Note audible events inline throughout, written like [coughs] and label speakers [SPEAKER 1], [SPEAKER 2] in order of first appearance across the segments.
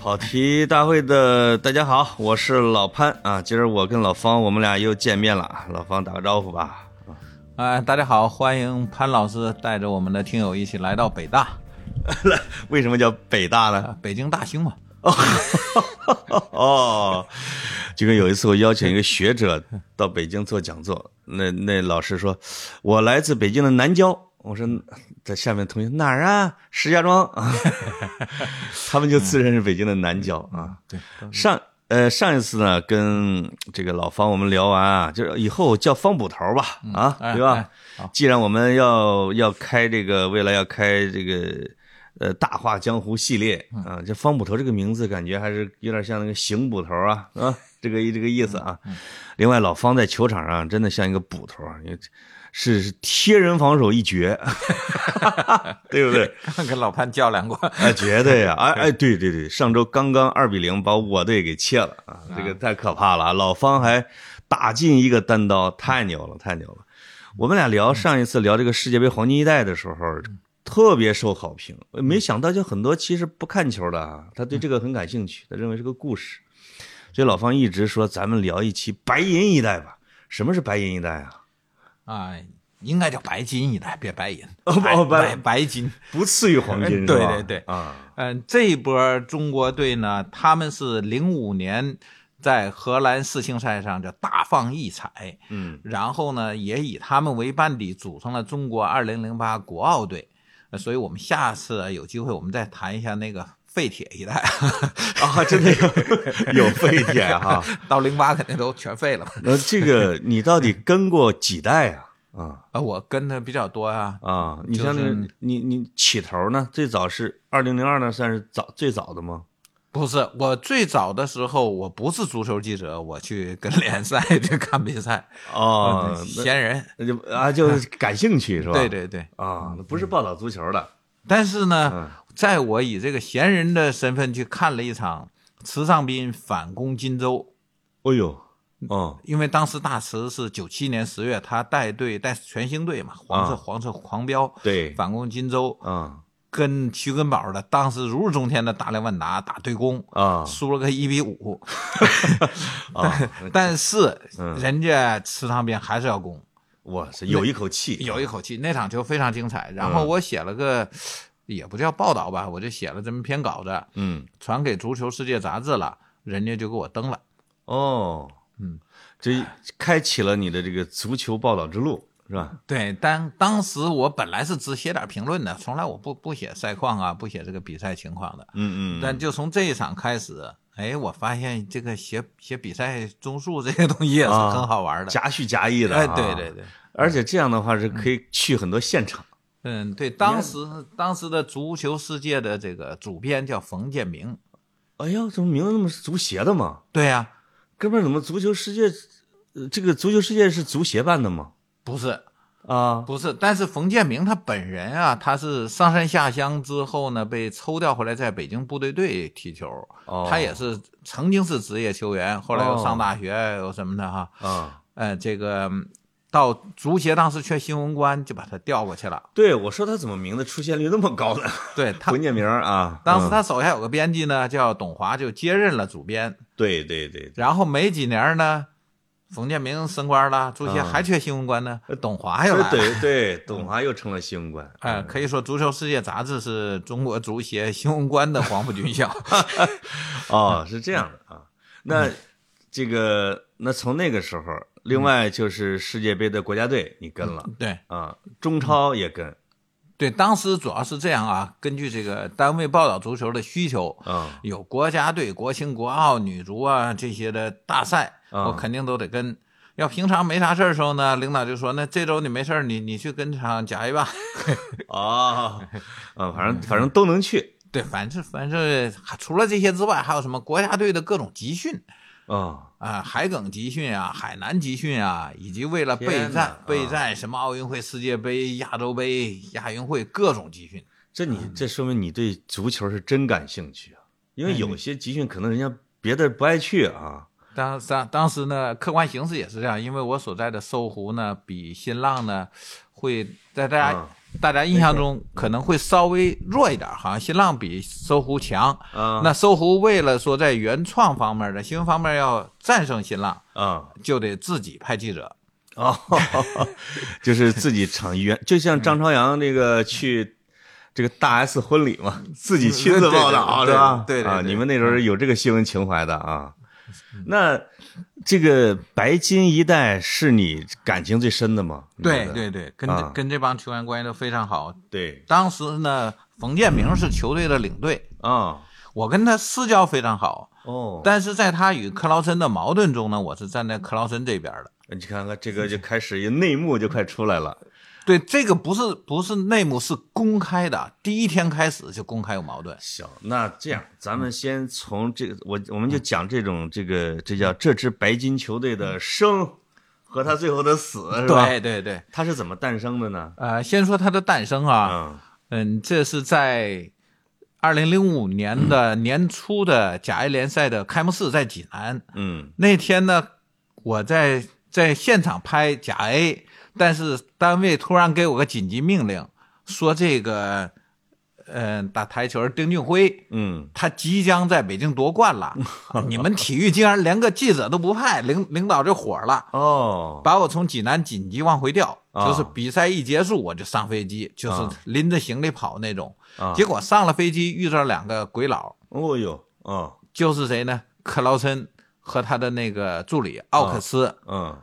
[SPEAKER 1] 跑题大会的大家好，我是老潘啊。今儿我跟老方我们俩又见面了，老方打个招呼吧。
[SPEAKER 2] 哎，大家好，欢迎潘老师带着我们的听友一起来到北大，
[SPEAKER 1] 为什么叫北大呢？ [laughs]
[SPEAKER 2] 啊北京大兴嘛。 [laughs]
[SPEAKER 1] 哦，就跟有一次我邀请一个学者到北京做讲座，那那老师说，我来自北京的南郊。我说，在下面的同学哪儿啊？石家庄 [laughs] 啊，他们就自认是北京的南郊啊。
[SPEAKER 2] 对，
[SPEAKER 1] 上呃上一次呢，跟这个老方我们聊完啊，就是以后叫方捕头吧，啊，
[SPEAKER 2] 哎
[SPEAKER 1] 对吧？
[SPEAKER 2] 哎好
[SPEAKER 1] 既然我们要要开这个，未来要开这个呃《大话江湖》系列
[SPEAKER 2] 嗯
[SPEAKER 1] 啊，这方捕头这个名字感觉还是有点像那个邢捕头啊
[SPEAKER 2] [laughs]
[SPEAKER 1] 啊，这个这个意思啊。
[SPEAKER 2] 嗯
[SPEAKER 1] 另外，老方在球场上真的像一个捕头啊，你是是贴人防守一
[SPEAKER 2] [laughs]
[SPEAKER 1] 绝，对不对？
[SPEAKER 2] 跟老潘较量过。
[SPEAKER 1] 啊，绝对呀、 [laughs] 啊！哎哎，对对对，上周刚刚二比零把我队给切了啊，这个太可怕了啊！老方还打进一个单刀，太牛了，太牛了！我们俩聊上一次聊这个世界杯黄金一代的时候，特别受好评，呃没想到就很多其实不看球的啊，他对这个很感兴趣，他认为是个故事，所以老方一直说咱们聊一期白银一代吧。什么是白银一代啊？
[SPEAKER 2] 哎，应该叫白金一代，别白银。
[SPEAKER 1] 哦哦白
[SPEAKER 2] 白白金。
[SPEAKER 1] 不次于黄金，
[SPEAKER 2] 嗯对
[SPEAKER 1] 是吧
[SPEAKER 2] 对对
[SPEAKER 1] 啊，
[SPEAKER 2] 嗯、这一波中国队呢，他们是零五年在荷兰世青赛上叫大放异彩，
[SPEAKER 1] 嗯
[SPEAKER 2] 然后呢，也以他们为班底组成了中国2008国奥队。呃所以我们下次啊有机会我们再谈一下那个废铁一代，
[SPEAKER 1] 啊，真的 [laughs] 有有沸点啊哈、
[SPEAKER 2] [laughs] 到零八肯定都全废了嘛。
[SPEAKER 1] 那这个你到底跟过几代啊？啊
[SPEAKER 2] 啊，我跟的比较多啊，
[SPEAKER 1] 啊！你
[SPEAKER 2] 就
[SPEAKER 1] 像那个
[SPEAKER 2] 是
[SPEAKER 1] 你你起头呢？最早是二零零二呢，算是早最早的吗？
[SPEAKER 2] 不是我最早的时候我不是足球记者，我去跟联赛去看比赛，嗯
[SPEAKER 1] 哦，那
[SPEAKER 2] 闲人。
[SPEAKER 1] 那就啊，就是感兴趣是吧？
[SPEAKER 2] 对对对，
[SPEAKER 1] 啊，那不是报道足球的
[SPEAKER 2] 但是
[SPEAKER 1] 嗯
[SPEAKER 2] 呢，在我以这个闲人的身份去看了一场池上斌反攻荆州，
[SPEAKER 1] 哎呦，哦，
[SPEAKER 2] 因为当时大池是九七年十月，他带队带全星队嘛，黄色、
[SPEAKER 1] 啊
[SPEAKER 2] 黄色狂飙
[SPEAKER 1] 对，
[SPEAKER 2] 反攻荆州，
[SPEAKER 1] 啊
[SPEAKER 2] 跟徐根宝的当时如日中天的大连万达打对攻，
[SPEAKER 1] 啊
[SPEAKER 2] 输了个一比五， [laughs]
[SPEAKER 1] 啊！
[SPEAKER 2] 但是
[SPEAKER 1] 嗯
[SPEAKER 2] 人家池塘边还是要攻，
[SPEAKER 1] 哇塞，有一口气，
[SPEAKER 2] 有一口气，那场球非常精
[SPEAKER 1] 嗯
[SPEAKER 2] 彩。然后我写了个，也不叫报道吧，我就写了这么篇稿子，
[SPEAKER 1] 嗯
[SPEAKER 2] 传给《足球世界》杂志了，人家就给我登了。
[SPEAKER 1] 哦，
[SPEAKER 2] 嗯，
[SPEAKER 1] 这开启了你的这个足球报道之路是吧？
[SPEAKER 2] 对，但当时我本来是只写点评论的，从来我不不写赛况啊，不写这个比赛情况的。
[SPEAKER 1] 嗯嗯，
[SPEAKER 2] 但就从这一场开始，哎，我发现这个写写比赛综述这个东西也是
[SPEAKER 1] 啊
[SPEAKER 2] 很好玩的。
[SPEAKER 1] 夹叙夹议的，啊
[SPEAKER 2] 哎，对对，对，
[SPEAKER 1] 而且这样的话是可以去很多现场。
[SPEAKER 2] 嗯，对，当时当时的足球世界的这个主编叫冯建明。
[SPEAKER 1] 哎呀，怎么名字那么足协的嘛？
[SPEAKER 2] 对啊呀、
[SPEAKER 1] 哥们儿，怎么足球世界，呃这个足球世界是足协办的吗？
[SPEAKER 2] 不是
[SPEAKER 1] 啊，
[SPEAKER 2] 不是，但是冯建明他本人啊，他是上山下乡之后呢，被抽调回来，在北京部队队踢球。
[SPEAKER 1] 哦
[SPEAKER 2] 他也是曾经是职业球员，后来又上大学又什么的哈。
[SPEAKER 1] 啊，
[SPEAKER 2] 呃，这个嗯到足协当时缺新闻官，就把他调过去了。
[SPEAKER 1] 对我说他怎么名字出现率那么高呢？
[SPEAKER 2] 对他
[SPEAKER 1] 冯建明儿啊，
[SPEAKER 2] 当时
[SPEAKER 1] 嗯
[SPEAKER 2] 他手下有个编辑呢，叫董华，就接任了主编。
[SPEAKER 1] 对对对，
[SPEAKER 2] 然后没几年呢，冯建明升官了，足协
[SPEAKER 1] 嗯
[SPEAKER 2] 还缺新闻官呢，啊董华又
[SPEAKER 1] 对
[SPEAKER 2] 来
[SPEAKER 1] 对
[SPEAKER 2] 了。
[SPEAKER 1] 对，董华又成了新闻官。啊
[SPEAKER 2] 呃，可以说《足球世界》杂志是中国足协新闻官的黄埔军校。 [laughs]
[SPEAKER 1] 哦，是这样的啊。那这个，那从那个时候，
[SPEAKER 2] 嗯
[SPEAKER 1] 另外就是世界杯的国家队你跟了
[SPEAKER 2] 对
[SPEAKER 1] 啊，中超也跟
[SPEAKER 2] 对，当时主要是这样啊，根据这个单位报道足球的需求，
[SPEAKER 1] 啊，
[SPEAKER 2] 有国家队、国青、国奥、女足啊这些的大赛，
[SPEAKER 1] 啊
[SPEAKER 2] 我肯定都得跟。要平常没啥事儿的时候呢，领导就说：“那这周你没事儿，你你去跟场甲 A 吧。
[SPEAKER 1] 哦，啊，反正反正都能去”
[SPEAKER 2] [laughs] 对，反正反正除了这些之外，还有什么国家队的各种集训
[SPEAKER 1] 啊。
[SPEAKER 2] 啊、海埂集训啊、海南集训啊，以及为了备
[SPEAKER 1] 天哪
[SPEAKER 2] 战、备战什么奥运会、世界杯、亚洲杯、亚运会各种集训。
[SPEAKER 1] 这你这说明你对足球是真感兴趣啊，因为有些集训可能人家别的不爱去啊。
[SPEAKER 2] 当当当时呢，客观形势也是这样，因为我所在的搜狐呢，比新浪呢，会在大家
[SPEAKER 1] 啊
[SPEAKER 2] 大家印象中可能会稍微弱一点，好像新浪比搜狐强。
[SPEAKER 1] 啊
[SPEAKER 2] 那搜狐为了说在原创方面的新闻方面要战胜新浪，
[SPEAKER 1] 啊
[SPEAKER 2] 就得自己派记者。
[SPEAKER 1] 哦， [laughs] 就是自己场原，就像张朝阳那个
[SPEAKER 2] 嗯
[SPEAKER 1] 去这个大 S 婚礼嘛，自己亲自报道
[SPEAKER 2] 嗯对对对
[SPEAKER 1] 是吧？
[SPEAKER 2] 对对对
[SPEAKER 1] 啊，
[SPEAKER 2] 对嗯
[SPEAKER 1] 你们那时候有这个新闻情怀的啊。那这个白金一代是你感情最深的吗？你觉
[SPEAKER 2] 对
[SPEAKER 1] 得
[SPEAKER 2] 对嗯对，跟、
[SPEAKER 1] 啊
[SPEAKER 2] 跟这帮球员关系都非常好。
[SPEAKER 1] 对
[SPEAKER 2] 当时呢，冯建明是球队的领队，
[SPEAKER 1] 啊
[SPEAKER 2] 我跟他私交非常好，
[SPEAKER 1] 哦，
[SPEAKER 2] 但是在他与克劳森的矛盾中呢，我是站在克劳森这边的。
[SPEAKER 1] 你看看这个就开始一内幕就快出来了。
[SPEAKER 2] 对，这个不是不是内幕，是公开的。第一天开始就公开有矛盾。
[SPEAKER 1] 行，那这样咱
[SPEAKER 2] 嗯
[SPEAKER 1] 们先从这个，我我们就讲这种这个这叫这支白金球队的生和他最后的死是吧？
[SPEAKER 2] 对对对，
[SPEAKER 1] 他是怎么诞生的呢？
[SPEAKER 2] 呃，先说它的诞生啊，
[SPEAKER 1] 嗯，
[SPEAKER 2] 嗯，这是在二零零五年的年初的甲 A 联赛的开幕式在济南。
[SPEAKER 1] 嗯
[SPEAKER 2] 那天呢，我在在现场拍甲 A，但是单位突然给我个紧急命令，说这个，嗯、打台球儿丁俊晖
[SPEAKER 1] 嗯，
[SPEAKER 2] 他即将在北京夺
[SPEAKER 1] [laughs]
[SPEAKER 2] 冠了，你们体育竟然连个记者都不派，领领导就火了。
[SPEAKER 1] 哦，
[SPEAKER 2] 把我从济南紧急往回调，
[SPEAKER 1] 啊
[SPEAKER 2] 就是比赛一结束我就上飞机，就是
[SPEAKER 1] 啊
[SPEAKER 2] 拎着行李跑那种。
[SPEAKER 1] 啊
[SPEAKER 2] 结果上了飞机遇着两个鬼佬，
[SPEAKER 1] 哦呦，哦，
[SPEAKER 2] 就是谁呢？克劳森和他的那个助理奥克斯。
[SPEAKER 1] 嗯，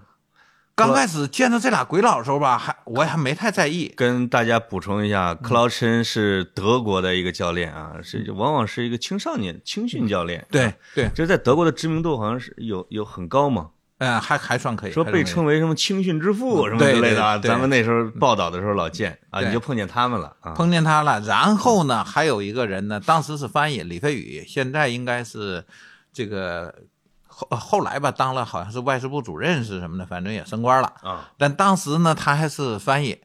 [SPEAKER 2] 刚开始见到这俩鬼佬的时候吧，还我还没太在意。
[SPEAKER 1] 跟大家补充一下，克劳森是德国的一个教练啊，是往往是一个青少年青训教练，
[SPEAKER 2] 嗯对对，
[SPEAKER 1] 就是在德国的知名度好像是有有很高嘛，
[SPEAKER 2] 嗯，还还算可以。
[SPEAKER 1] 说
[SPEAKER 2] 还
[SPEAKER 1] 被
[SPEAKER 2] 算可以
[SPEAKER 1] 称为什么青训之父什么之类的啊，
[SPEAKER 2] 对对对
[SPEAKER 1] 咱们那时候报道的时候老见啊，
[SPEAKER 2] 对
[SPEAKER 1] 你就碰见他们了啊。
[SPEAKER 2] 碰见他了。然后呢，还有一个人呢，当时是翻译李飞宇，现在应该是这个后呃后来吧，当了好像是外事部主任是什么的，反正也升官了。
[SPEAKER 1] 啊，
[SPEAKER 2] 但当时呢，他还是翻译。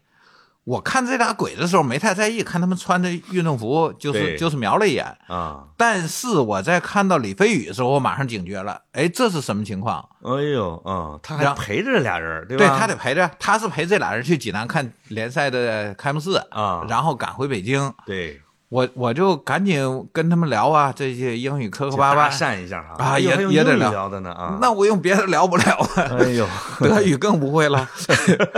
[SPEAKER 2] 我看这俩鬼的时候没太在意，看他们穿着运动服，就是
[SPEAKER 1] 对
[SPEAKER 2] 就是瞄了一眼。
[SPEAKER 1] 啊，
[SPEAKER 2] 但是我在看到李飞宇的时候，我马上警觉了，哎，这是什么情况？
[SPEAKER 1] 哎呦啊，他还
[SPEAKER 2] 然
[SPEAKER 1] 陪着这俩人，对吧？
[SPEAKER 2] 对他得陪着，他是陪这俩人去济南看联赛的开幕式
[SPEAKER 1] 啊
[SPEAKER 2] 然后赶回北京。
[SPEAKER 1] 对，
[SPEAKER 2] 我我就赶紧跟他们聊啊，这些英语磕磕巴巴
[SPEAKER 1] 搭。讪一下哈，
[SPEAKER 2] 啊
[SPEAKER 1] 哎呦
[SPEAKER 2] 也
[SPEAKER 1] 还有
[SPEAKER 2] 也得
[SPEAKER 1] 英语
[SPEAKER 2] 聊
[SPEAKER 1] 聊的呢啊。
[SPEAKER 2] 那我用别的聊不了
[SPEAKER 1] [laughs]
[SPEAKER 2] 啊，
[SPEAKER 1] 哎
[SPEAKER 2] [laughs]
[SPEAKER 1] 呦，
[SPEAKER 2] 德语更不
[SPEAKER 1] [laughs]
[SPEAKER 2] 会了。 [laughs]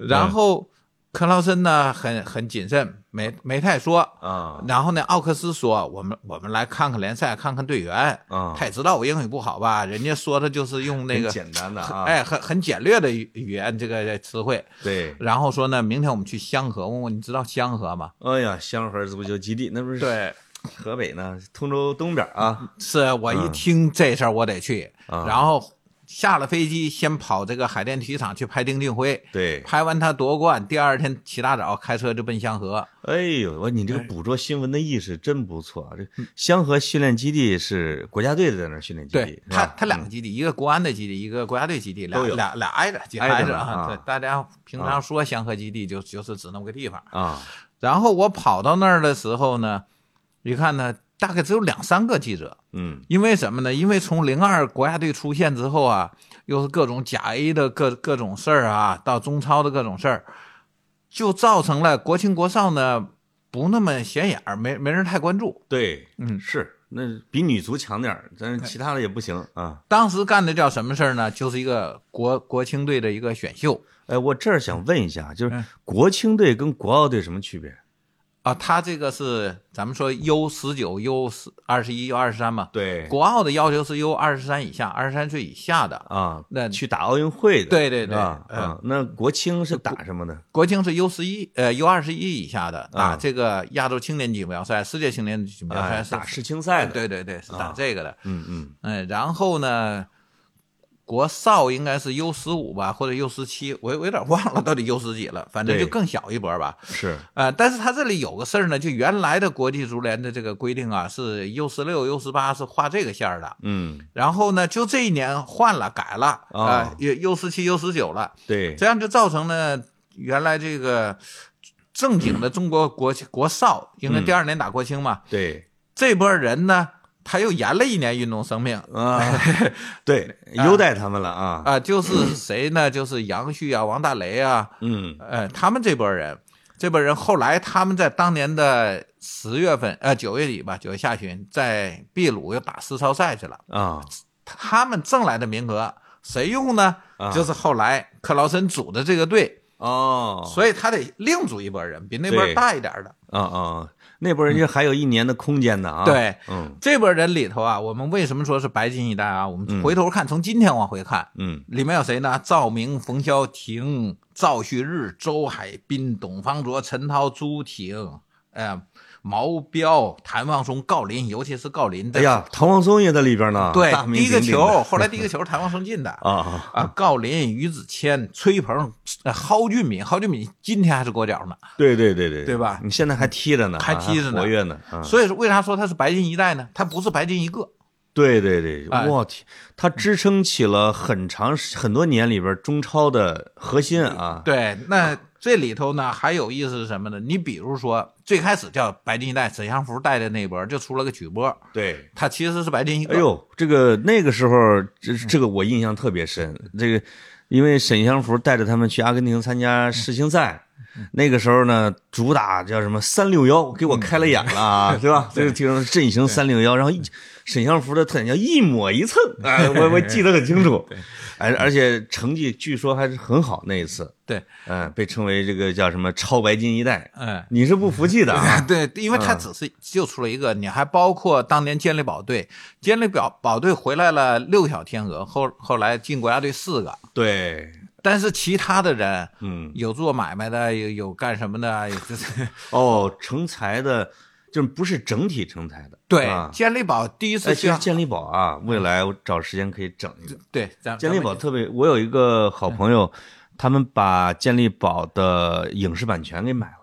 [SPEAKER 2] 然后克劳森呢，很很谨慎，没没太说。
[SPEAKER 1] 啊
[SPEAKER 2] 然后呢，奥克斯说：“我们我们来看看联赛，看看队员。
[SPEAKER 1] 啊，
[SPEAKER 2] 他也知道我英语不好吧？人家说的就是用那
[SPEAKER 1] 很
[SPEAKER 2] 个
[SPEAKER 1] 简单的啊，，
[SPEAKER 2] 哎很很简略的语语言这个词汇。
[SPEAKER 1] 对，
[SPEAKER 2] 然后说呢，明天我们去香河，问问你知道香河吗？
[SPEAKER 1] 哎呀，香河足球基地那不是
[SPEAKER 2] 对，
[SPEAKER 1] 河北呢，通州东边啊，
[SPEAKER 2] 是我一
[SPEAKER 1] 嗯
[SPEAKER 2] 听这事儿我得去，
[SPEAKER 1] 啊
[SPEAKER 2] 然后下了飞机先跑这个海淀体育场去拍丁俊晖，
[SPEAKER 1] 对，
[SPEAKER 2] 拍完他夺冠，第二天起大早开车就奔香河。
[SPEAKER 1] 哎呦，我你这个捕捉新闻的意识真不错啊！这
[SPEAKER 2] 嗯
[SPEAKER 1] 香河训练基地是国家队在那儿训练基地
[SPEAKER 2] 对，
[SPEAKER 1] 是
[SPEAKER 2] 他
[SPEAKER 1] 吧嗯
[SPEAKER 2] 他两个基地，一个国安的基地，一个国家队基地，俩
[SPEAKER 1] 都有
[SPEAKER 2] 俩俩挨着，紧
[SPEAKER 1] 挨着
[SPEAKER 2] 挨着
[SPEAKER 1] 呢啊
[SPEAKER 2] 对，大家平常说香河基地就就是指那么个地方。
[SPEAKER 1] 啊，
[SPEAKER 2] 然后我跑到那儿的时候呢，一看呢，大概只有两三个记者，
[SPEAKER 1] 嗯
[SPEAKER 2] 因为什么呢？因为从零二国家队出现之后啊，又是各种甲 A 的各各种事儿啊，到中超的各种事儿，就造成了国青国少呢不那么显眼儿，没没人太关注。
[SPEAKER 1] 对，
[SPEAKER 2] 嗯哎
[SPEAKER 1] 是那比女足强点儿，但是其他的也不行啊。
[SPEAKER 2] 当时干的叫什么事儿呢？就是一个国国青队的一个选秀
[SPEAKER 1] 哎，我这儿想问一下，就是
[SPEAKER 2] 嗯
[SPEAKER 1] 国青队跟国奥队什么区别？
[SPEAKER 2] 啊，他这个是咱们说 U 十九、U 二十一、U 二十三嘛。
[SPEAKER 1] 对，
[SPEAKER 2] 国奥的要求是 U 二十三以下、二十三岁以下的，
[SPEAKER 1] 啊，
[SPEAKER 2] 那
[SPEAKER 1] 去打奥运会的，
[SPEAKER 2] 对对对
[SPEAKER 1] 是吧
[SPEAKER 2] 嗯
[SPEAKER 1] 啊，那国青是打什么的？
[SPEAKER 2] 国青是 U 十一呃 U 二十一以下的
[SPEAKER 1] 啊
[SPEAKER 2] 打这个亚洲青年锦标赛、世界青年锦标赛
[SPEAKER 1] 哎
[SPEAKER 2] 是
[SPEAKER 1] 打世青赛的，
[SPEAKER 2] 对对对，是打
[SPEAKER 1] 啊
[SPEAKER 2] 这个的。
[SPEAKER 1] 嗯嗯，
[SPEAKER 2] 嗯，然后呢，国少应该是 U 十五吧，或者 U 十七，我我有点忘了到底 U 十几了，反正
[SPEAKER 1] 对
[SPEAKER 2] 就更小一波吧。
[SPEAKER 1] 是
[SPEAKER 2] 呃，但是他这里有个事儿呢，就原来的国际足联的这个规定啊，是 U 十六、U 十八是画这个线儿的，
[SPEAKER 1] 嗯，
[SPEAKER 2] 然后呢，就这一年换了改了，
[SPEAKER 1] 哦
[SPEAKER 2] 啊，U 十七、U 十九了。
[SPEAKER 1] 对，
[SPEAKER 2] 这样就造成了原来这个正经的中国国国少，因为
[SPEAKER 1] 嗯
[SPEAKER 2] 第二年打国青嘛，
[SPEAKER 1] 对
[SPEAKER 2] [laughs] 这波人呢，他又延了一年运动生命啊、
[SPEAKER 1] 啊，对，
[SPEAKER 2] 哎
[SPEAKER 1] 优待他们了啊， [clears throat]
[SPEAKER 2] 就是谁呢？就是杨旭啊、王大雷啊，
[SPEAKER 1] 嗯
[SPEAKER 2] 呃，他们这波人。这波人后来他们在当年的十月份，呃九月底吧，九月下旬，在秘鲁又打世超赛去了。
[SPEAKER 1] 啊，
[SPEAKER 2] 他们挣来的名额谁用呢？
[SPEAKER 1] 啊
[SPEAKER 2] 就是后来克劳森组的这个队，
[SPEAKER 1] 哦，
[SPEAKER 2] 所以他得另组一波人，比那波
[SPEAKER 1] 对
[SPEAKER 2] 大一点的。
[SPEAKER 1] 啊啊，那波人家还有一年的空间呢啊。
[SPEAKER 2] 嗯对，
[SPEAKER 1] 嗯
[SPEAKER 2] 这波人里头啊，我们为什么说是白金一代啊？我
[SPEAKER 1] 嗯
[SPEAKER 2] 们回头看，从今天往回看，
[SPEAKER 1] 嗯
[SPEAKER 2] 里面有谁呢？赵明、冯潇霆、赵旭日、周海滨、董方卓、陈涛、朱挺，呃，毛彪、谭望松、郜林，尤其是郜林的。
[SPEAKER 1] 哎呀，唐王松也在里边呢。
[SPEAKER 2] 对
[SPEAKER 1] 大，名
[SPEAKER 2] 第一个
[SPEAKER 1] 鼎鼎的
[SPEAKER 2] 球，后来第一个球谭望松
[SPEAKER 1] [laughs]
[SPEAKER 2] 进的。
[SPEAKER 1] 啊，
[SPEAKER 2] 啊，郜林、于子谦、崔鹏、呃蒿俊闵，蒿俊闵今天还是国脚呢。
[SPEAKER 1] 对对对对，
[SPEAKER 2] 对吧
[SPEAKER 1] 你现在还踢着呢，
[SPEAKER 2] 还踢着呢
[SPEAKER 1] 活跃呢。啊
[SPEAKER 2] 所以说，为啥说他是白金一代呢？他不是白金一个，
[SPEAKER 1] 对对对，
[SPEAKER 2] 哎
[SPEAKER 1] 我天，他支撑起了很长时很多年里边中超的核心啊。
[SPEAKER 2] 对，那这里头呢还有意思是什么呢？你比如说最开始叫白金一代，沈祥福带的那波就出了个曲波，
[SPEAKER 1] 对，
[SPEAKER 2] 他其实是白金一个。
[SPEAKER 1] [laughs] 哎，呦，这个那个时候，这这个我印象特别深。这个，因为沈祥福带着他们去阿根廷参加世青赛，那个时候呢，主打叫什么三六幺，给我开了眼了 [laughs] 啊，对吧？这个听说阵型三六幺，然后一沈祥福的特点叫一抹一 [laughs] 蹭，哎，我我记得很清楚。哎而而且成绩据说还是很好那一次，
[SPEAKER 2] 对，
[SPEAKER 1] 嗯，被称为这个叫什么超白金一代。
[SPEAKER 2] 嗯。
[SPEAKER 1] 你是不服气的 [laughs] 啊？
[SPEAKER 2] 对，因为他只是就出了一个，你还包括当年健力宝队，健力宝宝队回来了六小天鹅，后后来进国家队四个，
[SPEAKER 1] 对，
[SPEAKER 2] 但是其他的人
[SPEAKER 1] 嗯，
[SPEAKER 2] 有做买卖的，有有干什么的，啊有就是 [laughs]
[SPEAKER 1] 哦，成才的，就是不是整体成才的，
[SPEAKER 2] 对
[SPEAKER 1] 啊。
[SPEAKER 2] 健力宝第一
[SPEAKER 1] 哎，
[SPEAKER 2] 次
[SPEAKER 1] 其
[SPEAKER 2] 去
[SPEAKER 1] 实，健力宝啊，未来我找时间可以整一个。
[SPEAKER 2] 对，咱
[SPEAKER 1] 健力宝
[SPEAKER 2] 咱们
[SPEAKER 1] 特别，我有一个好朋友，他们把健力宝的影视版权给买了，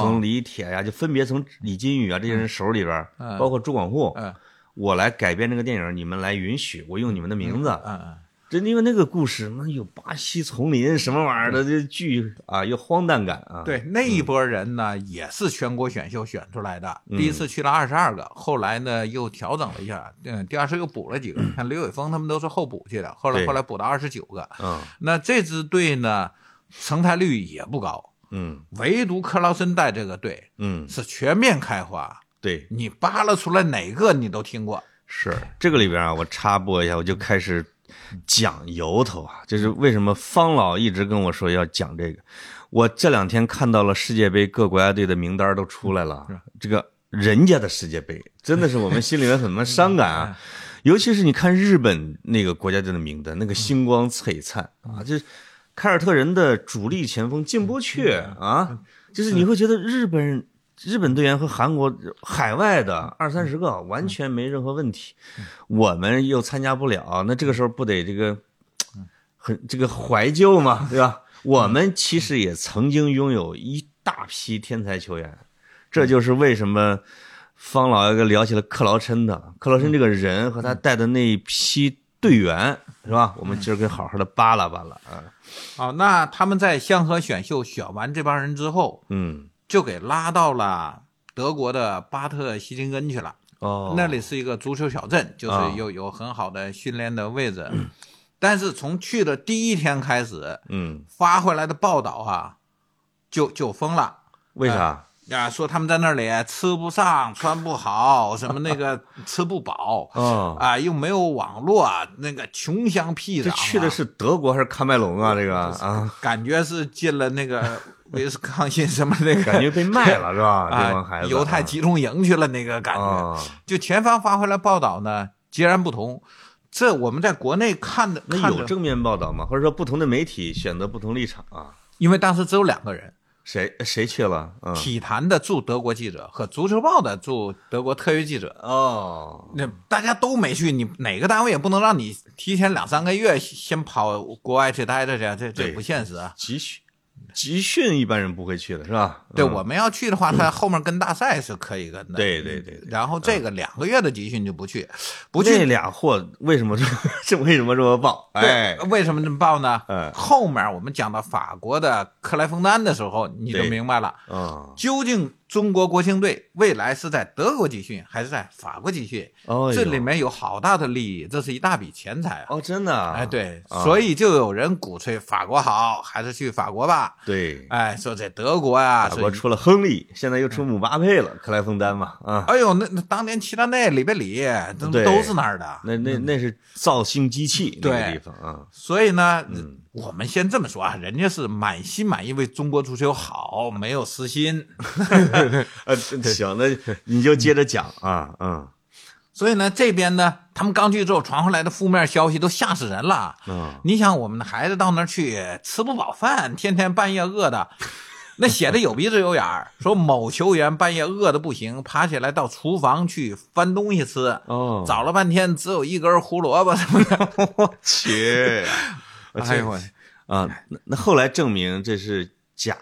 [SPEAKER 1] 从
[SPEAKER 2] 哦，
[SPEAKER 1] 李铁呀、就分别从李金羽啊这些人手里边儿，
[SPEAKER 2] 嗯
[SPEAKER 1] 包括朱广沪，
[SPEAKER 2] 嗯
[SPEAKER 1] 我来改编这个电影，你们来允许我用你们的名字。
[SPEAKER 2] 嗯嗯，
[SPEAKER 1] 这因为那个故事，那有巴西丛林什么玩意儿的，这剧啊，有荒诞感啊。
[SPEAKER 2] 嗯对，那一波人呢，也是全国选秀选出来的，第一
[SPEAKER 1] 嗯
[SPEAKER 2] 次去了二十二个，后来呢又调整了一下，嗯，第二次又补了几个，像刘伟峰他们都是后补去的，后来
[SPEAKER 1] 对
[SPEAKER 2] 后来补到二十九个。
[SPEAKER 1] 嗯
[SPEAKER 2] 那这支队呢，成才率也不高，
[SPEAKER 1] 嗯
[SPEAKER 2] 唯独克劳森带这个队
[SPEAKER 1] 嗯，
[SPEAKER 2] 是全面开花，
[SPEAKER 1] 对，
[SPEAKER 2] 你扒拉出来哪个你都听过。
[SPEAKER 1] 是这个里边啊，我插播一下，我就开始讲由头啊，就是为什么方老一直跟我说要讲这个。我这两天看到了世界杯各国家队的名单都出来了，啊这个人家的世界杯真的是我们心里面很伤感啊。尤其是你看日本那个国家队的名单，那个星光璀璨啊，就是凯尔特人的主力前锋进不去啊，就是你会觉得日本日本队员和韩国海外的二三十个完全没任何问题，我们又参加不了，那这个时候不得这个很这个怀旧嘛，对吧？我们其实也曾经拥有一大批天才球员，这就是为什么方老爷聊起了克劳琛的，克劳琛这个人和他带的那一批队员是吧？我们今儿可以好好的扒拉扒拉啊，
[SPEAKER 2] 好，那他们在香河选秀选完这帮人之后，
[SPEAKER 1] 嗯，
[SPEAKER 2] 就给拉到了德国的巴特希金根去了。
[SPEAKER 1] 哦，
[SPEAKER 2] 那里是一个足球小镇，就是
[SPEAKER 1] 啊
[SPEAKER 2] 有有很好的训练的位置。 [clears throat] 但是从去的第一天开始，
[SPEAKER 1] 嗯，
[SPEAKER 2] 发回来的报道啊，就就疯了
[SPEAKER 1] 为啥？
[SPEAKER 2] 啊，说他们在那里吃不上、穿不好，什么那个吃
[SPEAKER 1] [laughs]
[SPEAKER 2] 不饱
[SPEAKER 1] 哦，
[SPEAKER 2] 啊，又没有网络，那个穷乡僻壤
[SPEAKER 1] 这
[SPEAKER 2] 啊、
[SPEAKER 1] 去的是德国还是喀麦隆啊？这个啊，
[SPEAKER 2] 感觉是进了那个威斯康辛什么那个
[SPEAKER 1] 感觉被卖了是 [laughs] 吧？这帮
[SPEAKER 2] 啊
[SPEAKER 1] 孩子，
[SPEAKER 2] 犹太集中营去了那个感觉。
[SPEAKER 1] 啊，
[SPEAKER 2] 就前方发回来报道呢截然不同。这我们在国内看的，
[SPEAKER 1] 那
[SPEAKER 2] 看
[SPEAKER 1] 有
[SPEAKER 2] 着
[SPEAKER 1] 正面报道吗？或者说不同的媒体选择不同立场啊？
[SPEAKER 2] 因为当时只有两个人，
[SPEAKER 1] 谁谁去了？嗯，
[SPEAKER 2] 体坛的驻德国记者和足球报的驻德国特约记者，
[SPEAKER 1] 哦，
[SPEAKER 2] 那大家都没去，你哪个单位也不能让你提前两三个月先跑国外去待着去，这这
[SPEAKER 1] 对
[SPEAKER 2] 不现实啊。
[SPEAKER 1] 集训，集训一般人不会去的是吧？
[SPEAKER 2] 对，
[SPEAKER 1] 嗯
[SPEAKER 2] 我们要去的话，他后面跟大赛是可以跟的。嗯
[SPEAKER 1] 对对对对
[SPEAKER 2] 然后这个两个月的集训就不去，不
[SPEAKER 1] 那
[SPEAKER 2] 去。
[SPEAKER 1] 俩货为什么 [laughs] 这这为什么这么爆？哎
[SPEAKER 2] 对，，为什么这么报呢？
[SPEAKER 1] 哎
[SPEAKER 2] 后面我们讲到法国的克莱枫丹的时候，你就
[SPEAKER 1] 对
[SPEAKER 2] 明白了。
[SPEAKER 1] 嗯，
[SPEAKER 2] 究竟中国国青队未来是在德国集训还是在法国集训，
[SPEAKER 1] 哦，
[SPEAKER 2] 这里面有好大的利益，这是一大笔钱财啊！
[SPEAKER 1] 哦，真的啊，
[SPEAKER 2] 哎，对，
[SPEAKER 1] 啊
[SPEAKER 2] 所以就有人鼓吹法国好，还是去法国吧。
[SPEAKER 1] 对，
[SPEAKER 2] 哎，说这德国呀，
[SPEAKER 1] 法国
[SPEAKER 2] 说
[SPEAKER 1] 出了亨利，现在又出姆巴佩了，克莱枫丹嘛，啊，
[SPEAKER 2] 哎呦，那那当年齐达内、里贝里都
[SPEAKER 1] 对
[SPEAKER 2] 都是啊那儿的，
[SPEAKER 1] 那那那是造星机器那个
[SPEAKER 2] 对
[SPEAKER 1] 地方啊，
[SPEAKER 2] 所以呢，我们先这么说啊，人家是满心满意为中国足球好，没有私心。 [laughs]
[SPEAKER 1] 呃，行，那你就接着讲啊，嗯
[SPEAKER 2] 所以呢，这边呢，他们刚去之后传回来的负面消息都吓死人了。
[SPEAKER 1] 嗯，
[SPEAKER 2] 你想，我们的孩子到那儿去吃不饱饭，天天半夜饿的，那写的有鼻子有眼 [laughs] 儿，说某球员半夜饿的不行，爬起来到厨房去翻东西吃，
[SPEAKER 1] 哦， [laughs]
[SPEAKER 2] 找了半天只有一根胡萝卜什么的。
[SPEAKER 1] 去，
[SPEAKER 2] [laughs] 哎呦喂！
[SPEAKER 1] 啊，那那后来证明这是假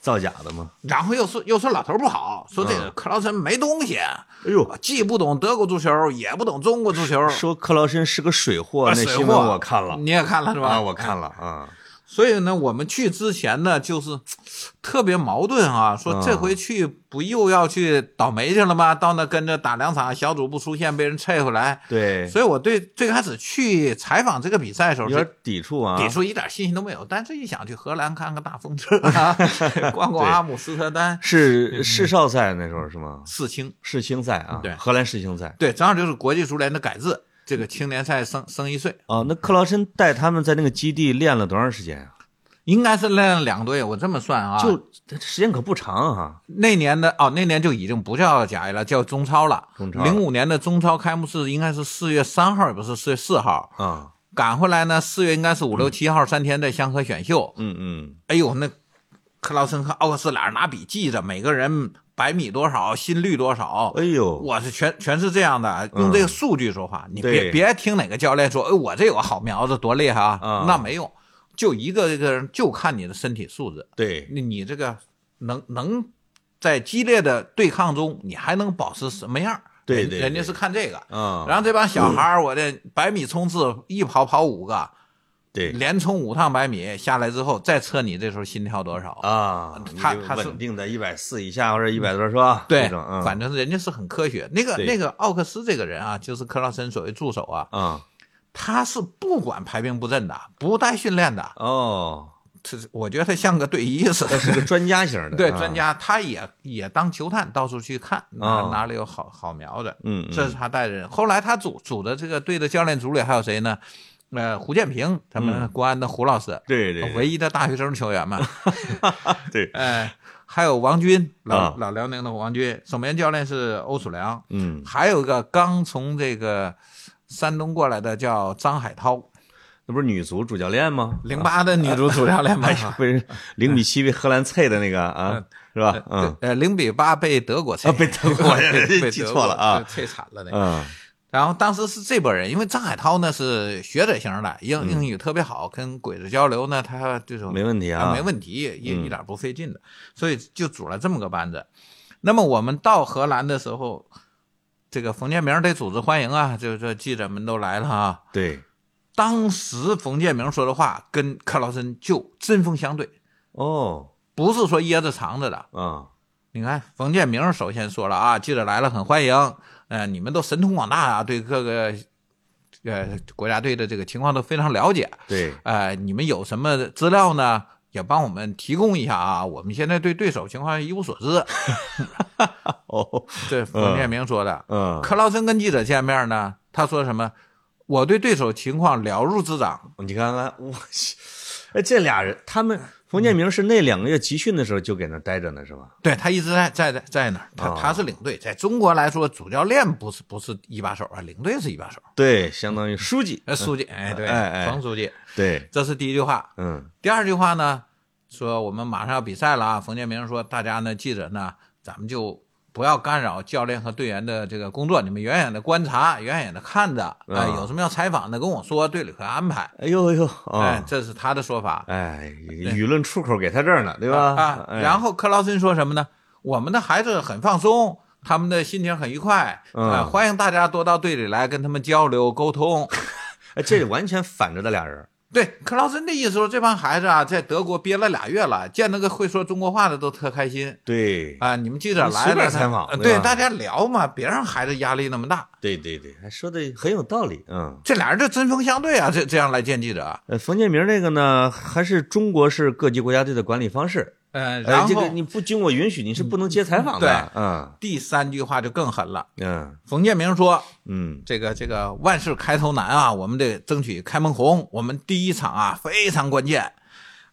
[SPEAKER 1] 造假的吗？
[SPEAKER 2] [laughs] 然后又说又说老头儿不好，说这个克劳森没东西，
[SPEAKER 1] 哎呦，
[SPEAKER 2] 既不懂德国足球，也不懂中国足球，
[SPEAKER 1] 说克劳森是个水货，
[SPEAKER 2] 啊
[SPEAKER 1] 那
[SPEAKER 2] 水
[SPEAKER 1] 新闻
[SPEAKER 2] 货
[SPEAKER 1] 我看了
[SPEAKER 2] 你也看了是吧？
[SPEAKER 1] 啊，我看了啊，
[SPEAKER 2] 所以呢，我们去之前呢，就是嘖特别矛盾啊，
[SPEAKER 1] 嗯
[SPEAKER 2] 说这回去不又要去倒霉去了吗？到那跟着打两场，小组不出线，被人撤回来。
[SPEAKER 1] 对，
[SPEAKER 2] 所以我对最开始去采访这个比赛的时候
[SPEAKER 1] 有
[SPEAKER 2] 是
[SPEAKER 1] 点抵触啊，
[SPEAKER 2] 抵触一点信心都没有，但是一想去荷兰看看大
[SPEAKER 1] [laughs]
[SPEAKER 2] 风车啊，逛逛阿姆斯特丹，
[SPEAKER 1] 是世少赛那时候是吗？
[SPEAKER 2] 四清
[SPEAKER 1] 世青赛啊，
[SPEAKER 2] 嗯对
[SPEAKER 1] 荷兰世青赛
[SPEAKER 2] 对，正好就是国际足联的改制，这个青年赛升升一岁，
[SPEAKER 1] 啊。那克劳森带他们在那个基地练了多长时间啊？
[SPEAKER 2] 应该是练了两个队，我这么算啊，
[SPEAKER 1] 就这时间可不长啊。
[SPEAKER 2] 那年的哦，那年就已经不叫甲 A 了，叫中超了。
[SPEAKER 1] 中超
[SPEAKER 2] 零五年的中超开幕式应该是四月三号，也不是四月四号。
[SPEAKER 1] 啊，
[SPEAKER 2] 赶回来呢，四月应该是五六七号三天的香河选秀。
[SPEAKER 1] 嗯嗯，
[SPEAKER 2] 哎呦，那克劳森和奥克斯俩人拿笔记着，每个人百米多少，心率多少。
[SPEAKER 1] 哎呦，嗯
[SPEAKER 2] 我是全全是这样的，用这个数据说话，你
[SPEAKER 1] 对
[SPEAKER 2] 别别听哪个教练说，哎，我这有个好苗子多厉害啊，
[SPEAKER 1] 啊
[SPEAKER 2] 那没用，就一个一个人就看你的身体素质。
[SPEAKER 1] 对，
[SPEAKER 2] 你你这个能能在激烈的对抗中，你还能保持什么样儿？
[SPEAKER 1] 对
[SPEAKER 2] 人
[SPEAKER 1] 对
[SPEAKER 2] 人家
[SPEAKER 1] 对
[SPEAKER 2] 是看这个。
[SPEAKER 1] 啊，
[SPEAKER 2] 然后这帮小孩儿，我这百米冲刺一跑跑五个，
[SPEAKER 1] 对
[SPEAKER 2] 连冲五趟百米下来之后，再测你这时候心跳多少。
[SPEAKER 1] 啊，你
[SPEAKER 2] 他
[SPEAKER 1] 就
[SPEAKER 2] 他是
[SPEAKER 1] 稳定在一百四以下或者一百多是吧？
[SPEAKER 2] 对
[SPEAKER 1] 这种，嗯
[SPEAKER 2] 反正人家是很科学。那个
[SPEAKER 1] 对
[SPEAKER 2] 那个奥克斯这个人啊，就是克劳森所谓助手啊，
[SPEAKER 1] 啊，
[SPEAKER 2] 他是不管排兵布阵的，不带训练的。
[SPEAKER 1] 哦，
[SPEAKER 2] 他我觉得他像个队医似
[SPEAKER 1] [laughs]
[SPEAKER 2] 的。
[SPEAKER 1] 是个专家型的，
[SPEAKER 2] [laughs] 对，
[SPEAKER 1] 啊
[SPEAKER 2] 专，家他也也当球探，到处去看哪
[SPEAKER 1] 哦
[SPEAKER 2] 哪里有好好苗子，
[SPEAKER 1] 嗯，嗯
[SPEAKER 2] 这是他带的人。后来他组组的这个队的教练组里还有谁呢？呃，胡建平，他们国安的胡老师，
[SPEAKER 1] 对嗯对，对
[SPEAKER 2] 唯一的大学生球
[SPEAKER 1] [laughs]
[SPEAKER 2] 员嘛。
[SPEAKER 1] 对，
[SPEAKER 2] 哎，还有王军，老
[SPEAKER 1] 啊
[SPEAKER 2] 老辽宁的王军，守门员教练是欧楚良，
[SPEAKER 1] 嗯，
[SPEAKER 2] 还有一个刚从这个山东过来的叫张海涛，
[SPEAKER 1] 那不是女足主教练
[SPEAKER 2] [laughs]
[SPEAKER 1] 吗？
[SPEAKER 2] 零八的女足主教练
[SPEAKER 1] 哎
[SPEAKER 2] 嘛。
[SPEAKER 1] [laughs] 被零比七被荷兰菜的那个啊，是吧？嗯
[SPEAKER 2] 呃，零比八被德国菜
[SPEAKER 1] 啊被德国
[SPEAKER 2] [laughs] 被被
[SPEAKER 1] 记
[SPEAKER 2] 德
[SPEAKER 1] 错了
[SPEAKER 2] 国
[SPEAKER 1] 啊
[SPEAKER 2] 被摧残了那个。
[SPEAKER 1] 嗯
[SPEAKER 2] 然后当时是这波人，因为张海涛呢是学者型的，英英语特别好，跟鬼子交流呢，他这种
[SPEAKER 1] 没问题啊
[SPEAKER 2] 他没问题，一一点不费劲的，所以就组了这么个班子。那么我们到荷兰的时候，这个冯建明得组织欢迎啊，就这记者们都来了啊。
[SPEAKER 1] 对，
[SPEAKER 2] 当时冯建明说的话跟克劳森就针锋相对，
[SPEAKER 1] 哦，
[SPEAKER 2] 不是说掖着藏着的，
[SPEAKER 1] 啊，
[SPEAKER 2] 你看，冯建明首先说了啊，记者来了很欢迎，呃，你们都神通广大啊，对各个呃国家队的这个情况都非常了解， [laughs]
[SPEAKER 1] 对，
[SPEAKER 2] 呃，你们有什么资料呢？也帮我们提供一下啊，我们现在对对手情况一无
[SPEAKER 1] [laughs]
[SPEAKER 2] 所知。
[SPEAKER 1] 哦，
[SPEAKER 2] 这冯建明说的。
[SPEAKER 1] 嗯，
[SPEAKER 2] 克劳森跟记者见面呢，他说什么？我对对手情况了如指掌。
[SPEAKER 1] 你看看，我去，哎，这俩人，他们冯建明是那两个月集训的时候就给那待着呢，是吧？
[SPEAKER 2] 对他一直在在在在那儿，他
[SPEAKER 1] 哦
[SPEAKER 2] 他是领队，在中国来说，主教练不是不是一把手啊，领队是一把手。
[SPEAKER 1] 对，相当于书记，
[SPEAKER 2] 呃，书记，哎，对，
[SPEAKER 1] 嗯哎哎
[SPEAKER 2] 冯书记，
[SPEAKER 1] 对，
[SPEAKER 2] 这是第一句话。
[SPEAKER 1] 嗯，
[SPEAKER 2] 第二句话呢，说我们马上要比赛了啊。冯建明说，大家呢，记者呢，咱们就不要干扰教练和队员的这个工作，你们远远的观察，远远的看着，哎、
[SPEAKER 1] 啊
[SPEAKER 2] 有什么要采访的跟我说，队里会安排。
[SPEAKER 1] 哎呦哎呦，
[SPEAKER 2] 哎
[SPEAKER 1] 啊，，
[SPEAKER 2] 这是他的说法
[SPEAKER 1] 哎，舆论出口给他这儿呢，对吧？
[SPEAKER 2] 啊。
[SPEAKER 1] 哎
[SPEAKER 2] 然后克劳森说什么呢？我们的孩子很放松。他们的心情很愉快，啊、
[SPEAKER 1] 嗯
[SPEAKER 2] 欢迎大家多到队里来跟他们交流沟通。
[SPEAKER 1] 哎，这完全反着的俩人，
[SPEAKER 2] 对，克劳森的意思说，这帮孩子啊，在德国憋了俩月了，见那个会说中国话的都特开心
[SPEAKER 1] 对
[SPEAKER 2] 啊、你们记者
[SPEAKER 1] 随
[SPEAKER 2] 来
[SPEAKER 1] 便
[SPEAKER 2] 了，
[SPEAKER 1] 采
[SPEAKER 2] 他
[SPEAKER 1] 访
[SPEAKER 2] 呃
[SPEAKER 1] 对
[SPEAKER 2] 对
[SPEAKER 1] 吧
[SPEAKER 2] 大家聊嘛，别让孩子压力那么大。
[SPEAKER 1] 对对对，还说的很有道理，嗯。
[SPEAKER 2] 这俩人这针锋相对啊，这这样来见记者，
[SPEAKER 1] 呃，冯建明那个呢，还是中国式各级国家队的管理方式。
[SPEAKER 2] 嗯，然
[SPEAKER 1] 哎，
[SPEAKER 2] 后、
[SPEAKER 1] 这个你不经我允许，你是不能接采访的。嗯
[SPEAKER 2] 第三句话就更狠了。
[SPEAKER 1] 嗯
[SPEAKER 2] 冯建明说：“
[SPEAKER 1] 嗯，
[SPEAKER 2] 这个这个万事开头难啊，我们得争取开门红。我们第一场啊非常关键，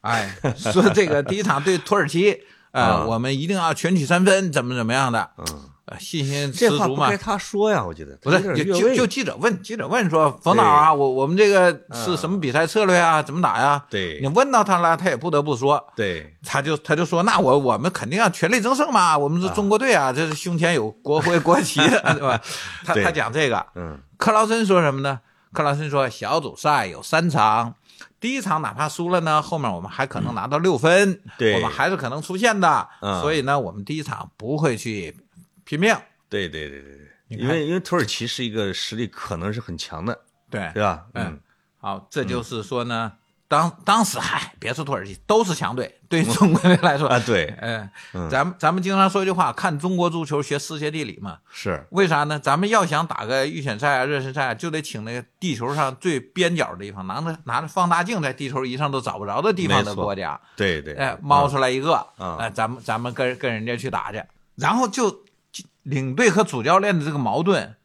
[SPEAKER 2] 哎，说这个第一场对土耳其，
[SPEAKER 1] [laughs] 啊
[SPEAKER 2] 呃，我们一定要全取三分，怎么怎么样的，
[SPEAKER 1] 嗯
[SPEAKER 2] 呃信心十
[SPEAKER 1] 这话
[SPEAKER 2] 足
[SPEAKER 1] 不
[SPEAKER 2] 嘛
[SPEAKER 1] 该。他说呀，我觉得
[SPEAKER 2] 不
[SPEAKER 1] 他有
[SPEAKER 2] 是，
[SPEAKER 1] 点
[SPEAKER 2] 就
[SPEAKER 1] 越
[SPEAKER 2] 就
[SPEAKER 1] 位。
[SPEAKER 2] 就记者问，记者问说，冯导啊，我我们这个是什么比赛策略啊，怎么打呀？
[SPEAKER 1] 嗯对
[SPEAKER 2] 你问到他了，他也不得不说，
[SPEAKER 1] 对
[SPEAKER 2] 他就他就说，那我我们肯定要全力争胜嘛，我们是中国队啊，这是胸前有国徽国旗的，对吧？他
[SPEAKER 1] 啊对
[SPEAKER 2] 他讲这个，
[SPEAKER 1] 嗯
[SPEAKER 2] 克劳森说什么呢？克劳森说小组赛有三场，第一场哪怕输了呢，后面我们还可能拿到六分，
[SPEAKER 1] 嗯对
[SPEAKER 2] 我们还是可能出现的，
[SPEAKER 1] 嗯
[SPEAKER 2] 所以呢，我们第一场不会去拼命。
[SPEAKER 1] 对对对对对，
[SPEAKER 2] 你
[SPEAKER 1] 因
[SPEAKER 2] 看
[SPEAKER 1] 为因为土耳其是一个实力可能是很强的，
[SPEAKER 2] 对
[SPEAKER 1] 对，吧？
[SPEAKER 2] 嗯，好，这就是说呢，当当时嗨，别说土耳其，都是
[SPEAKER 1] [laughs]
[SPEAKER 2] 强队，对于中国队来说
[SPEAKER 1] 啊，，对，
[SPEAKER 2] 嗯，
[SPEAKER 1] 嗯
[SPEAKER 2] 咱们咱们经常说一句话，看中国足球学世界地理嘛。
[SPEAKER 1] 是
[SPEAKER 2] 为啥呢？咱们要想打个预选赛啊、热身赛啊，就得请那个地球上最边角的地方，拿着拿着放大镜在地球仪上都找不着的地方
[SPEAKER 1] 没
[SPEAKER 2] 的
[SPEAKER 1] 错
[SPEAKER 2] 国家，
[SPEAKER 1] 对对。
[SPEAKER 2] 哎，猫出来一个，
[SPEAKER 1] 嗯
[SPEAKER 2] 哎，咱们咱们跟跟人家去打去，然后就就领队和主教练的这个矛盾，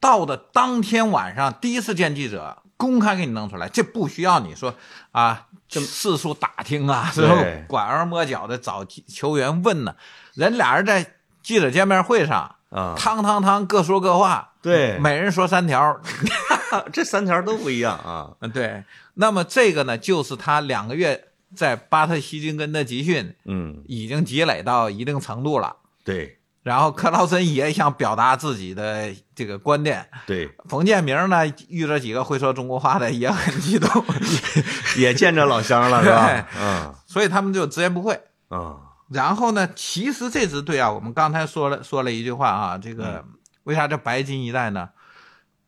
[SPEAKER 2] 到的当天晚上第一次见记者，公开给你弄出来，这不需要你说啊，这四处打听啊，
[SPEAKER 1] 对
[SPEAKER 2] 然后拐弯抹角的找球员问呢，人俩人在记者见面会上。
[SPEAKER 1] 啊，
[SPEAKER 2] 汤汤汤各说各话，
[SPEAKER 1] 对
[SPEAKER 2] 每人说
[SPEAKER 1] [laughs]
[SPEAKER 2] 三条，
[SPEAKER 1] 这三条都不一样啊。
[SPEAKER 2] 嗯，对。那么这个呢，就是他两个月在巴特希金根的集训
[SPEAKER 1] 嗯，
[SPEAKER 2] 已经积累到一定程度了。
[SPEAKER 1] 对
[SPEAKER 2] 然后克劳森也想表达自己的这个观点， [laughs]
[SPEAKER 1] 对，
[SPEAKER 2] 冯建明呢遇着几个会说中国话的也很激动， [laughs]
[SPEAKER 1] 也见着老乡了是
[SPEAKER 2] 哎
[SPEAKER 1] 吧？嗯
[SPEAKER 2] 所以他们就直言不讳。
[SPEAKER 1] 啊，
[SPEAKER 2] 然后呢，其实这支队啊，我们刚才说了说了一句话啊，这个为啥叫白金一代呢？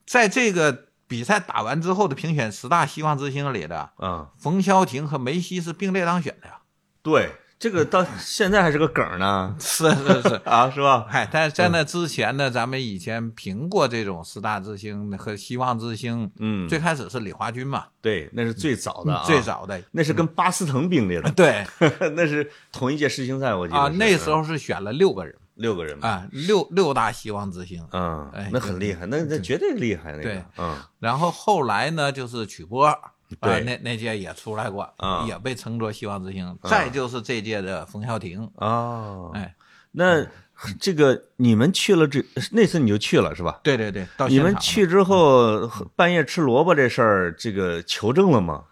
[SPEAKER 2] 在这个比赛打完之后的评选十大希望之星里的，
[SPEAKER 1] 啊，
[SPEAKER 2] 冯潇霆和梅西是并列当选的呀。
[SPEAKER 1] 对，这个到现在还是个梗呢
[SPEAKER 2] 是是是，
[SPEAKER 1] 啊，是吧？
[SPEAKER 2] 哎，但是在那之前呢，咱们以前评过这种十大之星和希望之星，
[SPEAKER 1] 嗯，
[SPEAKER 2] 最开始是李华军嘛，
[SPEAKER 1] 对，那是最早的啊，
[SPEAKER 2] 最早的。
[SPEAKER 1] 那是跟巴斯滕并
[SPEAKER 2] [laughs]
[SPEAKER 1] 列的，
[SPEAKER 2] 对
[SPEAKER 1] 那是同一届世青赛，我记得
[SPEAKER 2] 啊，
[SPEAKER 1] 是嗯
[SPEAKER 2] 那时候是选了六个人
[SPEAKER 1] 六个人嘛，
[SPEAKER 2] 啊，六六大希望之星。
[SPEAKER 1] 嗯
[SPEAKER 2] 哎，
[SPEAKER 1] 那很厉害，那那绝对厉害那
[SPEAKER 2] 对
[SPEAKER 1] 个，嗯，
[SPEAKER 2] 然后后来呢，就是曲波，啊、
[SPEAKER 1] 对
[SPEAKER 2] 那那届也出来过，
[SPEAKER 1] 啊
[SPEAKER 2] 也被称作希望之星。再就是这届的冯潇霆，
[SPEAKER 1] 哦，
[SPEAKER 2] 哎，
[SPEAKER 1] 那这个你们去了这那次你就去了是吧？
[SPEAKER 2] 对对对，到
[SPEAKER 1] 你
[SPEAKER 2] 现
[SPEAKER 1] 们
[SPEAKER 2] 场嗯
[SPEAKER 1] 去之后半夜吃萝卜这事儿，这个求证了吗？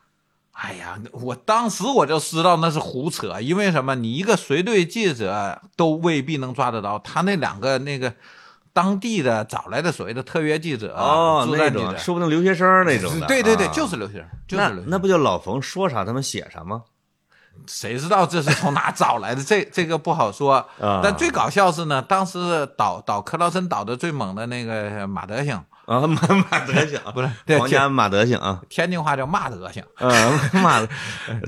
[SPEAKER 2] 哎呀，我当时我就知道那是胡扯，因为什么？你一个随队记者都未必能抓得着，他那两个那个当地的找来的所谓的特约记者，
[SPEAKER 1] 哦，
[SPEAKER 2] 驻
[SPEAKER 1] 那
[SPEAKER 2] 站记
[SPEAKER 1] 种
[SPEAKER 2] 者，
[SPEAKER 1] 说不定留学生那种的，
[SPEAKER 2] 对对对，
[SPEAKER 1] 啊
[SPEAKER 2] 就是刘星，就是
[SPEAKER 1] 那
[SPEAKER 2] 刘星，
[SPEAKER 1] 那不就老冯说啥他们写啥吗？
[SPEAKER 2] 谁知道这是从哪找来的？这这个不好说。
[SPEAKER 1] 啊
[SPEAKER 2] 但最搞笑是呢，当时倒倒克劳森倒的最猛的那个马德兴，
[SPEAKER 1] 啊，马马德兴
[SPEAKER 2] [laughs] 不是对
[SPEAKER 1] 皇家
[SPEAKER 2] 天
[SPEAKER 1] 马德兴啊，
[SPEAKER 2] 天津话叫骂德兴。
[SPEAKER 1] [laughs] 呃，马德，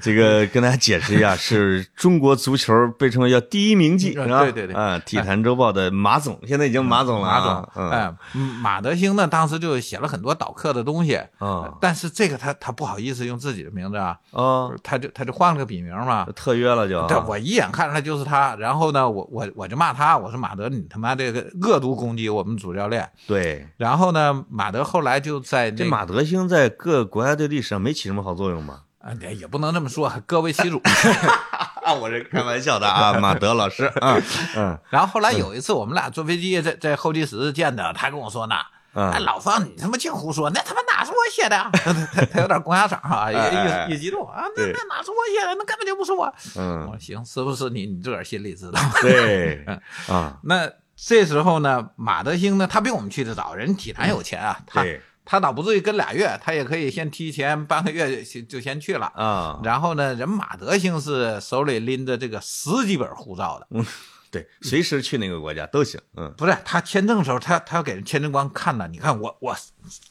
[SPEAKER 1] 这个
[SPEAKER 2] 嗯
[SPEAKER 1] 跟大家解释一下，是中国足球被称为叫第一名记，
[SPEAKER 2] 嗯
[SPEAKER 1] 是吧？
[SPEAKER 2] 对对对
[SPEAKER 1] 啊，《体坛周报》的马总，现在已经马总了
[SPEAKER 2] 马
[SPEAKER 1] 啊，
[SPEAKER 2] 总，哎，马德兴呢，当时就写了很多导客的东西，
[SPEAKER 1] 嗯，
[SPEAKER 2] 但是这个他他不好意思用自己的名字啊，
[SPEAKER 1] 哦，
[SPEAKER 2] 他就他就换了个笔名嘛。
[SPEAKER 1] 特约了就，啊
[SPEAKER 2] 但我一眼看出来就是他，然后呢，我我我就骂他，我说马德，你他妈这个恶毒攻击我们主教练。
[SPEAKER 1] 对，
[SPEAKER 2] 然后呢，马德后来就在那
[SPEAKER 1] 这
[SPEAKER 2] 个
[SPEAKER 1] 马德兴在各国家队历史上没起什么好作用
[SPEAKER 2] [laughs]
[SPEAKER 1] 吧？
[SPEAKER 2] 啊，也也不能这么说，各为其主。 [laughs]
[SPEAKER 1] 啊，我这开玩笑的啊， [laughs] 马德老师，
[SPEAKER 2] [laughs]
[SPEAKER 1] 嗯嗯
[SPEAKER 2] 然后后来有一次，我们俩坐飞机在在候机室见的，他跟我说呢，哎，
[SPEAKER 1] 嗯，
[SPEAKER 2] 老方，你他妈净胡说，那他妈哪是我写的？ [laughs] 他他有点公家场啊，
[SPEAKER 1] 哎哎哎
[SPEAKER 2] 也也也激动啊，那
[SPEAKER 1] 对
[SPEAKER 2] 那哪是我写的？那根本就不是我。我 [laughs]
[SPEAKER 1] 嗯，
[SPEAKER 2] 说行，是不是你你自个儿心里知道？
[SPEAKER 1] 对，
[SPEAKER 2] 嗯
[SPEAKER 1] 啊，
[SPEAKER 2] 那这时候呢，马德兴呢，他比我们去的早，人体坛有钱啊，他
[SPEAKER 1] 嗯对
[SPEAKER 2] 他倒不至于跟俩月，他也可以先提前半个月就就先去了。
[SPEAKER 1] 啊，
[SPEAKER 2] 然后呢，人马德兴是手里拎着这个十几本护照的，
[SPEAKER 1] 对，随时去那个国家都行，嗯，
[SPEAKER 2] 不是他签证的时候，他他要给人签证官看呢。你看我我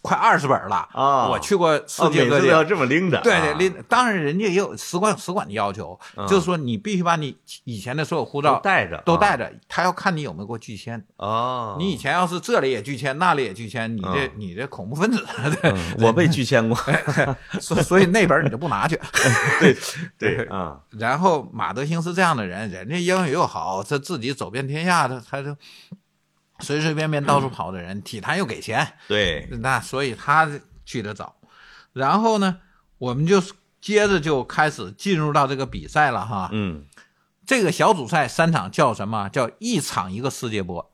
[SPEAKER 2] 快二十本了
[SPEAKER 1] 啊
[SPEAKER 2] 我去过 [laughs] 世
[SPEAKER 1] 哦，
[SPEAKER 2] 界
[SPEAKER 1] 每
[SPEAKER 2] 各
[SPEAKER 1] 次都
[SPEAKER 2] 地，
[SPEAKER 1] 要这么拎着，
[SPEAKER 2] 对
[SPEAKER 1] 啊嗯
[SPEAKER 2] 对，另当然人家也有使馆使馆的要求，就是说你必须把你以前的所有护
[SPEAKER 1] 都
[SPEAKER 2] 照
[SPEAKER 1] 带着，
[SPEAKER 2] 都带
[SPEAKER 1] 着
[SPEAKER 2] 着，他要看你有没有过拒签。
[SPEAKER 1] 哦。
[SPEAKER 2] 你以前要是这里也拒签，那里也拒签，你这
[SPEAKER 1] 嗯
[SPEAKER 2] 你这恐怖分子， [laughs]
[SPEAKER 1] 嗯我被拒签过，
[SPEAKER 2] 哎
[SPEAKER 1] 嗯
[SPEAKER 2] 所所以那本你就不拿去。 [laughs]
[SPEAKER 1] 对对啊，
[SPEAKER 2] 然后马德兴是这样的人，人家英语又好，他自己走遍天下，他他就随随便便到处跑的人，体坛又给钱，
[SPEAKER 1] 对，
[SPEAKER 2] 那所以他去得早。然后呢，我们就接着就开始进入到这个比赛了哈。
[SPEAKER 1] 嗯，
[SPEAKER 2] 这个小组赛三场叫什么？叫一场一个世界波。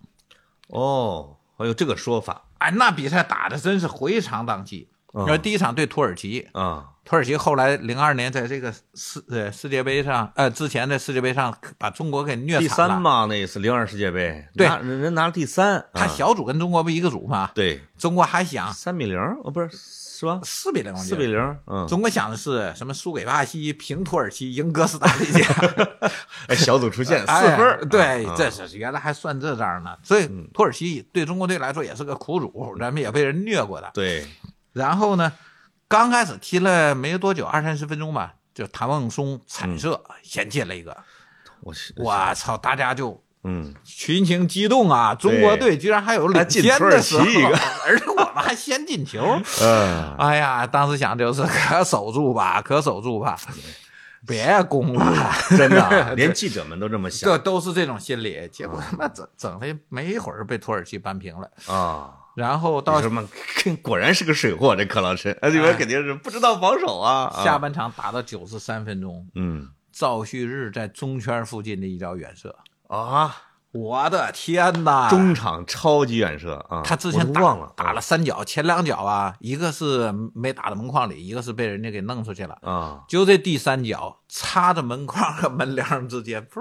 [SPEAKER 1] 哦，还有这个说法
[SPEAKER 2] 哎，那比赛打的真是回肠荡气。
[SPEAKER 1] 嗯
[SPEAKER 2] 然后第一场对土耳其，
[SPEAKER 1] 啊，
[SPEAKER 2] 土耳其后来零二年在这个世呃世界杯上，呃之前的世界杯上把中国给虐惨了。
[SPEAKER 1] 第三嘛，那次零二世界杯，
[SPEAKER 2] 对
[SPEAKER 1] 拿人拿了第三，啊
[SPEAKER 2] 他小组跟中国不一个组吗？
[SPEAKER 1] 对
[SPEAKER 2] 中国还想
[SPEAKER 1] 三比零，哦，不是是吧？
[SPEAKER 2] 四比零，我记
[SPEAKER 1] 四
[SPEAKER 2] 得
[SPEAKER 1] 比。零，嗯，
[SPEAKER 2] 中国想的是什么？输给巴西，平土耳其，赢哥斯达
[SPEAKER 1] [laughs]
[SPEAKER 2] 黎加，
[SPEAKER 1] 哎，小组出现四
[SPEAKER 2] 哎
[SPEAKER 1] 分儿，嗯
[SPEAKER 2] 对
[SPEAKER 1] 啊，
[SPEAKER 2] 这是原来还算这招呢。所以土耳其对中国队来说也是个苦主，咱们也被人虐过的。
[SPEAKER 1] 嗯对，
[SPEAKER 2] 然后呢，刚开始踢了没多久，二三十分钟吧，就谭望松铲射先进了一个，
[SPEAKER 1] 我嗯是，
[SPEAKER 2] 我操！大家就
[SPEAKER 1] 嗯，
[SPEAKER 2] 群情激动啊！中国队居然还有领先的时候，
[SPEAKER 1] 还进土耳其一个
[SPEAKER 2] [laughs] 而且我们还先进
[SPEAKER 1] [laughs]
[SPEAKER 2] 球。
[SPEAKER 1] 呃，
[SPEAKER 2] 哎呀，当时想就是 [laughs] 可守住吧，可守住吧，别攻了，
[SPEAKER 1] [laughs] 真的啊，连记者们都这么想
[SPEAKER 2] [laughs] 这都是这种心理。结果他妈整整了没一会儿被土耳其扳平了，
[SPEAKER 1] 啊。
[SPEAKER 2] 然后
[SPEAKER 1] 你
[SPEAKER 2] 到
[SPEAKER 1] 说嘛，果然是个水货，这克劳申，哎，里面肯定是不知道防守啊。啊
[SPEAKER 2] 下，半场打到九十三分钟，
[SPEAKER 1] 嗯
[SPEAKER 2] 赵旭日在中圈附近的一脚远射，
[SPEAKER 1] 啊，
[SPEAKER 2] 我的天呐！
[SPEAKER 1] 中场超级远射啊，
[SPEAKER 2] 啊他之
[SPEAKER 1] 我
[SPEAKER 2] 前
[SPEAKER 1] 都
[SPEAKER 2] 打
[SPEAKER 1] 忘了
[SPEAKER 2] 打了三脚，前两脚啊，一个是没打到门框里，一个是被人家给弄出去了。
[SPEAKER 1] 啊，
[SPEAKER 2] 就这第三脚插着门框和门梁之间，噗，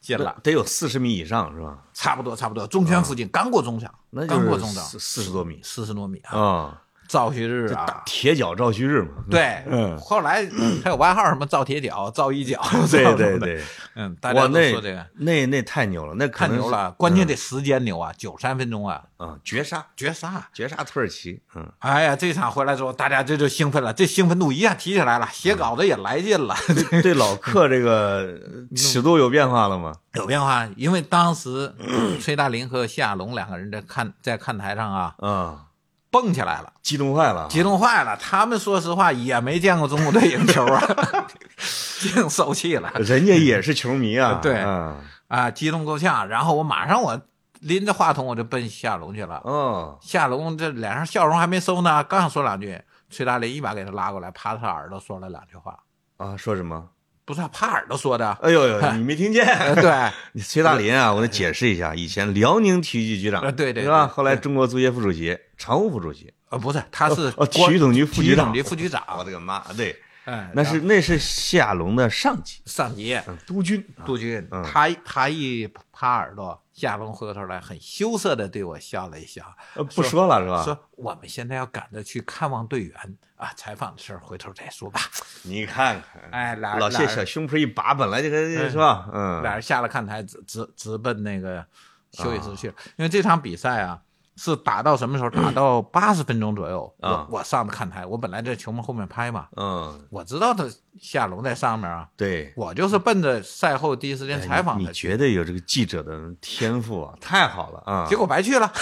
[SPEAKER 2] 进
[SPEAKER 1] 得
[SPEAKER 2] 了，
[SPEAKER 1] 得有四十米以上是吧？
[SPEAKER 2] 差不多差不多，中圈附近刚过中场
[SPEAKER 1] 啊那，就
[SPEAKER 2] 刚过
[SPEAKER 1] 是
[SPEAKER 2] 中场，
[SPEAKER 1] 四四十多米
[SPEAKER 2] 四十多米啊，
[SPEAKER 1] 啊，
[SPEAKER 2] 赵旭日
[SPEAKER 1] 打
[SPEAKER 2] 啊，
[SPEAKER 1] 铁脚赵旭日
[SPEAKER 2] [laughs]
[SPEAKER 1] 嘛。
[SPEAKER 2] 对，
[SPEAKER 1] 嗯
[SPEAKER 2] 后来还有外号什么赵铁脚、赵一脚，
[SPEAKER 1] 对
[SPEAKER 2] 赵什
[SPEAKER 1] 对
[SPEAKER 2] 么的，
[SPEAKER 1] 对，
[SPEAKER 2] 嗯，大家
[SPEAKER 1] 哇，
[SPEAKER 2] 都
[SPEAKER 1] 那
[SPEAKER 2] 说这个
[SPEAKER 1] 那那太牛了，那可
[SPEAKER 2] 太
[SPEAKER 1] 能
[SPEAKER 2] 牛
[SPEAKER 1] 是嗯
[SPEAKER 2] 了，关键这时间牛啊，九三分钟啊，
[SPEAKER 1] 啊，绝杀
[SPEAKER 2] 绝杀。
[SPEAKER 1] 绝杀土耳其，嗯，
[SPEAKER 2] 哎呀，这场回来之后，大家这就兴奋了，这兴奋度一下提起来了，写稿子也来劲了， [laughs]
[SPEAKER 1] 对老克这个尺度有变化了吗？
[SPEAKER 2] 有变化。因为当时崔大林和谢亚龙两个人在看在看台上啊，
[SPEAKER 1] 啊，
[SPEAKER 2] 蹦起来了，
[SPEAKER 1] 激动坏了，
[SPEAKER 2] 激动坏了。他们说实话也没见过中国队赢球啊， [laughs] 净受气了
[SPEAKER 1] 人家也是球迷啊，
[SPEAKER 2] [laughs] 对
[SPEAKER 1] 嗯，
[SPEAKER 2] 啊，激动够呛。然后我马上我拎着话筒我就奔谢亚龙去了，
[SPEAKER 1] 哦，
[SPEAKER 2] 夏龙这脸上笑容还没收呢，刚想说两句，崔大林一把给他拉过来，趴他耳朵说了两句话，
[SPEAKER 1] 啊，说什么？
[SPEAKER 2] 不是他趴耳朵说的， [laughs]
[SPEAKER 1] 哎呦呦，你没听见？
[SPEAKER 2] 呃 [laughs] 对。
[SPEAKER 1] [laughs] 你崔大林啊，我得解释一下，以前辽宁体育局局长，
[SPEAKER 2] 呃对对
[SPEAKER 1] 是吧？
[SPEAKER 2] 对
[SPEAKER 1] 后来中国足协副主席、常务副主席，
[SPEAKER 2] 呃，不是，他是
[SPEAKER 1] 哦，
[SPEAKER 2] 国
[SPEAKER 1] 体育总局副
[SPEAKER 2] 体
[SPEAKER 1] 局
[SPEAKER 2] 育总
[SPEAKER 1] 长
[SPEAKER 2] 局，副局长
[SPEAKER 1] 我，的个妈！对，
[SPEAKER 2] 哎，
[SPEAKER 1] 那
[SPEAKER 2] 然后
[SPEAKER 1] 是那是谢亚龙的上级，
[SPEAKER 2] 上级
[SPEAKER 1] 嗯督军
[SPEAKER 2] 杜军
[SPEAKER 1] 嗯，
[SPEAKER 2] 他他一趴耳朵，夏龙回过头来，很羞涩的对我笑了一笑，
[SPEAKER 1] 呃不说了是吧？
[SPEAKER 2] 啊说：“我们现在要赶着去看望队员啊，采访的事儿回头再说吧。
[SPEAKER 1] 你看”看，
[SPEAKER 2] 哎，俩
[SPEAKER 1] 嗯老谢
[SPEAKER 2] 俩
[SPEAKER 1] 小
[SPEAKER 2] 人
[SPEAKER 1] 胸脯一拔，本来就跟是吧？
[SPEAKER 2] 俩
[SPEAKER 1] 嗯，啊
[SPEAKER 2] 人下了看台，直直直奔那个休息室去了，因为这场比赛啊。是打到什么时候？
[SPEAKER 1] [clears throat]
[SPEAKER 2] 打到八十分钟左右，
[SPEAKER 1] 啊
[SPEAKER 2] 我我上的看台，我本来在球门后面拍嘛，
[SPEAKER 1] 嗯，
[SPEAKER 2] 我知道他夏龙在上面啊，
[SPEAKER 1] 对。哎
[SPEAKER 2] 我就是奔着赛后第一时间采访
[SPEAKER 1] 你
[SPEAKER 2] 他去，
[SPEAKER 1] 绝对有这个记者的天赋啊，太好了啊！
[SPEAKER 2] 结果白 [laughs] 去了，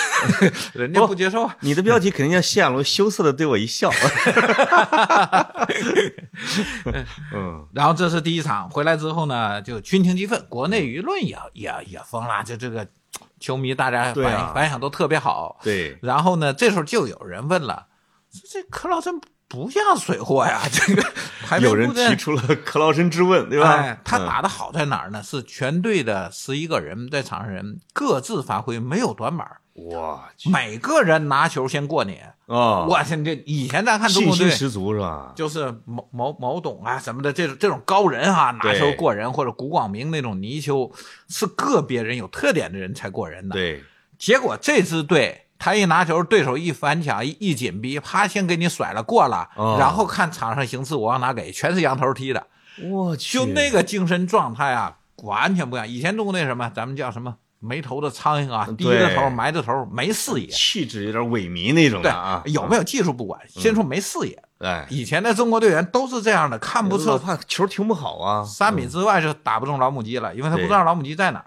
[SPEAKER 2] 人家不接受啊。
[SPEAKER 1] 你的标题肯定叫谢亚龙羞涩的对我一
[SPEAKER 2] [laughs]
[SPEAKER 1] 笑。 [laughs] 嗯，
[SPEAKER 2] 然后这是第一场，回来之后呢，就群情激愤，国内舆论也也也疯了，就这个球迷大家
[SPEAKER 1] 对
[SPEAKER 2] 反、
[SPEAKER 1] 啊
[SPEAKER 2] 反响都特别好。
[SPEAKER 1] 对，
[SPEAKER 2] 然后呢，这时候就有人问了，这这克劳森不像水货呀， [laughs] 这个排
[SPEAKER 1] 有
[SPEAKER 2] 名
[SPEAKER 1] 人
[SPEAKER 2] 布阵
[SPEAKER 1] 提出了 [laughs] 克劳申之问，对吧？
[SPEAKER 2] 哎，他
[SPEAKER 1] 嗯
[SPEAKER 2] 打的好在哪儿呢？是全队的十一个人在场上人各自发挥，没有短板儿，
[SPEAKER 1] 我去
[SPEAKER 2] 每个人拿球先过你。
[SPEAKER 1] 哦，
[SPEAKER 2] 我天，这以前咱看中
[SPEAKER 1] 信
[SPEAKER 2] 国
[SPEAKER 1] 心
[SPEAKER 2] 队
[SPEAKER 1] 十足是吧？
[SPEAKER 2] 就是某某某董啊什么的这种这种高人啊，拿
[SPEAKER 1] 对
[SPEAKER 2] 球过人或者古广明那种泥鳅，是个别人有特点的人才过人的。
[SPEAKER 1] 对，
[SPEAKER 2] 结果这支队他一拿球，对手一反抢一一紧逼，啪先给你甩了过了，
[SPEAKER 1] 哦
[SPEAKER 2] 然后看场上形势，我往哪给，全是羊头踢的，
[SPEAKER 1] 我去，
[SPEAKER 2] 就那个精神状态啊，完全不一样。以前中国那什么，咱们叫什么没头的苍蝇啊，
[SPEAKER 1] 嗯对
[SPEAKER 2] 低着头埋着头，没视野。
[SPEAKER 1] 气质有点萎靡那种
[SPEAKER 2] 对
[SPEAKER 1] 的啊，嗯
[SPEAKER 2] 有没有技术不管，先说没视野。
[SPEAKER 1] 哎，
[SPEAKER 2] 以前的中国队员都是这样的，看不
[SPEAKER 1] 老
[SPEAKER 2] 测
[SPEAKER 1] 怕球停不好啊，
[SPEAKER 2] 三米之外就打不中老母鸡了，因为他不知道老母鸡在哪儿。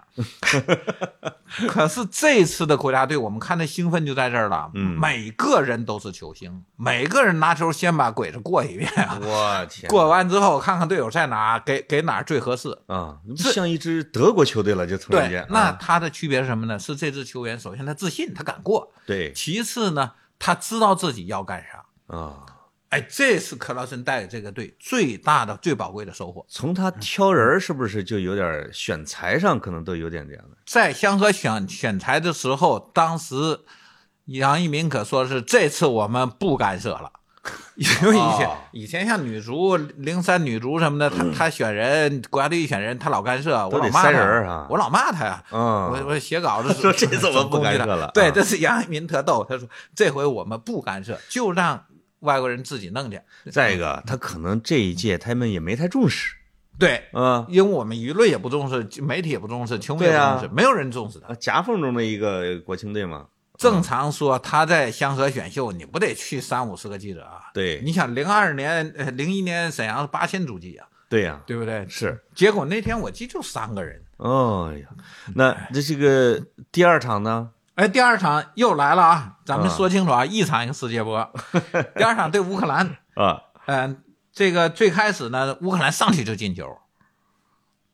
[SPEAKER 1] [laughs]
[SPEAKER 2] 可是这次的国家队，我们看的兴奋就在这儿了。
[SPEAKER 1] 嗯
[SPEAKER 2] 每个人都是球星，每个人拿球先把鬼子过一遍啊，
[SPEAKER 1] 嗯我天，
[SPEAKER 2] 过完之后看看队友在哪儿，给给哪儿最合适。
[SPEAKER 1] 啊，你不像一支德国球队了，就突然
[SPEAKER 2] 对
[SPEAKER 1] 间，，
[SPEAKER 2] 那
[SPEAKER 1] 啊
[SPEAKER 2] 他的区别是什么呢？是这支球员，首先他自信，他敢过；
[SPEAKER 1] 对
[SPEAKER 2] 其次呢，他知道自己要干啥。
[SPEAKER 1] 啊，
[SPEAKER 2] 哎，这是克劳森带给这个队最大的、最宝贵的收获。
[SPEAKER 1] 从他
[SPEAKER 2] 嗯
[SPEAKER 1] 挑人儿是不是就有点选材上可能都有点这
[SPEAKER 2] [laughs]
[SPEAKER 1] 样的？
[SPEAKER 2] 在香河选选材的时候，当时杨一鸣可说是这次我们不干涉了，因为以前、
[SPEAKER 1] 哦
[SPEAKER 2] 以前像女足零三女足什么的，他他选人国家队一选人，他老干涉，
[SPEAKER 1] 嗯
[SPEAKER 2] 我
[SPEAKER 1] 都
[SPEAKER 2] 老
[SPEAKER 1] 得
[SPEAKER 2] 骂
[SPEAKER 1] 塞
[SPEAKER 2] 他，
[SPEAKER 1] 人儿啊
[SPEAKER 2] 我老骂他呀。我
[SPEAKER 1] 嗯，
[SPEAKER 2] 我写稿子
[SPEAKER 1] [laughs] 说这怎么不干涉了
[SPEAKER 2] [laughs] 对
[SPEAKER 1] 啊，
[SPEAKER 2] 这是杨一鸣特逗，他说这回我们不干涉，就让外国人自己弄去。
[SPEAKER 1] 再一个，他可能这一届他们也没太重视
[SPEAKER 2] 对，
[SPEAKER 1] 啊，
[SPEAKER 2] 因为我们舆论也不重视，媒体也不重视，球迷也
[SPEAKER 1] 对
[SPEAKER 2] 不
[SPEAKER 1] 啊
[SPEAKER 2] 重视，没有人重视他。
[SPEAKER 1] 啊夹缝中的一个国青队嘛，
[SPEAKER 2] 正常说，他在香河选秀，你不得去三五十个记者啊？
[SPEAKER 1] 对
[SPEAKER 2] 你想零二年、呃零一年沈阳是八千足迹啊，
[SPEAKER 1] 对呀，
[SPEAKER 2] 对不对？
[SPEAKER 1] 是。
[SPEAKER 2] 结果那天我记就三个人。
[SPEAKER 1] 哦呀，那这这个第二场呢？
[SPEAKER 2] 哎，第二场又来了啊！咱们
[SPEAKER 1] 嗯
[SPEAKER 2] 说清楚啊，一场一个世界
[SPEAKER 1] [laughs]
[SPEAKER 2] 波。第二场对乌克兰，
[SPEAKER 1] 啊，
[SPEAKER 2] 嗯、这个最开始呢，乌克兰上去就进球，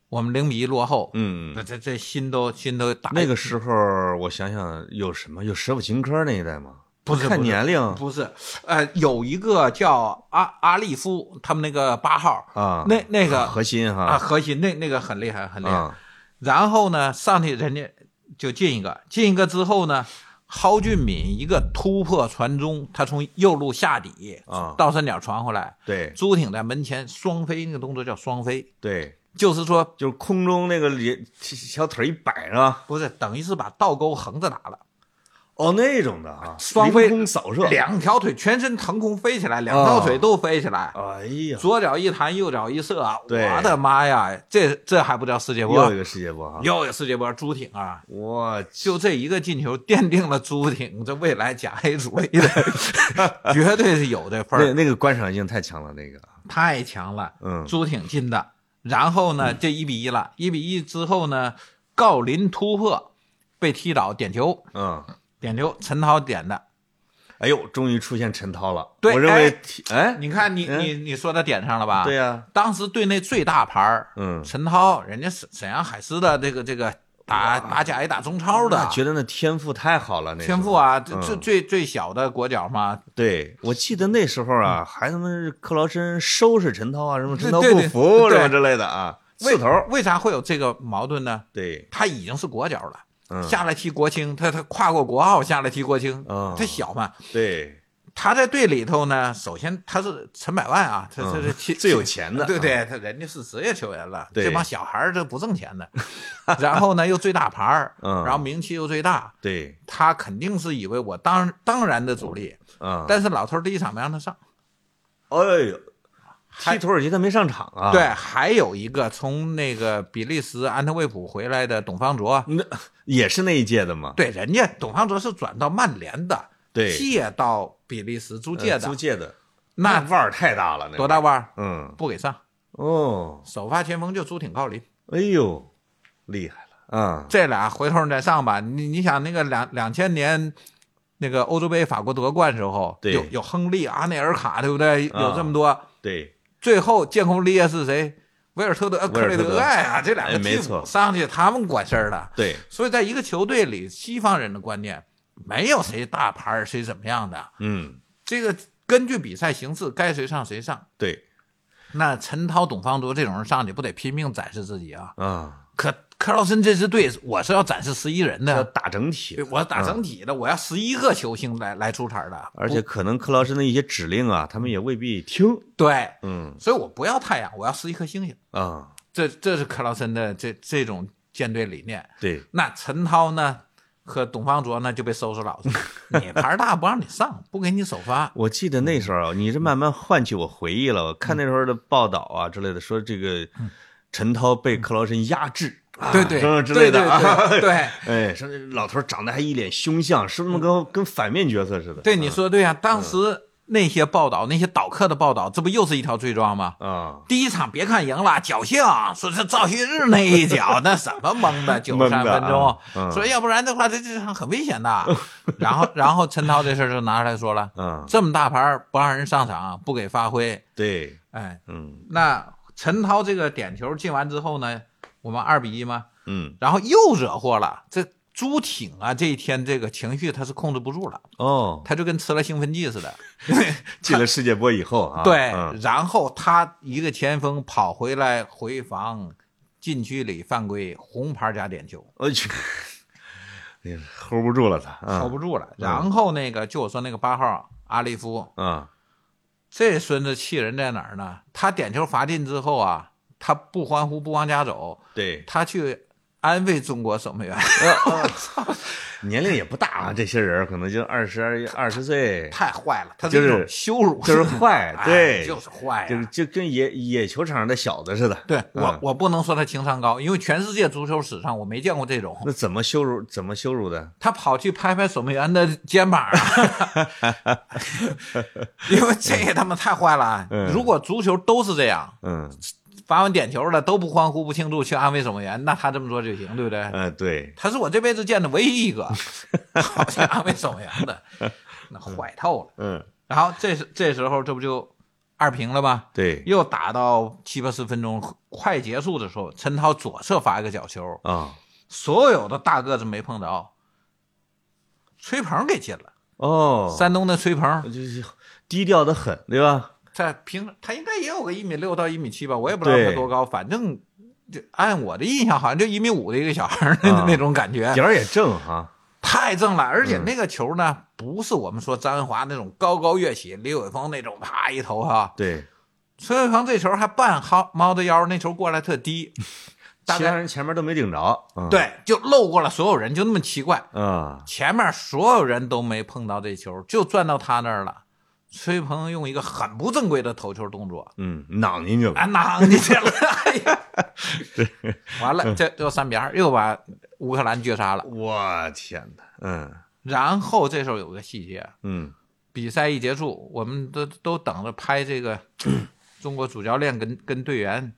[SPEAKER 2] 我们零比一落后，
[SPEAKER 1] 嗯，
[SPEAKER 2] 这这这心都心都打
[SPEAKER 1] 那个时候我想想有什么？有舍甫琴科那一代吗？
[SPEAKER 2] 不是
[SPEAKER 1] 看
[SPEAKER 2] 不是
[SPEAKER 1] 年龄
[SPEAKER 2] 不是，呃，有一个叫阿阿利夫，他们那个八号
[SPEAKER 1] 啊，
[SPEAKER 2] 那那个
[SPEAKER 1] 核心
[SPEAKER 2] 啊，
[SPEAKER 1] 哈
[SPEAKER 2] 核心那那个很厉害，很厉害。
[SPEAKER 1] 啊，
[SPEAKER 2] 然后呢，上去人家就进一个，进一个之后呢，蒿俊闵一个突破传中，他从右路下底
[SPEAKER 1] 啊
[SPEAKER 2] 倒三角传回来，
[SPEAKER 1] 对
[SPEAKER 2] 朱挺在门前双飞，那个动作叫双飞，
[SPEAKER 1] 对，
[SPEAKER 2] 就是说
[SPEAKER 1] 就是空中那个脸小腿一摆是吧？
[SPEAKER 2] 不是等于是把倒钩横着打了，
[SPEAKER 1] 哦，那种的啊，
[SPEAKER 2] 双飞
[SPEAKER 1] 凌空扫射，
[SPEAKER 2] 两条腿全身腾空飞起来，
[SPEAKER 1] 啊
[SPEAKER 2] 两条腿都飞起来。
[SPEAKER 1] 哎呀，
[SPEAKER 2] 左脚一弹，右脚一射啊，
[SPEAKER 1] 对
[SPEAKER 2] 我的妈呀，这这还不叫世界波？
[SPEAKER 1] 又一个世界波哈！
[SPEAKER 2] 又有世界波，朱挺啊，
[SPEAKER 1] 我去，
[SPEAKER 2] 就这一个进球奠定了朱挺这未来甲 A 主力
[SPEAKER 1] [laughs]
[SPEAKER 2] 的，绝对是有这份
[SPEAKER 1] 那
[SPEAKER 2] 儿，
[SPEAKER 1] 那个观赏性太强了，那个，
[SPEAKER 2] 太强了。
[SPEAKER 1] 嗯，
[SPEAKER 2] 朱挺进的，然后呢，这一比一了，一比一之后呢，郜林突破被踢倒点球，
[SPEAKER 1] 嗯，
[SPEAKER 2] 点球陈涛点的。
[SPEAKER 1] 哎呦，终于出现陈涛了，
[SPEAKER 2] 对
[SPEAKER 1] 我认为踢，哎，
[SPEAKER 2] 你啊看你
[SPEAKER 1] 嗯
[SPEAKER 2] 你你说到点上了吧？
[SPEAKER 1] 对呀，
[SPEAKER 2] 当时队内最大牌儿，
[SPEAKER 1] 嗯
[SPEAKER 2] 陈涛，人家沈沈阳海狮的这个这个打打甲 A 打中超的
[SPEAKER 1] 那觉得那天赋太好了，那时候
[SPEAKER 2] 天赋，啊，这
[SPEAKER 1] 嗯
[SPEAKER 2] 最最最小的国脚嘛，
[SPEAKER 1] 对我记得那时候啊，还他妈是克劳森收拾陈涛啊，什么陈涛
[SPEAKER 2] 对
[SPEAKER 1] 不
[SPEAKER 2] 对
[SPEAKER 1] 服
[SPEAKER 2] 对
[SPEAKER 1] 什么之类的啊，
[SPEAKER 2] 为
[SPEAKER 1] 刺头，
[SPEAKER 2] 为啥会有这个矛盾呢？
[SPEAKER 1] 对，
[SPEAKER 2] 他已经是国脚了，
[SPEAKER 1] 嗯，
[SPEAKER 2] 下来踢国青，他他跨过国奥下来踢国青，
[SPEAKER 1] 哦
[SPEAKER 2] 他小嘛。
[SPEAKER 1] 对，
[SPEAKER 2] 他在队里头呢，首先他是陈百万啊，他他
[SPEAKER 1] 嗯
[SPEAKER 2] 是踢
[SPEAKER 1] 最有钱的嗯
[SPEAKER 2] 对对，他人家是职业球员了，
[SPEAKER 1] 对
[SPEAKER 2] 这帮小孩儿这不挣钱的， [laughs] 然后呢又最大牌儿，
[SPEAKER 1] 嗯
[SPEAKER 2] 然后名气又最大，
[SPEAKER 1] 对，
[SPEAKER 2] 他肯定是以为我当当然的主力，
[SPEAKER 1] 啊，
[SPEAKER 2] 但是老头儿第一场没让他上，
[SPEAKER 1] 哎呦，
[SPEAKER 2] 还
[SPEAKER 1] 踢土耳其他没上场啊？
[SPEAKER 2] 对，，还有一个从那个比利时安特卫普回来的董方卓，
[SPEAKER 1] 那也是那一届的嘛。
[SPEAKER 2] 对，人家董方卓是转到曼联的，
[SPEAKER 1] 对
[SPEAKER 2] 借到比利时租借
[SPEAKER 1] 呃
[SPEAKER 2] 的，
[SPEAKER 1] 租借的，
[SPEAKER 2] 那
[SPEAKER 1] 腕儿太大了，那
[SPEAKER 2] 多大
[SPEAKER 1] 腕？
[SPEAKER 2] 腕儿
[SPEAKER 1] 嗯，
[SPEAKER 2] 不给上，
[SPEAKER 1] 哦，
[SPEAKER 2] 首发前锋就朱挺郜林，
[SPEAKER 1] 哎呦，厉害了啊！
[SPEAKER 2] 这俩回头你再上吧。你你想那个两两千年那个欧洲杯法国夺冠时候，
[SPEAKER 1] 对
[SPEAKER 2] 有有亨利、阿内尔卡，对不对？
[SPEAKER 1] 啊
[SPEAKER 2] 有这么多，
[SPEAKER 1] 对，
[SPEAKER 2] 最后建功立业是谁？维尔特德、呃
[SPEAKER 1] 维
[SPEAKER 2] 克
[SPEAKER 1] 尔
[SPEAKER 2] 雷
[SPEAKER 1] 特德
[SPEAKER 2] 德呀、这两
[SPEAKER 1] 哎
[SPEAKER 2] 个
[SPEAKER 1] 没
[SPEAKER 2] 替补
[SPEAKER 1] 错
[SPEAKER 2] 上去，他们管事儿了。
[SPEAKER 1] 对，
[SPEAKER 2] 所以在一个球队里，西方人的观念没有谁大牌儿谁怎么样的，
[SPEAKER 1] 嗯，
[SPEAKER 2] 这个根据比赛形式，该谁上谁上。
[SPEAKER 1] 对
[SPEAKER 2] 那陈涛、董方卓这种人上去不得拼命展示自己啊？
[SPEAKER 1] 啊，
[SPEAKER 2] 可克劳森这支队，我是要展示十一人
[SPEAKER 1] 要
[SPEAKER 2] 的，
[SPEAKER 1] 打整体
[SPEAKER 2] 对，我打整体的，我要十一个球星来来出场的，
[SPEAKER 1] 而且可能克劳森的一些指令啊，他们也未必听。
[SPEAKER 2] 对，
[SPEAKER 1] 嗯
[SPEAKER 2] 所以我不要太阳，我要十一颗星星。
[SPEAKER 1] 啊，
[SPEAKER 2] 这这是克劳森的这这种舰队理念。
[SPEAKER 1] 对，
[SPEAKER 2] 那陈涛呢和董方卓呢就被收拾老实，你牌儿大不让你上，不给你首发，
[SPEAKER 1] 我记得那时候啊，你这慢慢唤起我回嗯忆了。我看那时候的报道啊之类的，说这个陈涛被克劳森压制，
[SPEAKER 2] 对对
[SPEAKER 1] 什么之类的啊， [laughs]
[SPEAKER 2] 对对对对
[SPEAKER 1] 哎，说这老头长得还一脸凶相，是不是跟跟反面角色似的？
[SPEAKER 2] 对，你说对啊，
[SPEAKER 1] 嗯
[SPEAKER 2] 当时那些报道，那些导客的报道，这不又是一条罪状吗？
[SPEAKER 1] 啊，
[SPEAKER 2] 第一场别看赢了，侥幸啊说是赵旭日那一脚，那什
[SPEAKER 1] [laughs]
[SPEAKER 2] 么蒙的，九十
[SPEAKER 1] 蒙的
[SPEAKER 2] 三分
[SPEAKER 1] 啊
[SPEAKER 2] 钟，
[SPEAKER 1] 嗯
[SPEAKER 2] 说要不然的话，这这场很危险的。然后，然后陈涛这事儿就拿出来说了，
[SPEAKER 1] 嗯，
[SPEAKER 2] 这么大牌儿不让人上场，啊不给发挥，
[SPEAKER 1] 对，
[SPEAKER 2] 哎，
[SPEAKER 1] 嗯
[SPEAKER 2] 那陈涛这个点球进完之后呢，我们二比一吗？
[SPEAKER 1] 嗯，
[SPEAKER 2] 然后又惹祸了，这朱挺啊，这一天这个情绪他是控制不住了，
[SPEAKER 1] 哦，
[SPEAKER 2] 他就跟吃了兴奋剂似的。 [laughs]
[SPEAKER 1] 进了世界波以后啊，
[SPEAKER 2] 对，
[SPEAKER 1] 嗯
[SPEAKER 2] 然后他一个前锋跑回来回防，禁区里犯规，红牌加点球，
[SPEAKER 1] 我去，哎呀 hold 不住了他，啊
[SPEAKER 2] 守不住了。然后那个就我说那个八号阿利夫，
[SPEAKER 1] 啊，
[SPEAKER 2] 这孙子气人在哪儿呢？他点球罚进之后啊，他不欢呼不往家走，
[SPEAKER 1] 对，
[SPEAKER 2] 他去安慰中国守门员。 [laughs]
[SPEAKER 1] 啊年龄也不大啊，这些人可能就二十二二十
[SPEAKER 2] [laughs]
[SPEAKER 1] 岁，
[SPEAKER 2] 太坏了，他
[SPEAKER 1] 就是
[SPEAKER 2] 一种羞辱， [laughs]
[SPEAKER 1] 就是坏
[SPEAKER 2] 哎
[SPEAKER 1] 对
[SPEAKER 2] 就是坏呀、
[SPEAKER 1] 就是就跟野野球场上的小子似的。
[SPEAKER 2] 对我
[SPEAKER 1] 嗯，
[SPEAKER 2] 我不能说他情商高，因为全世界足球史上我没见过这种。
[SPEAKER 1] 那怎么羞辱？怎么羞辱的？
[SPEAKER 2] 他跑去拍拍守门员的肩膀啊，因为这也他妈太坏了啊。
[SPEAKER 1] 嗯
[SPEAKER 2] 如果足球都是这样，
[SPEAKER 1] 嗯，
[SPEAKER 2] 罚完点球了都不欢呼不庆祝去安慰守门员，那他这么做就行，对不对？
[SPEAKER 1] 呃，对，
[SPEAKER 2] 他是我这辈子见的唯一一个跑去安慰守门员的，那坏透了。
[SPEAKER 1] 嗯，
[SPEAKER 2] 然后这时这时候这不就二平了吗？
[SPEAKER 1] 对，
[SPEAKER 2] 又打到七八十分钟快结束的时候，陈涛左侧罚一个角球，
[SPEAKER 1] 啊，
[SPEAKER 2] 所有的大个子没碰着，崔鹏给进了。
[SPEAKER 1] 哦，
[SPEAKER 2] 山东的崔鹏，
[SPEAKER 1] 就是低调的很，对吧？
[SPEAKER 2] 他平他应该也有个一米六到一米七吧，我也不知道
[SPEAKER 1] 对
[SPEAKER 2] 他多高，反正就按我的印象，好像就一米五的一个小孩儿
[SPEAKER 1] 啊
[SPEAKER 2] 那种感觉，
[SPEAKER 1] 点儿也正哈。
[SPEAKER 2] 太正了。而且那个球呢，不是我们说张文华那种高高跃起，李玮峰那种啪一头哈，
[SPEAKER 1] 对，
[SPEAKER 2] 崔伟鹏这球还半薅猫着腰，那球过来特低，大
[SPEAKER 1] 其
[SPEAKER 2] 概
[SPEAKER 1] 他人前面都没顶着。嗯，
[SPEAKER 2] 对，就漏过了所有人，就那么奇怪。
[SPEAKER 1] 啊，
[SPEAKER 2] 前面所有人都没碰到这球，就转到他那儿了。崔鹏用一个很不正规的头球动作，
[SPEAKER 1] 嗯，囊进去了。
[SPEAKER 2] 啊，囊进去了，哎呀，完了，这又三比二，又把乌克兰绝杀了。
[SPEAKER 1] 我天哪！嗯
[SPEAKER 2] 然后这时候有个细节，
[SPEAKER 1] 嗯
[SPEAKER 2] 比赛一结束，我们都都等着拍这个中国主教练跟跟队员，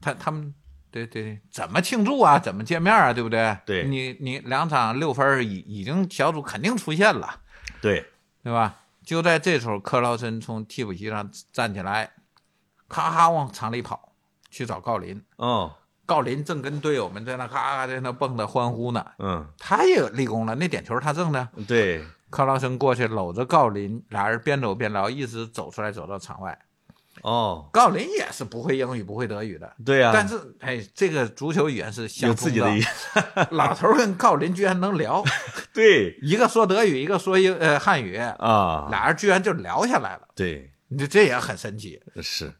[SPEAKER 2] 他他们对对怎么庆祝啊，怎么见面啊，对不对？
[SPEAKER 1] 对
[SPEAKER 2] 你你两场六分儿已已经小组肯定出现了，
[SPEAKER 1] 对，
[SPEAKER 2] 对吧？就在这时候，克劳森从替补席上站起来，咔咔往场里跑去找郜林，
[SPEAKER 1] 哦，
[SPEAKER 2] 郜林正跟队友们在那咔咔在那蹦跶欢呼呢，
[SPEAKER 1] 嗯，
[SPEAKER 2] 他也立功了，那点球他挣的。
[SPEAKER 1] 对，
[SPEAKER 2] 克劳森过去搂着郜林，俩人边走边聊，一直走出来，走到场外。
[SPEAKER 1] 哦，
[SPEAKER 2] 郜林也是不会英语、不会德语的，
[SPEAKER 1] 对呀、
[SPEAKER 2] 但是哎，这个足球语言是
[SPEAKER 1] 嗯
[SPEAKER 2] 相
[SPEAKER 1] 有
[SPEAKER 2] 通
[SPEAKER 1] 自己的语言，
[SPEAKER 2] [laughs] 老头儿跟郜林居然能聊，
[SPEAKER 1] 对
[SPEAKER 2] 一个说德语，一个说英呃汉语，
[SPEAKER 1] 啊，
[SPEAKER 2] 俩人居然就聊下来了，
[SPEAKER 1] 对，
[SPEAKER 2] 这这也很神奇。
[SPEAKER 1] 是，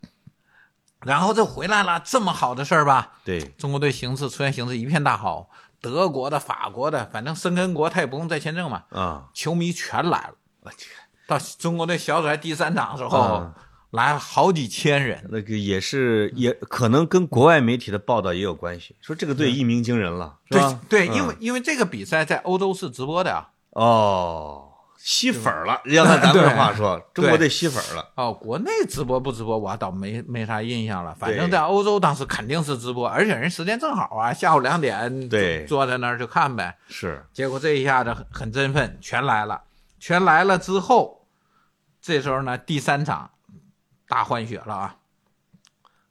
[SPEAKER 2] 然后这回来了，这么好的事儿吧？
[SPEAKER 1] 对，
[SPEAKER 2] 中国队形势出现形势一片大好，德国的、法国的，反正申根国他也不用再签证嘛，
[SPEAKER 1] 啊，
[SPEAKER 2] 球迷全来了。
[SPEAKER 1] 我去，
[SPEAKER 2] 到中国队小组赛第三场的时候，
[SPEAKER 1] 啊
[SPEAKER 2] 来了好几千人。
[SPEAKER 1] 那个也是，
[SPEAKER 2] 嗯
[SPEAKER 1] 也可能跟国外媒体的报道也有关系，说这个队一鸣惊人了，是
[SPEAKER 2] 对
[SPEAKER 1] 吧？
[SPEAKER 2] 对，
[SPEAKER 1] 嗯
[SPEAKER 2] 因为因为这个比赛在欧洲是直播的啊。
[SPEAKER 1] 哦，吸粉儿了，要按咱们的
[SPEAKER 2] 对
[SPEAKER 1] 话说，中国队吸粉儿了，
[SPEAKER 2] 哦，国内直播不直播，我倒没没啥印象了。反正
[SPEAKER 1] 对
[SPEAKER 2] 在欧洲当时肯定是直播，而且人时间正好啊，下午两点，
[SPEAKER 1] 对
[SPEAKER 2] 坐在那儿就看呗。
[SPEAKER 1] 是，
[SPEAKER 2] 结果这一下子很很振奋，全来了，全来了之后，这时候呢，第三场大换血了啊！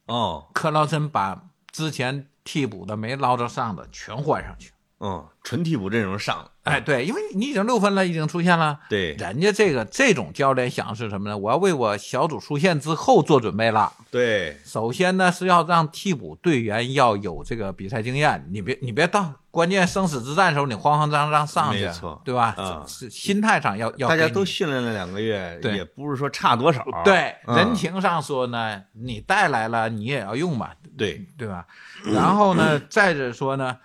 [SPEAKER 1] 哦，
[SPEAKER 2] 克劳森把之前替补的没捞着上的全换上去。
[SPEAKER 1] 嗯，纯替补阵容上了，
[SPEAKER 2] 哎，对，因为你已经六分了，已经出现了。
[SPEAKER 1] 对
[SPEAKER 2] 人家这个这种教练想的是什么呢？我要为我小组出线之后做准备了。
[SPEAKER 1] 对，
[SPEAKER 2] 首先呢是要让替补队员要有这个比赛经验，你别你别到关键生死之战的时候你慌慌张张上去，
[SPEAKER 1] 没错
[SPEAKER 2] 对吧？
[SPEAKER 1] 啊
[SPEAKER 2] 是是心态上要要
[SPEAKER 1] 大家
[SPEAKER 2] 给你
[SPEAKER 1] 都训练了两个月，
[SPEAKER 2] 对
[SPEAKER 1] 也不是说差多少，
[SPEAKER 2] 对、
[SPEAKER 1] 嗯
[SPEAKER 2] 人情上说呢，你带来了你也要用嘛，
[SPEAKER 1] 对，
[SPEAKER 2] 对吧？然
[SPEAKER 1] [laughs]
[SPEAKER 2] 后呢，再者说呢，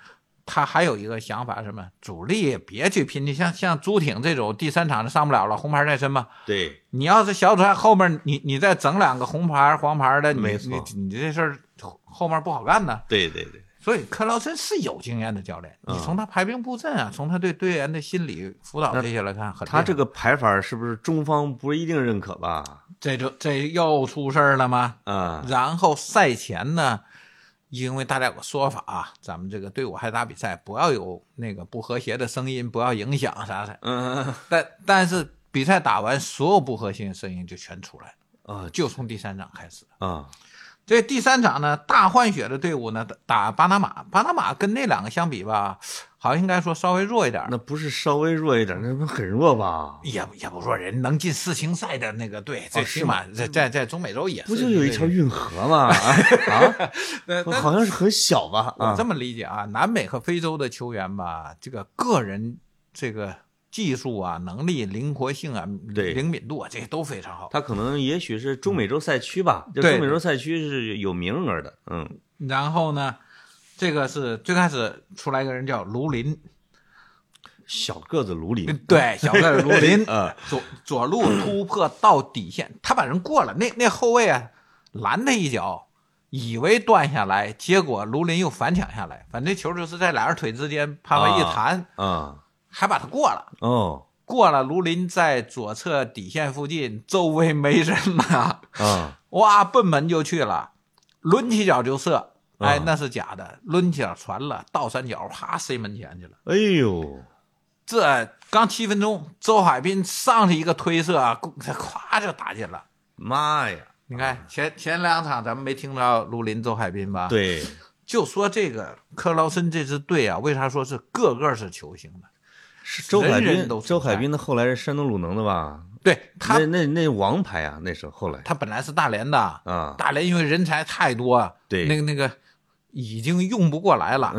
[SPEAKER 2] 他还有一个想法是什么？主力别去拼劲，像像朱挺这种第三场就上不了了，红牌在身嘛。
[SPEAKER 1] 对，
[SPEAKER 2] 你要是小组赛后面你你再整两个红牌、黄牌的，你
[SPEAKER 1] 没错
[SPEAKER 2] 你你这事儿后面不好干呢。
[SPEAKER 1] 对，对，对，
[SPEAKER 2] 所以克劳森是有经验的教练，
[SPEAKER 1] 嗯
[SPEAKER 2] 你从他排兵布阵啊，从他对队员的心理辅导这些来看，很
[SPEAKER 1] 他这
[SPEAKER 2] 个
[SPEAKER 1] 个排法是不是中方不一定认可吧？
[SPEAKER 2] 这就这又出事儿了吗？
[SPEAKER 1] 啊，
[SPEAKER 2] 然后赛前呢，因为大家有个说法啊，咱们这个队伍还打比赛，不要有那个不和谐的声音，不要影响啥的。
[SPEAKER 1] 嗯
[SPEAKER 2] 但但是比赛打完，所有不和谐的声音就全出来了，
[SPEAKER 1] 啊
[SPEAKER 2] 就从第三场开始。
[SPEAKER 1] 啊
[SPEAKER 2] 这第三场呢，大换血的队伍呢打打巴拿马，巴拿马跟那两个相比吧，好像应该说稍微弱一点儿，
[SPEAKER 1] 那不是稍微弱一点，那不很弱吧？
[SPEAKER 2] 也也不说人能进世青赛的那个队，最
[SPEAKER 1] 哦是
[SPEAKER 2] 起码在在在中美洲也是
[SPEAKER 1] 不就有一条运河吗？啊，
[SPEAKER 2] 对对
[SPEAKER 1] 好像是很小吧？
[SPEAKER 2] 我
[SPEAKER 1] 啊
[SPEAKER 2] 这么理解啊，南美和非洲的球员吧，这个个人这个技术啊、能力、灵活性啊、
[SPEAKER 1] 对
[SPEAKER 2] 灵敏度啊，这些都非常好。
[SPEAKER 1] 他可能也许是中美洲赛区吧，就
[SPEAKER 2] 对
[SPEAKER 1] 中美洲赛区是有名额的，嗯
[SPEAKER 2] 然后呢，这个是最开始出来一个人叫卢林，
[SPEAKER 1] 小个子卢林，，
[SPEAKER 2] 对，小个儿卢林
[SPEAKER 1] [laughs] 啊
[SPEAKER 2] 左左路突破到底线，他把人过了，那那后卫啊拦他一脚。以为断下来，结果卢林又反抢下来，反正球就是在俩人腿之间，啪啪一
[SPEAKER 1] 啊
[SPEAKER 2] 弹，
[SPEAKER 1] 啊
[SPEAKER 2] 还把他过了。
[SPEAKER 1] 哦
[SPEAKER 2] 过了卢林在左侧底线附近，周围没人了， [laughs]
[SPEAKER 1] 啊
[SPEAKER 2] 哇，奔门就去了，抡起脚就射，哎
[SPEAKER 1] 啊，
[SPEAKER 2] 那是假的，抡起脚传了，倒三角，啪塞门前去了。
[SPEAKER 1] 哎呦
[SPEAKER 2] 这刚七分钟，周海滨上去一个推射啊， [laughs] 咣咵就打进了。
[SPEAKER 1] 妈呀！
[SPEAKER 2] 你看前前两场咱们没听到卢林、周海滨吧？，
[SPEAKER 1] 啊对，
[SPEAKER 2] 就说这个克劳森这支队啊，为啥说是个个是球星呢？
[SPEAKER 1] 是周海
[SPEAKER 2] 人
[SPEAKER 1] 滨
[SPEAKER 2] 人都，存
[SPEAKER 1] 周海
[SPEAKER 2] 在
[SPEAKER 1] 滨的后来是山东鲁能的吧？
[SPEAKER 2] 对他
[SPEAKER 1] 那，那那王牌啊，那时候后来
[SPEAKER 2] 他本来是大连的，
[SPEAKER 1] 啊，
[SPEAKER 2] 大连因为人才太多，啊
[SPEAKER 1] 对嗯
[SPEAKER 2] 那个那个已经用不过来了。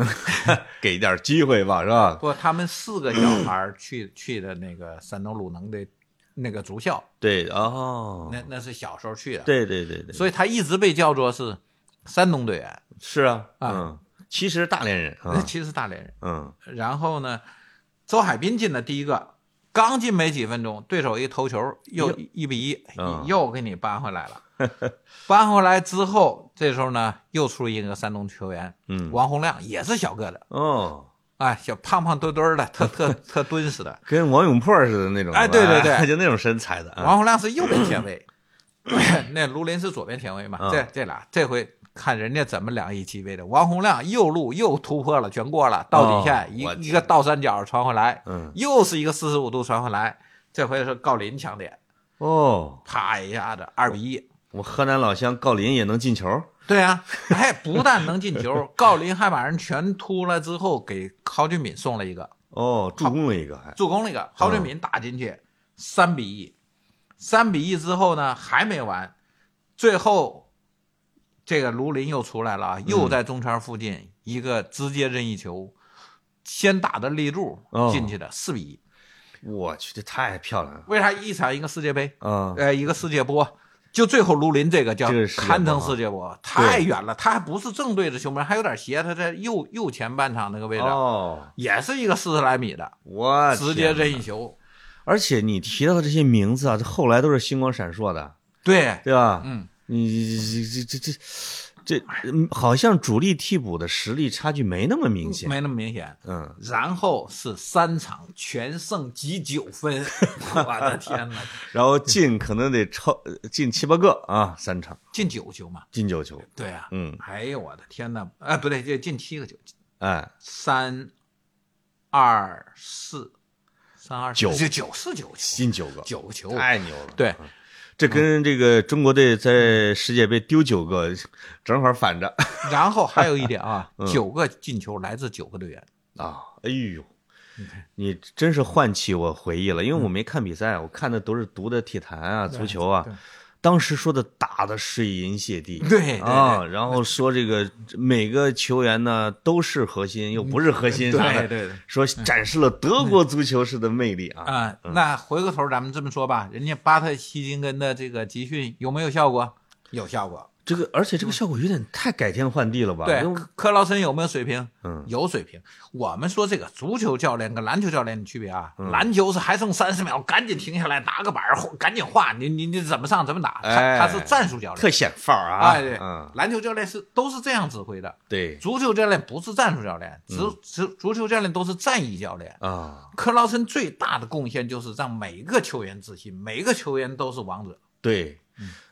[SPEAKER 1] 给点机会吧，是吧
[SPEAKER 2] 不？过他们四个小孩儿去去的那个山东鲁能的那个足校，
[SPEAKER 1] 对，哦，
[SPEAKER 2] 那那是小时候去的，
[SPEAKER 1] 对对对对，
[SPEAKER 2] 所以他一直被叫做是山东队员，
[SPEAKER 1] 是啊，
[SPEAKER 2] 啊
[SPEAKER 1] 嗯，其实大连人
[SPEAKER 2] 那
[SPEAKER 1] 啊，
[SPEAKER 2] 其实是大连人。
[SPEAKER 1] 嗯
[SPEAKER 2] 然后呢，周海滨进的第一个。刚进没几分钟，对手一头球又一比一、
[SPEAKER 1] 嗯
[SPEAKER 2] 又给你扳回来
[SPEAKER 1] [laughs]
[SPEAKER 2] 了。扳回来之后，这时候呢又出一个山东球员
[SPEAKER 1] 嗯，
[SPEAKER 2] 王洪亮，也是小个子，
[SPEAKER 1] 哦，
[SPEAKER 2] 啊，小胖胖墩墩儿的，
[SPEAKER 1] [laughs]
[SPEAKER 2] 特特特敦实的。
[SPEAKER 1] 跟王永珀似的那种，
[SPEAKER 2] 哎对对对
[SPEAKER 1] 就那种身材的啊，
[SPEAKER 2] 王洪亮是右边
[SPEAKER 1] [coughs]
[SPEAKER 2] 前卫，那卢林是左边前卫嘛？
[SPEAKER 1] 嗯
[SPEAKER 2] 这这俩这回看人家怎么两翼齐飞的。王洪亮右路又突破了，全过了，到底
[SPEAKER 1] 哦
[SPEAKER 2] 线
[SPEAKER 1] 我天
[SPEAKER 2] 一一个倒三角传回来，
[SPEAKER 1] 嗯，
[SPEAKER 2] 又是一个四十五度传回来。这回是郜林抢点，
[SPEAKER 1] 哦，
[SPEAKER 2] 啪一下子二比一。
[SPEAKER 1] 我河南老乡郜林也能进球，
[SPEAKER 2] 对啊，哎，不但能进球， [laughs] 郜林还把人全突了之后，给郝俊敏送了一个。
[SPEAKER 1] 哦，助攻了一个，还
[SPEAKER 2] 助攻了一
[SPEAKER 1] 嗯
[SPEAKER 2] 个，郝俊敏打进去，三比一，三比一之后呢还没完，最后这个卢林又出来了啊，
[SPEAKER 1] 嗯
[SPEAKER 2] 又在中圈附近一个直接任意球，先打的立柱
[SPEAKER 1] 哦
[SPEAKER 2] 进去的，四比一。
[SPEAKER 1] 我去，这太漂亮了
[SPEAKER 2] 为啥一场一个世界杯，
[SPEAKER 1] 啊！
[SPEAKER 2] 呃，一个世界波？就最后卢林这个叫
[SPEAKER 1] 这个世界波啊
[SPEAKER 2] 堪称世界波，太远了，他还不是正对着球门，还有点斜，他在右右前半场那个位置，
[SPEAKER 1] 哦，
[SPEAKER 2] 也是一个四十来米的
[SPEAKER 1] 我
[SPEAKER 2] 直接
[SPEAKER 1] 天
[SPEAKER 2] 任意球，
[SPEAKER 1] 而且你提到的这些名字啊，这后来都是星光闪烁的，
[SPEAKER 2] 对，
[SPEAKER 1] 对吧？
[SPEAKER 2] 嗯，
[SPEAKER 1] 你这这这这这，嗯好像主力替补的实力差距没那么明显。
[SPEAKER 2] 没那么明显。
[SPEAKER 1] 嗯，
[SPEAKER 2] 然后是三场全胜积九 [laughs] 分，我的天哪，
[SPEAKER 1] 然后进可能得超呃进七八个啊，三场
[SPEAKER 2] 进九球嘛？
[SPEAKER 1] 进九球。
[SPEAKER 2] 对啊，
[SPEAKER 1] 嗯，
[SPEAKER 2] 哎呦我的天哪，哎不对，这进七个球，
[SPEAKER 1] 哎，
[SPEAKER 2] 三二四，三二
[SPEAKER 1] 九
[SPEAKER 2] 就九哎四九球，
[SPEAKER 1] 进九个，
[SPEAKER 2] 九嗯个球，
[SPEAKER 1] 太牛了。
[SPEAKER 2] 对，
[SPEAKER 1] 这跟这个中国队在世界杯丢九个，正好反着
[SPEAKER 2] 然后还有一点 [laughs] 啊，九个进球来自九个队员，
[SPEAKER 1] 啊！哎呦，
[SPEAKER 2] 嗯
[SPEAKER 1] 你真是唤起我回忆了，因为我没看比赛，啊我看的都是读的体坛啊、足球啊
[SPEAKER 2] 对。
[SPEAKER 1] 当时说的打的睡银泻
[SPEAKER 2] [laughs]
[SPEAKER 1] 地，
[SPEAKER 2] 对对
[SPEAKER 1] 啊，
[SPEAKER 2] 对
[SPEAKER 1] 然后说这个每个球员呢都是核心，又不是核心啥
[SPEAKER 2] 嗯对
[SPEAKER 1] 的，
[SPEAKER 2] 对对。
[SPEAKER 1] 说展示了德国足球式的魅力啊！
[SPEAKER 2] 啊、那回过头咱们这么说吧，人家巴特希金根的这个集训有没有效果？有效果，
[SPEAKER 1] 这个，而且这个效果有点太改天换地了吧？
[SPEAKER 2] 对
[SPEAKER 1] 因为，
[SPEAKER 2] 克劳森有没有水平？
[SPEAKER 1] 嗯，
[SPEAKER 2] 有水平。我们说这个足球教练跟篮球教练的区别啊，
[SPEAKER 1] 嗯
[SPEAKER 2] 篮球是还剩三十秒，赶紧停下来，拿个板儿，赶紧画，你你你怎么上怎么打，
[SPEAKER 1] 哎
[SPEAKER 2] 他他是战术教练。
[SPEAKER 1] 特显范儿啊！
[SPEAKER 2] 哎，对
[SPEAKER 1] 嗯，，
[SPEAKER 2] 篮球教练是都是这样指挥的，
[SPEAKER 1] 对
[SPEAKER 2] 足球教练不是战术教练，
[SPEAKER 1] 嗯
[SPEAKER 2] 足足足球教练都是战役教练。
[SPEAKER 1] 啊，
[SPEAKER 2] 克劳森最大的贡献就是让每个球员自信，每个球员都是王者。
[SPEAKER 1] 对。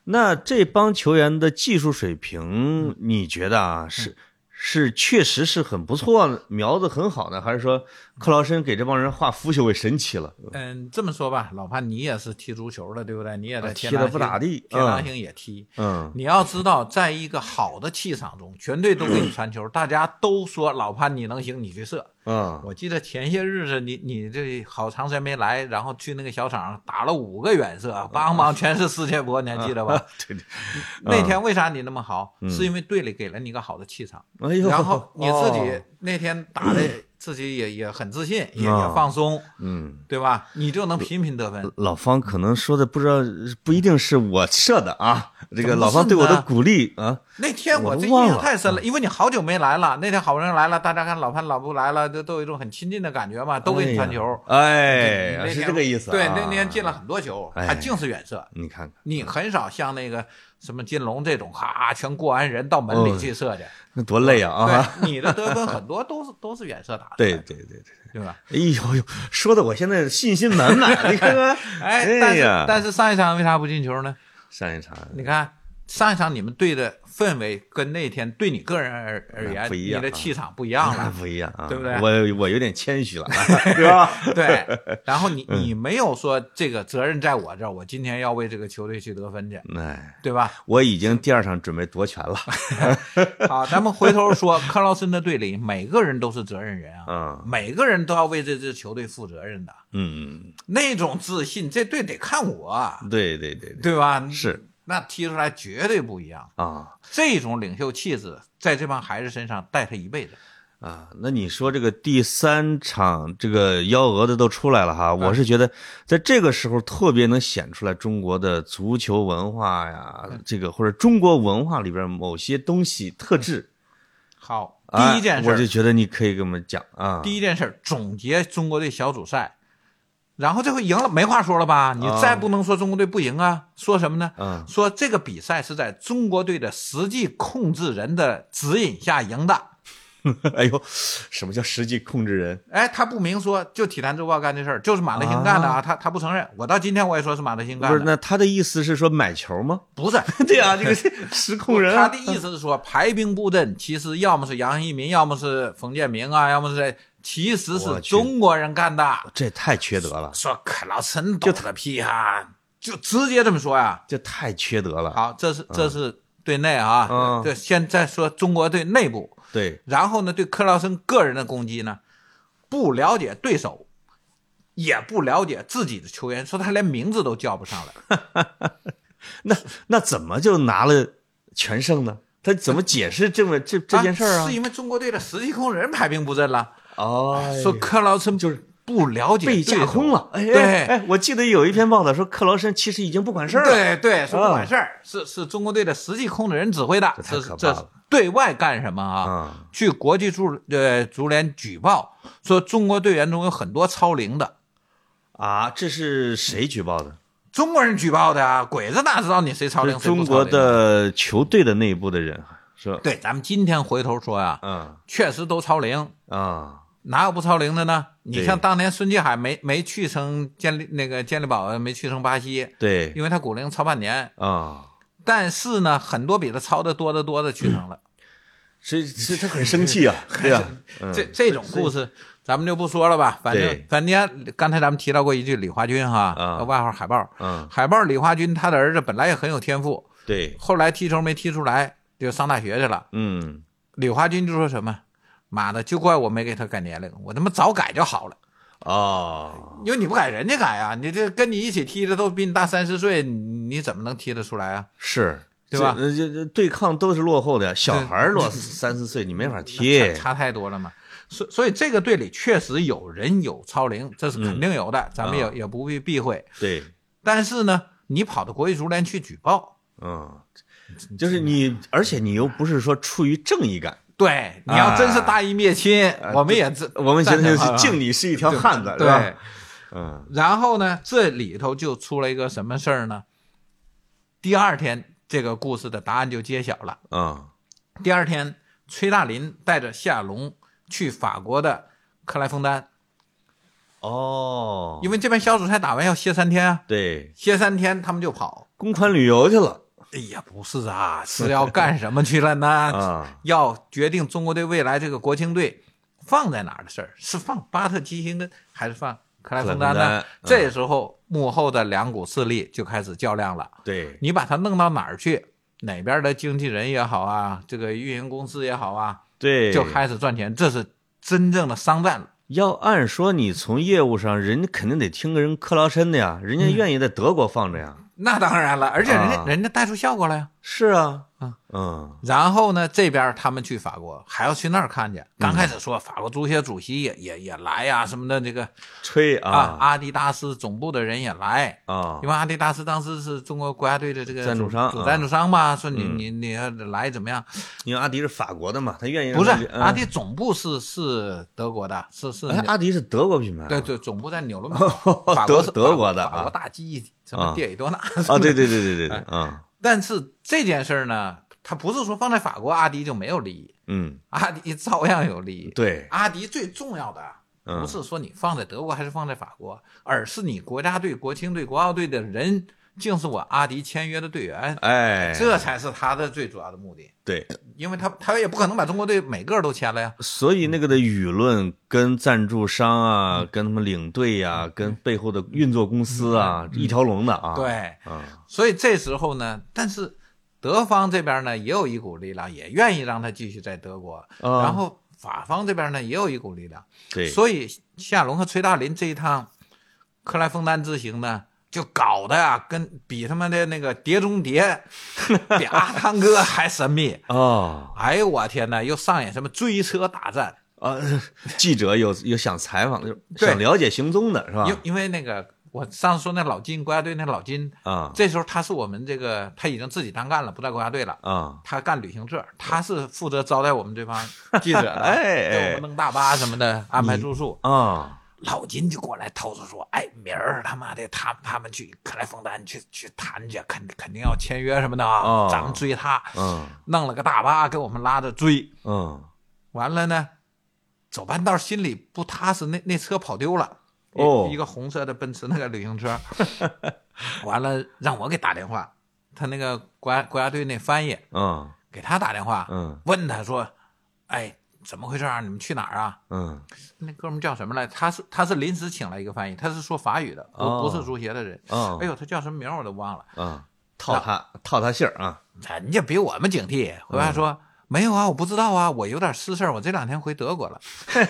[SPEAKER 1] 那这帮球员的技术水平，你觉得啊，是是确实是很不错，瞄的很好呢，还是说克劳森给这帮人画腐朽为神奇了？
[SPEAKER 2] 嗯，这么说吧，老潘，你也是踢足球的，对不对？你也
[SPEAKER 1] 啊
[SPEAKER 2] 在
[SPEAKER 1] 踢
[SPEAKER 2] 天
[SPEAKER 1] 得
[SPEAKER 2] 堂
[SPEAKER 1] 不
[SPEAKER 2] 星
[SPEAKER 1] 咋地
[SPEAKER 2] 天堂
[SPEAKER 1] 嗯
[SPEAKER 2] 星也踢。
[SPEAKER 1] 嗯，
[SPEAKER 2] 你要知道，在一个好的气场中，全队都给你传
[SPEAKER 1] [clears throat]
[SPEAKER 2] 球，大家都说老潘你能行，你去射。
[SPEAKER 1] 嗯，
[SPEAKER 2] 我记得前些日子你你这好长时间没来，然后去那个小场打了五个远射，
[SPEAKER 1] [laughs]
[SPEAKER 2] 邦邦全是世界波，你还记得吧？
[SPEAKER 1] 对对，
[SPEAKER 2] [laughs] 那天为啥你那么好？是因为队里给了你一个好的气场，
[SPEAKER 1] 哎呦，
[SPEAKER 2] 然后你自己
[SPEAKER 1] 哦，
[SPEAKER 2] 那天打的自己也也很自信，也
[SPEAKER 1] 啊
[SPEAKER 2] 也放松，
[SPEAKER 1] 嗯，
[SPEAKER 2] 对吧？你就能频频得分。
[SPEAKER 1] 老方可能说的不知道，不一定是我设的啊，这个
[SPEAKER 2] 怎么
[SPEAKER 1] 老方
[SPEAKER 2] 是
[SPEAKER 1] 对我的
[SPEAKER 2] 呢
[SPEAKER 1] 鼓励啊，
[SPEAKER 2] 那天
[SPEAKER 1] 我
[SPEAKER 2] 我
[SPEAKER 1] 都
[SPEAKER 2] 这印
[SPEAKER 1] 忘
[SPEAKER 2] 象
[SPEAKER 1] 了嗯
[SPEAKER 2] 太深了，因为你好久没来了。那天好不容易来了，大家看老潘老布来了，都都有一种很亲近的感觉嘛，都给你传球。
[SPEAKER 1] 哎呀，
[SPEAKER 2] 你
[SPEAKER 1] 哎，
[SPEAKER 2] 那
[SPEAKER 1] 是
[SPEAKER 2] 天
[SPEAKER 1] 这个意思啊。
[SPEAKER 2] 对，那天进了很多球，
[SPEAKER 1] 哎
[SPEAKER 2] 还净是远射。
[SPEAKER 1] 你看看，
[SPEAKER 2] 你很少像那个什么金龙这种，咔全过完人到门里去射去。
[SPEAKER 1] 那多累啊啊！
[SPEAKER 2] 对，你的得分很多都是都是远射打的，
[SPEAKER 1] 对对对对，
[SPEAKER 2] 对吧？
[SPEAKER 1] 哎呦呦，说的我现在信心满满，
[SPEAKER 2] [laughs]
[SPEAKER 1] 你看看，
[SPEAKER 2] 哎，但是
[SPEAKER 1] 呀，
[SPEAKER 2] 但是上一场为啥不进球呢？
[SPEAKER 1] 上一场
[SPEAKER 2] 你看上一场你们队的氛围跟那天对你个人而而言，
[SPEAKER 1] 不一样
[SPEAKER 2] 你的
[SPEAKER 1] 啊
[SPEAKER 2] 气场不一样了
[SPEAKER 1] 那。不一样啊，
[SPEAKER 2] 对不对
[SPEAKER 1] 我我有点谦虚了，
[SPEAKER 2] [laughs]
[SPEAKER 1] 对吧？ [laughs]
[SPEAKER 2] 对，然后你
[SPEAKER 1] 嗯
[SPEAKER 2] 你没有说这个责任在我这儿，我今天要为这个球队去得分去，
[SPEAKER 1] 哎，
[SPEAKER 2] 对吧？
[SPEAKER 1] 我已经第二场准备夺权了，
[SPEAKER 2] 好，咱们回头
[SPEAKER 1] [laughs]
[SPEAKER 2] 说，克劳森的队里每个人都是责任人啊，
[SPEAKER 1] 嗯
[SPEAKER 2] 每个人都要为这支球队负责任的，
[SPEAKER 1] 嗯
[SPEAKER 2] 那种自信，这队得看我，
[SPEAKER 1] 嗯，对对对对，
[SPEAKER 2] 对吧？
[SPEAKER 1] 是
[SPEAKER 2] 那踢出来绝对不一样，
[SPEAKER 1] 啊
[SPEAKER 2] 这种领袖气质在这帮孩子身上带他一辈子。
[SPEAKER 1] 啊，那你说这个第三场这个幺蛾子都出来了哈，
[SPEAKER 2] 嗯
[SPEAKER 1] 我是觉得在这个时候特别能显出来中国的足球文化呀，
[SPEAKER 2] 嗯
[SPEAKER 1] 这个或者中国文化里边某些东西特质。
[SPEAKER 2] 好，
[SPEAKER 1] 哎
[SPEAKER 2] 嗯第一件事
[SPEAKER 1] 我
[SPEAKER 2] 儿，
[SPEAKER 1] 就觉得你可以给我们讲啊。
[SPEAKER 2] 第一件事儿总结中国队小组赛，然后这回赢了没话说了吧？你
[SPEAKER 1] 啊
[SPEAKER 2] 再不能说中国队不赢啊，说什么呢？
[SPEAKER 1] 嗯
[SPEAKER 2] 说这个比赛是在中国队的实际控制人的指引下赢的。
[SPEAKER 1] 哎呦，什么叫实际控制人？
[SPEAKER 2] 哎，他不明说，就体坛周报干这事儿，就是马德兴干的啊，他他不承认。我到今天我也说是马德兴
[SPEAKER 1] 不
[SPEAKER 2] 干
[SPEAKER 1] 是，
[SPEAKER 2] 的，
[SPEAKER 1] 那他的意思是说买球吗？
[SPEAKER 2] 不是。
[SPEAKER 1] 对啊，这个是实控人
[SPEAKER 2] 他
[SPEAKER 1] 啊
[SPEAKER 2] 的。意思是说，排兵布阵，其实要么是杨一民，要么是冯建明啊，要么是，其实
[SPEAKER 1] 我
[SPEAKER 2] 是
[SPEAKER 1] 去
[SPEAKER 2] 中国人干的。
[SPEAKER 1] 这也太缺德了，
[SPEAKER 2] 说克劳森懂个屁哈，就直接这么说呀。
[SPEAKER 1] 这太缺德了。
[SPEAKER 2] 好，这是这是对内啊，
[SPEAKER 1] 嗯
[SPEAKER 2] 对，现在说中国队内部，
[SPEAKER 1] 对，
[SPEAKER 2] 然后呢，对克劳森个人的攻击呢，不了解对手，也不了解自己的球员，说他连名字都叫不上来。
[SPEAKER 1] 那那怎么就拿了全胜呢？他怎么解释这么这这件事儿啊
[SPEAKER 2] 是？因为中国队的实际控制人排兵布阵了，
[SPEAKER 1] 哦，
[SPEAKER 2] 说克劳森就是不了哎解
[SPEAKER 1] 被
[SPEAKER 2] 对手
[SPEAKER 1] 架空了。哎哎
[SPEAKER 2] 对
[SPEAKER 1] 哎，我记得有一篇报道说克劳森其实已经不管事儿了。
[SPEAKER 2] 对对，说不管事儿，嗯是是中国队的实际控制人指挥的，
[SPEAKER 1] 这太
[SPEAKER 2] 这
[SPEAKER 1] 可
[SPEAKER 2] 是
[SPEAKER 1] 怕
[SPEAKER 2] 这是
[SPEAKER 1] 了
[SPEAKER 2] 对外干什么啊？
[SPEAKER 1] 嗯
[SPEAKER 2] 去国际足呃足联举报说中国队员中有很多超龄的，
[SPEAKER 1] 啊，这是谁举报的？
[SPEAKER 2] 中国人举报的啊，鬼子哪知道你谁超
[SPEAKER 1] 是
[SPEAKER 2] 龄谁
[SPEAKER 1] 中
[SPEAKER 2] 不超龄
[SPEAKER 1] 国的球队的内部的人是吧？
[SPEAKER 2] 对，咱们今天回头说呀、
[SPEAKER 1] 嗯
[SPEAKER 2] 确实都超龄，
[SPEAKER 1] 啊，
[SPEAKER 2] 哪有不超龄的呢？你
[SPEAKER 1] 对
[SPEAKER 2] 像当年孙继海没没去成健力那个健力宝，呃没去成巴西，
[SPEAKER 1] 对
[SPEAKER 2] 因为他骨龄超半年，
[SPEAKER 1] 啊，
[SPEAKER 2] 但是呢，很多比他超的多的多的去成了。
[SPEAKER 1] 所以所以他很生
[SPEAKER 2] [laughs]
[SPEAKER 1] 气啊，对啊，嗯
[SPEAKER 2] 这这种故事咱们就不说了吧，反正
[SPEAKER 1] 对
[SPEAKER 2] 反正刚才咱们提到过一句李华军哈，
[SPEAKER 1] 啊
[SPEAKER 2] 外号海豹，
[SPEAKER 1] 嗯，
[SPEAKER 2] 海豹李华军他的儿子本来也很有天赋，
[SPEAKER 1] 对，
[SPEAKER 2] 后来踢球没踢出来，就上大学去了。
[SPEAKER 1] 嗯，
[SPEAKER 2] 李华军就说什么：“妈的，就怪我没给他改年龄，我他妈早改就好了。
[SPEAKER 1] 哦，
[SPEAKER 2] 因为你不改，人家改啊！你这跟你一起踢的都比你大三十岁，你你怎么能踢得出来啊？
[SPEAKER 1] 是。
[SPEAKER 2] 对吧
[SPEAKER 1] 这呃这这对抗都是落后的，小孩儿
[SPEAKER 2] [laughs]
[SPEAKER 1] 落三四岁，你没法啊踢
[SPEAKER 2] 那差差太多了嘛。所所以这个队里确实有人有超龄，这是肯定有的，咱们也、
[SPEAKER 1] 啊
[SPEAKER 2] 也不必避讳。
[SPEAKER 1] 对，
[SPEAKER 2] 但是呢，你跑到国际足联去举报，
[SPEAKER 1] 嗯，就是你，而且你又不是说出于正义感，
[SPEAKER 2] 对，你要真是大义灭亲，我们也啊这，
[SPEAKER 1] 我们觉
[SPEAKER 2] 赞
[SPEAKER 1] 得就
[SPEAKER 2] 成啊
[SPEAKER 1] 是敬你是一条汉子，是
[SPEAKER 2] 对
[SPEAKER 1] 吧？。嗯，
[SPEAKER 2] 然后呢，这里头就出了一个什么事儿呢？第二天，这个故事的答案就揭晓了。
[SPEAKER 1] 啊，
[SPEAKER 2] 第二天，崔大林带着夏龙去法国的克莱枫丹，
[SPEAKER 1] 哦，
[SPEAKER 2] 因为这边小组赛打完要歇三天啊，
[SPEAKER 1] 对，
[SPEAKER 2] 歇三天他们就跑。
[SPEAKER 1] 公款旅游去了
[SPEAKER 2] 哎呀，不是啊，是要干什么去了 [laughs] 呢？
[SPEAKER 1] 啊，
[SPEAKER 2] 要决定中国队未来这个国青队放在哪儿的事儿，是放巴特基辛根还是放克莱枫丹
[SPEAKER 1] 克莱
[SPEAKER 2] 呢
[SPEAKER 1] 枫丹？嗯
[SPEAKER 2] 这时候幕后的两股势力就开始较量了。
[SPEAKER 1] 对，
[SPEAKER 2] 你把它弄到哪儿去，哪边的经纪人也好啊，这个运营公司也好啊，
[SPEAKER 1] 对，
[SPEAKER 2] 就开始赚钱，这是真正的商战了。
[SPEAKER 1] 要按说你从业务上，人肯定得听个人克劳申的呀，人家
[SPEAKER 2] 嗯
[SPEAKER 1] 愿意在德国放着呀。
[SPEAKER 2] 那当然了，而且人家、
[SPEAKER 1] 啊
[SPEAKER 2] 人家带出效果来呀。
[SPEAKER 1] 是啊，
[SPEAKER 2] 啊
[SPEAKER 1] 嗯，
[SPEAKER 2] 然后呢，这边他们去法国，还要去那儿看去。刚开始说法国足协主席也也也来呀、什么的，这个
[SPEAKER 1] 吹
[SPEAKER 2] 啊
[SPEAKER 1] 啊
[SPEAKER 2] 阿迪达斯总部的人也来，
[SPEAKER 1] 啊
[SPEAKER 2] 因为阿迪达斯当时是中国国家队的这个
[SPEAKER 1] 赞助
[SPEAKER 2] 主
[SPEAKER 1] 商
[SPEAKER 2] 主
[SPEAKER 1] 啊
[SPEAKER 2] 赞助商嘛，说你
[SPEAKER 1] 嗯
[SPEAKER 2] 你你要来怎么样？
[SPEAKER 1] 因为阿迪是法国的嘛，他愿意让
[SPEAKER 2] 不是
[SPEAKER 1] 他
[SPEAKER 2] 阿，迪总部是是德国的，是是
[SPEAKER 1] 嗯哎，阿迪是德国品牌啊，，
[SPEAKER 2] 对对，总部在纽伦堡法国
[SPEAKER 1] 德
[SPEAKER 2] 是
[SPEAKER 1] 德
[SPEAKER 2] 法
[SPEAKER 1] 国的
[SPEAKER 2] 法
[SPEAKER 1] 啊
[SPEAKER 2] 国大基什么
[SPEAKER 1] 啊
[SPEAKER 2] 蒂尔多纳 [laughs]
[SPEAKER 1] 啊，对对对对对对，
[SPEAKER 2] 哎
[SPEAKER 1] 啊，
[SPEAKER 2] 但是这件事儿呢，它不是说放在法国阿迪就没有利益，
[SPEAKER 1] 嗯，
[SPEAKER 2] 阿迪照样有利益。
[SPEAKER 1] 对，
[SPEAKER 2] 阿迪最重要的
[SPEAKER 1] 嗯
[SPEAKER 2] 不是说你放在德国还是放在法国，而是你国家队、国青队、国奥队的人竟是我阿迪签约的队员，
[SPEAKER 1] 哎，嗯
[SPEAKER 2] 这才是他的最主要的目的。
[SPEAKER 1] 对，
[SPEAKER 2] 因为他他也不可能把中国队每个人都签了呀。
[SPEAKER 1] 所以那个的舆论跟赞助商
[SPEAKER 2] 嗯
[SPEAKER 1] 啊，跟他们领队呀、跟背后的运作公司啊，一条龙的啊。，
[SPEAKER 2] 嗯对，
[SPEAKER 1] 啊，
[SPEAKER 2] 所以这时候呢，但是德方这边呢也有一股力量，也愿意让他继续在德国。
[SPEAKER 1] 啊
[SPEAKER 2] 然后法方这边呢也有一股力量，
[SPEAKER 1] 对，
[SPEAKER 2] 所以夏龙和崔大林这一趟克莱枫丹之行呢，就搞得啊跟比他们的那个碟中谍， [laughs] 比阿汤哥还神秘。 [laughs]
[SPEAKER 1] 哦，
[SPEAKER 2] 哎呦我天呐，又上演什么追车大战？
[SPEAKER 1] 啊，记者有有想采访的，
[SPEAKER 2] 对
[SPEAKER 1] 想了解行踪的是吧
[SPEAKER 2] 因？因为那个我上次说那老金国家队那老金，
[SPEAKER 1] 啊
[SPEAKER 2] 这时候他是我们这个他已经自己单干了，不在国家队了。
[SPEAKER 1] 啊，
[SPEAKER 2] 他干旅行社，他是负责招待我们这帮记者的，
[SPEAKER 1] [laughs] 哎哎
[SPEAKER 2] 给我们弄大巴什么的，安排住宿。
[SPEAKER 1] 啊，
[SPEAKER 2] 老金就过来偷着说：“哎，明儿他妈的，他他们去克莱枫丹去去谈去，肯肯定要签约什么的啊，
[SPEAKER 1] 哦
[SPEAKER 2] 咱们追他。
[SPEAKER 1] 嗯
[SPEAKER 2] 弄了个大巴给我们拉着追，
[SPEAKER 1] 嗯，
[SPEAKER 2] 完了呢，走半道心里不踏实，那那车跑丢了。一
[SPEAKER 1] 哦
[SPEAKER 2] 一个红色的奔驰那个旅行车，
[SPEAKER 1] [laughs]
[SPEAKER 2] 完了让我给打电话，他那个国家国家队那翻译
[SPEAKER 1] 嗯
[SPEAKER 2] 给他打电话，
[SPEAKER 1] 嗯
[SPEAKER 2] 问他说：“哎，怎么回事啊？你们去哪儿啊
[SPEAKER 1] 嗯，？”
[SPEAKER 2] 那哥们儿叫什么来？他是他是临时请来一个翻译，他是说法语的，不、
[SPEAKER 1] 哦
[SPEAKER 2] 不是足协的人。
[SPEAKER 1] 哦
[SPEAKER 2] 哎呦，他叫什么名儿我都忘了。
[SPEAKER 1] 啊，套他套他信儿
[SPEAKER 2] [laughs]
[SPEAKER 1] 啊，
[SPEAKER 2] 人家比我们警惕。回
[SPEAKER 1] 嗯
[SPEAKER 2] 来说、没有啊，我不知道啊，我有点私事儿，我这两天回德国了。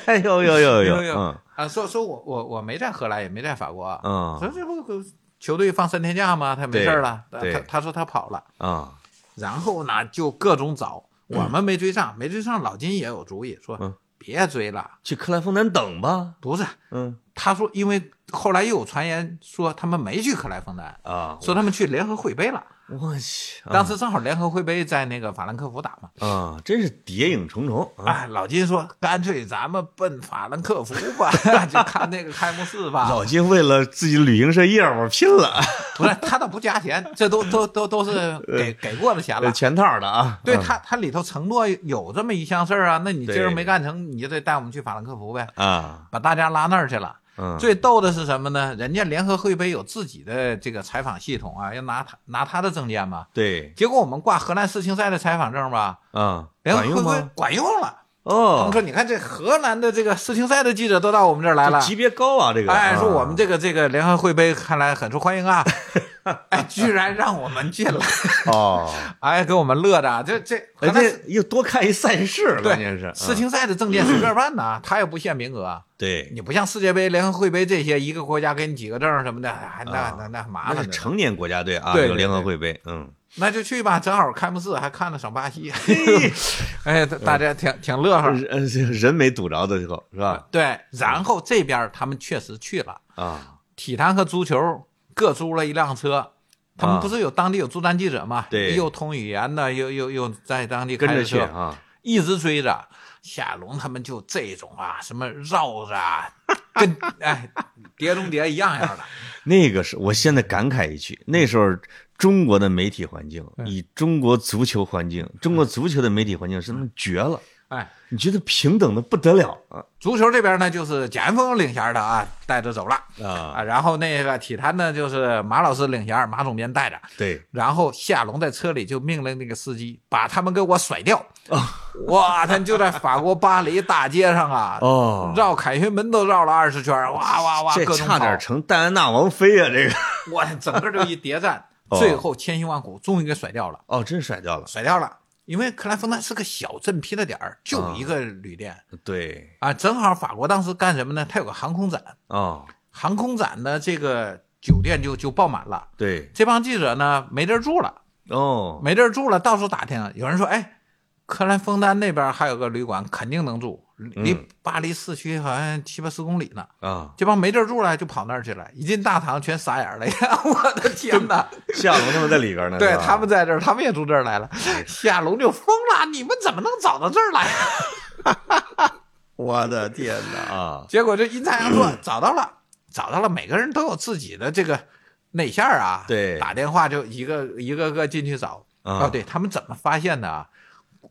[SPEAKER 1] 哎呦呦呦
[SPEAKER 2] 呦
[SPEAKER 1] 呦，嗯
[SPEAKER 2] 啊，说说我我我没在荷兰，也没在法国啊。说
[SPEAKER 1] 嗯
[SPEAKER 2] 这不球队放三天假嘛，他没
[SPEAKER 1] 对
[SPEAKER 2] 事儿了。他
[SPEAKER 1] 对
[SPEAKER 2] 他他说他跑了，
[SPEAKER 1] 啊，
[SPEAKER 2] 然后呢就各种找，我们没追上，没追上。老金也有主意说、
[SPEAKER 1] 嗯
[SPEAKER 2] 别追了，
[SPEAKER 1] 去克莱枫丹等吧，
[SPEAKER 2] 不是。
[SPEAKER 1] 嗯
[SPEAKER 2] 他说，因为后来又有传言说他们没去克莱枫丹，
[SPEAKER 1] 啊，
[SPEAKER 2] 说他们去联合会杯了。
[SPEAKER 1] 我去，啊
[SPEAKER 2] 当时正好联合会杯在那个法兰克福打嘛。
[SPEAKER 1] 啊，真是谍影重重啊。
[SPEAKER 2] 哎，老金说，干脆咱们奔法兰克福
[SPEAKER 1] [laughs]
[SPEAKER 2] 吧，就看那个开幕式吧。
[SPEAKER 1] 老金为了自己旅行社业务拼了，
[SPEAKER 2] 不是，他倒不加钱，这都都都都是给给过的钱了。
[SPEAKER 1] 全套的啊。
[SPEAKER 2] 对
[SPEAKER 1] 嗯
[SPEAKER 2] 他，他里头承诺有这么一项事儿啊，那你今儿
[SPEAKER 1] 对
[SPEAKER 2] 没干成，你就得带我们去法兰克福呗，
[SPEAKER 1] 啊，
[SPEAKER 2] 把大家拉那儿去了。
[SPEAKER 1] 嗯，
[SPEAKER 2] 最逗的是什么呢？人家联合会杯有自己的这个采访系统啊，要拿他拿他的证件嘛。
[SPEAKER 1] 对
[SPEAKER 2] 结果我们挂荷兰世青赛的采访证吧，
[SPEAKER 1] 啊，
[SPEAKER 2] 联
[SPEAKER 1] 管
[SPEAKER 2] 合哎会
[SPEAKER 1] 用
[SPEAKER 2] 杯
[SPEAKER 1] 吗？
[SPEAKER 2] 管用了。他们
[SPEAKER 1] 哦
[SPEAKER 2] 说，，你看这荷兰的这个世青赛的记者都到我们这儿来了
[SPEAKER 1] 这，级别高啊，这个。
[SPEAKER 2] 哎，
[SPEAKER 1] 啊
[SPEAKER 2] 说我们这个这个联合会杯看来很受欢迎
[SPEAKER 1] [laughs]
[SPEAKER 2] 啊，哎，居然让我们进了， [laughs]
[SPEAKER 1] 哦，
[SPEAKER 2] 哎，给我们乐的啊，这这荷
[SPEAKER 1] 人
[SPEAKER 2] 兰世
[SPEAKER 1] 家又多看一赛事，关键是
[SPEAKER 2] 对
[SPEAKER 1] 啊
[SPEAKER 2] 世青赛的证件随便办
[SPEAKER 1] 嗯
[SPEAKER 2] 呐，他也不限名额啊。
[SPEAKER 1] 对，
[SPEAKER 2] 你不像世界杯、联合会杯这些，一个国家给你几个证儿什么的，哎那
[SPEAKER 1] 啊
[SPEAKER 2] 那那麻
[SPEAKER 1] 那
[SPEAKER 2] 烦
[SPEAKER 1] 是
[SPEAKER 2] 着呢。
[SPEAKER 1] 成年国家队啊，
[SPEAKER 2] 对对
[SPEAKER 1] 有联合会杯，嗯，
[SPEAKER 2] 那就去吧，正好开幕式还看了场
[SPEAKER 1] [laughs]
[SPEAKER 2] 巴西，哎，大大家挺挺乐呵。
[SPEAKER 1] 人呃人没堵着的时候是吧？
[SPEAKER 2] 对，然后这边他们确实去了，
[SPEAKER 1] 啊，
[SPEAKER 2] 体坛和足球各租了一辆车，他们不是有当地有驻站记者嘛？
[SPEAKER 1] 对
[SPEAKER 2] 又通语言的，又又又在当地开
[SPEAKER 1] 跟着
[SPEAKER 2] 着
[SPEAKER 1] 去
[SPEAKER 2] 车，
[SPEAKER 1] 啊，
[SPEAKER 2] 一直追着夏龙他们就这种啊，什么绕着啊， [laughs] 跟哎碟中谍一样样的，
[SPEAKER 1] 那个是我现在感慨一句，那时候中国的媒体环境，以中国足球环境，中国足球的媒体环境是他们绝了，
[SPEAKER 2] 哎。
[SPEAKER 1] 你觉得平等的不得了啊
[SPEAKER 2] 足球这边呢，就是贾元峰领衔的啊，带着走了
[SPEAKER 1] 啊！
[SPEAKER 2] 啊。然后那个体坛呢，就是马老师领衔，马总编带着。
[SPEAKER 1] 对，
[SPEAKER 2] 然后夏龙在车里就命令那个司机把他们给我甩掉。
[SPEAKER 1] 哦
[SPEAKER 2] 哇，他就在法国巴黎大街上啊，
[SPEAKER 1] 哦
[SPEAKER 2] 绕凯旋门都绕了二十圈，哇哇哇，
[SPEAKER 1] 这
[SPEAKER 2] 各种
[SPEAKER 1] 差点
[SPEAKER 2] 跑
[SPEAKER 1] 成戴安娜王妃啊！这个，
[SPEAKER 2] 哇，整个就一谍战
[SPEAKER 1] 哦
[SPEAKER 2] 最后千辛万苦终于给甩掉了，
[SPEAKER 1] 哦，真甩掉了。
[SPEAKER 2] 甩掉了。因为克莱夫纳是个小镇批的点儿，
[SPEAKER 1] 哦
[SPEAKER 2] 就一个旅店
[SPEAKER 1] 对，
[SPEAKER 2] 啊，正好法国当时干什么呢？它有个航空展，
[SPEAKER 1] 哦，
[SPEAKER 2] 航空展的这个酒店就就爆满了，
[SPEAKER 1] 对，
[SPEAKER 2] 这帮记者呢没地儿住了，
[SPEAKER 1] 哦，
[SPEAKER 2] 没地儿住了，到处打听。有人说，哎，克兰枫丹那边还有个旅馆，肯定能住，离
[SPEAKER 1] 嗯
[SPEAKER 2] 巴黎市区好像七八十公里呢。
[SPEAKER 1] 啊，
[SPEAKER 2] 这帮没地儿住了，就跑那儿去了。一进大堂，全傻眼了，呀！ [laughs] 我的天哪！
[SPEAKER 1] 夏龙他们在里边呢，
[SPEAKER 2] [laughs] 对
[SPEAKER 1] 是吧
[SPEAKER 2] 他们在这儿，他们也住这儿来了。夏龙就疯了，你们怎么能找到这儿来？
[SPEAKER 1] 我的天哪啊！
[SPEAKER 2] [coughs] 结果这阴差
[SPEAKER 1] [clears throat]
[SPEAKER 2] 阳错找到了，找到了，每个人都有自己的这个内线儿啊。
[SPEAKER 1] 对
[SPEAKER 2] 打电话就一个一个个进去
[SPEAKER 1] 啊
[SPEAKER 2] 找。哦，对他们怎么发现的啊？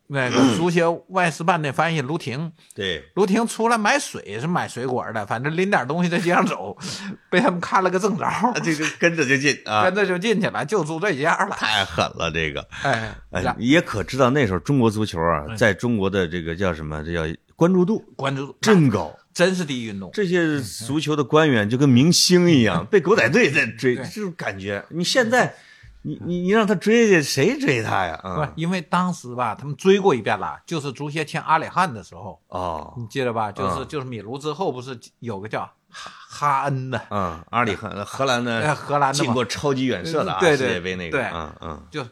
[SPEAKER 2] 那
[SPEAKER 1] [clears throat]
[SPEAKER 2] 个足协外事办的翻译卢婷，
[SPEAKER 1] 对， [laughs]
[SPEAKER 2] 卢婷出来买水是买水果的，反正拎点东西在街上走， [laughs] 被他们看了个正着，
[SPEAKER 1] 啊这个跟着就进啊
[SPEAKER 2] 跟，着就进去了，就住这家了。
[SPEAKER 1] 太狠了这个。
[SPEAKER 2] 哎，
[SPEAKER 1] 哎
[SPEAKER 2] 然，
[SPEAKER 1] 也可知道那时候中国足球
[SPEAKER 2] 哎
[SPEAKER 1] 啊，在中国的这个叫什么？这叫关注度
[SPEAKER 2] 关注度
[SPEAKER 1] 真高。
[SPEAKER 2] 真是第一运动。
[SPEAKER 1] 这些足球的官员就跟明星一样，被狗仔队在追，
[SPEAKER 2] 哎对
[SPEAKER 1] 这种感觉。你现在，你你你让他追去，谁追他呀？
[SPEAKER 2] 不是
[SPEAKER 1] 啊，，
[SPEAKER 2] 因为当时吧，他们追过一遍了，就是足协签阿里汉的时候，
[SPEAKER 1] 哦，
[SPEAKER 2] 你记得吧？就是、
[SPEAKER 1] 嗯
[SPEAKER 2] 就是米卢之后，不是有个叫哈哈恩的，
[SPEAKER 1] 嗯，阿里汉荷兰
[SPEAKER 2] 呃，
[SPEAKER 1] 呢，
[SPEAKER 2] 荷兰的
[SPEAKER 1] 进
[SPEAKER 2] 嘛，
[SPEAKER 1] 过超级远射的啊，
[SPEAKER 2] 对
[SPEAKER 1] 世
[SPEAKER 2] 对
[SPEAKER 1] 界杯那个，
[SPEAKER 2] 对
[SPEAKER 1] 嗯嗯，
[SPEAKER 2] 就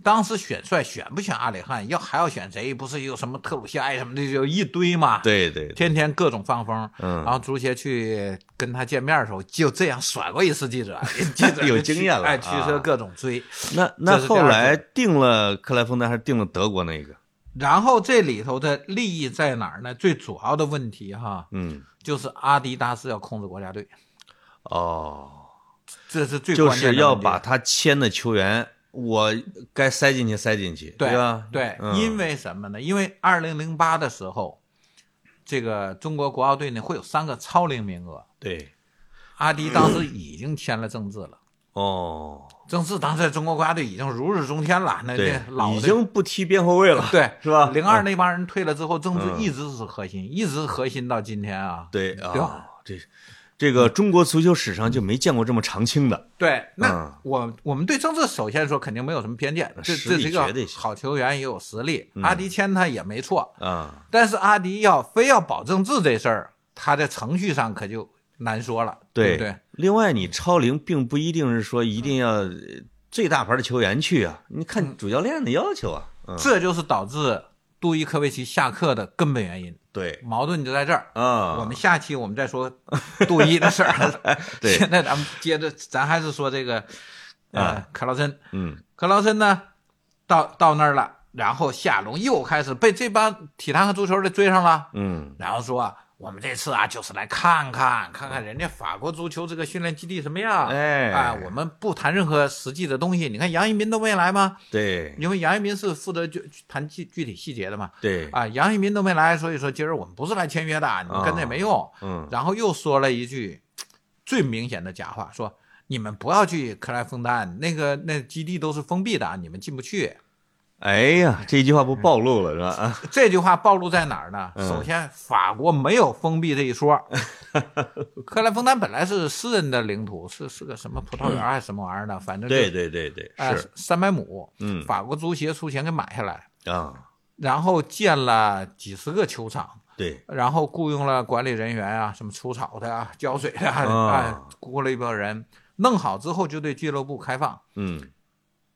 [SPEAKER 2] 当时选帅选不选阿里汉，要还要选谁？不是有什么特鲁西埃什么的，就一堆嘛。，
[SPEAKER 1] 对对，对
[SPEAKER 2] 天天各种放风。
[SPEAKER 1] 嗯
[SPEAKER 2] 然后足协去跟他见面的时候，就这样甩过一次记
[SPEAKER 1] [laughs]
[SPEAKER 2] 者，记者
[SPEAKER 1] 有经验了
[SPEAKER 2] 哎，驱
[SPEAKER 1] 啊
[SPEAKER 2] 车各种追。
[SPEAKER 1] 那那
[SPEAKER 2] 这是第
[SPEAKER 1] 后
[SPEAKER 2] 二个
[SPEAKER 1] 来定了克莱枫丹还是定了德国那个？
[SPEAKER 2] 然后这里头的利益在哪儿呢？最主要的问题哈，
[SPEAKER 1] 嗯，
[SPEAKER 2] 就是阿迪达斯要控制国家队。
[SPEAKER 1] 哦，
[SPEAKER 2] 这是最
[SPEAKER 1] 就
[SPEAKER 2] 关键
[SPEAKER 1] 是
[SPEAKER 2] 的
[SPEAKER 1] 要
[SPEAKER 2] 问题
[SPEAKER 1] 把他签的球员，我该塞进去塞进去，
[SPEAKER 2] 对
[SPEAKER 1] 吧？
[SPEAKER 2] 对，
[SPEAKER 1] 嗯
[SPEAKER 2] 因为什么呢？因为二零零八的时候，这个中国国奥队呢会有三个超龄名额，
[SPEAKER 1] 对，
[SPEAKER 2] 阿迪当时已经签了郑智了，
[SPEAKER 1] 哦，
[SPEAKER 2] 郑智当时在中国国家队已经如日中天了，那
[SPEAKER 1] 对
[SPEAKER 2] 哎那老，的
[SPEAKER 1] 已经不踢边后卫了，
[SPEAKER 2] 对
[SPEAKER 1] 是吧？
[SPEAKER 2] 零二那帮人退了之后，郑智
[SPEAKER 1] 嗯
[SPEAKER 2] 一直是核心，一直核心到今天啊。
[SPEAKER 1] 对
[SPEAKER 2] 对
[SPEAKER 1] 啊
[SPEAKER 2] 吧，
[SPEAKER 1] 这这个中国足球史上就没见过这么长青的。
[SPEAKER 2] 对，
[SPEAKER 1] 嗯
[SPEAKER 2] 那我我们对郑智首先说肯定没有什么偏见，这
[SPEAKER 1] 实力
[SPEAKER 2] 这是一
[SPEAKER 1] 绝
[SPEAKER 2] 个
[SPEAKER 1] 对嗯行
[SPEAKER 2] 好球员，也有实力，阿迪签他也没错。
[SPEAKER 1] 啊，
[SPEAKER 2] 但是阿迪要非要保证治这事儿，他在程序上可就难说了，对不对？
[SPEAKER 1] 另外，你超龄并不一定是说一定要呃最大牌的球员去啊，你
[SPEAKER 2] 嗯
[SPEAKER 1] 看主教练的要求啊。嗯，
[SPEAKER 2] 这就是导致杜伊科维奇下课的根本原因，
[SPEAKER 1] 对
[SPEAKER 2] 矛盾就在这儿。
[SPEAKER 1] 啊，
[SPEAKER 2] 我们下期我们再说杜伊的事儿。
[SPEAKER 1] [laughs] 对
[SPEAKER 2] 现在咱们接着，咱还是说这个，呃，克劳森。
[SPEAKER 1] 嗯
[SPEAKER 2] 克劳森呢，到到那儿了，然后夏龙又开始被这帮体坛和足球的追上了。
[SPEAKER 1] 嗯
[SPEAKER 2] 然后说我们这次啊，就是来看看看看人家法国足球这个训练基地什么样。
[SPEAKER 1] 哎
[SPEAKER 2] 啊，我们不谈任何实际的东西。你看杨一民都没来吗？
[SPEAKER 1] 哎对
[SPEAKER 2] 因为杨一民是负责就谈具具体细节的嘛。
[SPEAKER 1] 对
[SPEAKER 2] 啊，杨一民都没来，所以说今儿我们不是来签约的，你们跟着也没用。
[SPEAKER 1] 嗯
[SPEAKER 2] 然后又说了一句最明显的假话，说你们不要去克莱枫丹，那个那基地都是封闭的，啊你们进不去。
[SPEAKER 1] 哎呀，这句话不暴露了是吧？
[SPEAKER 2] [laughs]
[SPEAKER 1] 啊，
[SPEAKER 2] 这句话暴露在哪儿呢？
[SPEAKER 1] 嗯
[SPEAKER 2] 首先，法国没有封闭这
[SPEAKER 1] [laughs]
[SPEAKER 2] 一说。克莱枫丹本来是私人的领土，是是个什么葡萄园还是什么玩意儿的，反正就
[SPEAKER 1] 对对对对，
[SPEAKER 2] 呃
[SPEAKER 1] 是
[SPEAKER 2] 三百亩，
[SPEAKER 1] 嗯
[SPEAKER 2] 法国足协出钱给买下来，
[SPEAKER 1] 啊，
[SPEAKER 2] 然后建了几十个球场，
[SPEAKER 1] 对
[SPEAKER 2] 然后雇佣了管理人员啊，什么除草的啊、浇水的啊，
[SPEAKER 1] 啊
[SPEAKER 2] 啊雇了一帮人，弄好之后就对俱乐部开放。
[SPEAKER 1] 嗯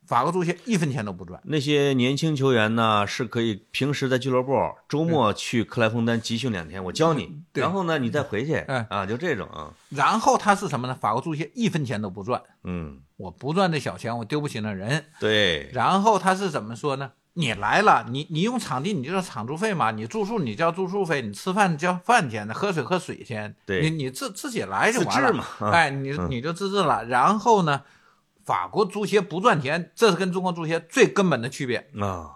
[SPEAKER 2] 法国足协一分钱都不赚。
[SPEAKER 1] 那些年轻球员呢，是可以平时在俱乐部，周末去克莱枫丹集训两天，我教你，
[SPEAKER 2] [laughs] 对
[SPEAKER 1] 然后呢你再回去，
[SPEAKER 2] 嗯
[SPEAKER 1] 啊，就这种啊，
[SPEAKER 2] 然后他是什么呢？法国足协一分钱都不赚，
[SPEAKER 1] 嗯，
[SPEAKER 2] 我不赚这小钱，我丢不起那人。
[SPEAKER 1] 对，
[SPEAKER 2] 然后他是怎么说呢？你来了，你你用场地，你就叫场租费嘛，你住宿你交住宿费，你吃饭交饭钱，喝水喝水钱，
[SPEAKER 1] 对
[SPEAKER 2] 你你自自己来就完
[SPEAKER 1] 自
[SPEAKER 2] 了
[SPEAKER 1] 制嘛啊
[SPEAKER 2] 哎，你你就自制了。然后呢，法国足协不赚钱，这是跟中国足协最根本的区别，
[SPEAKER 1] 啊，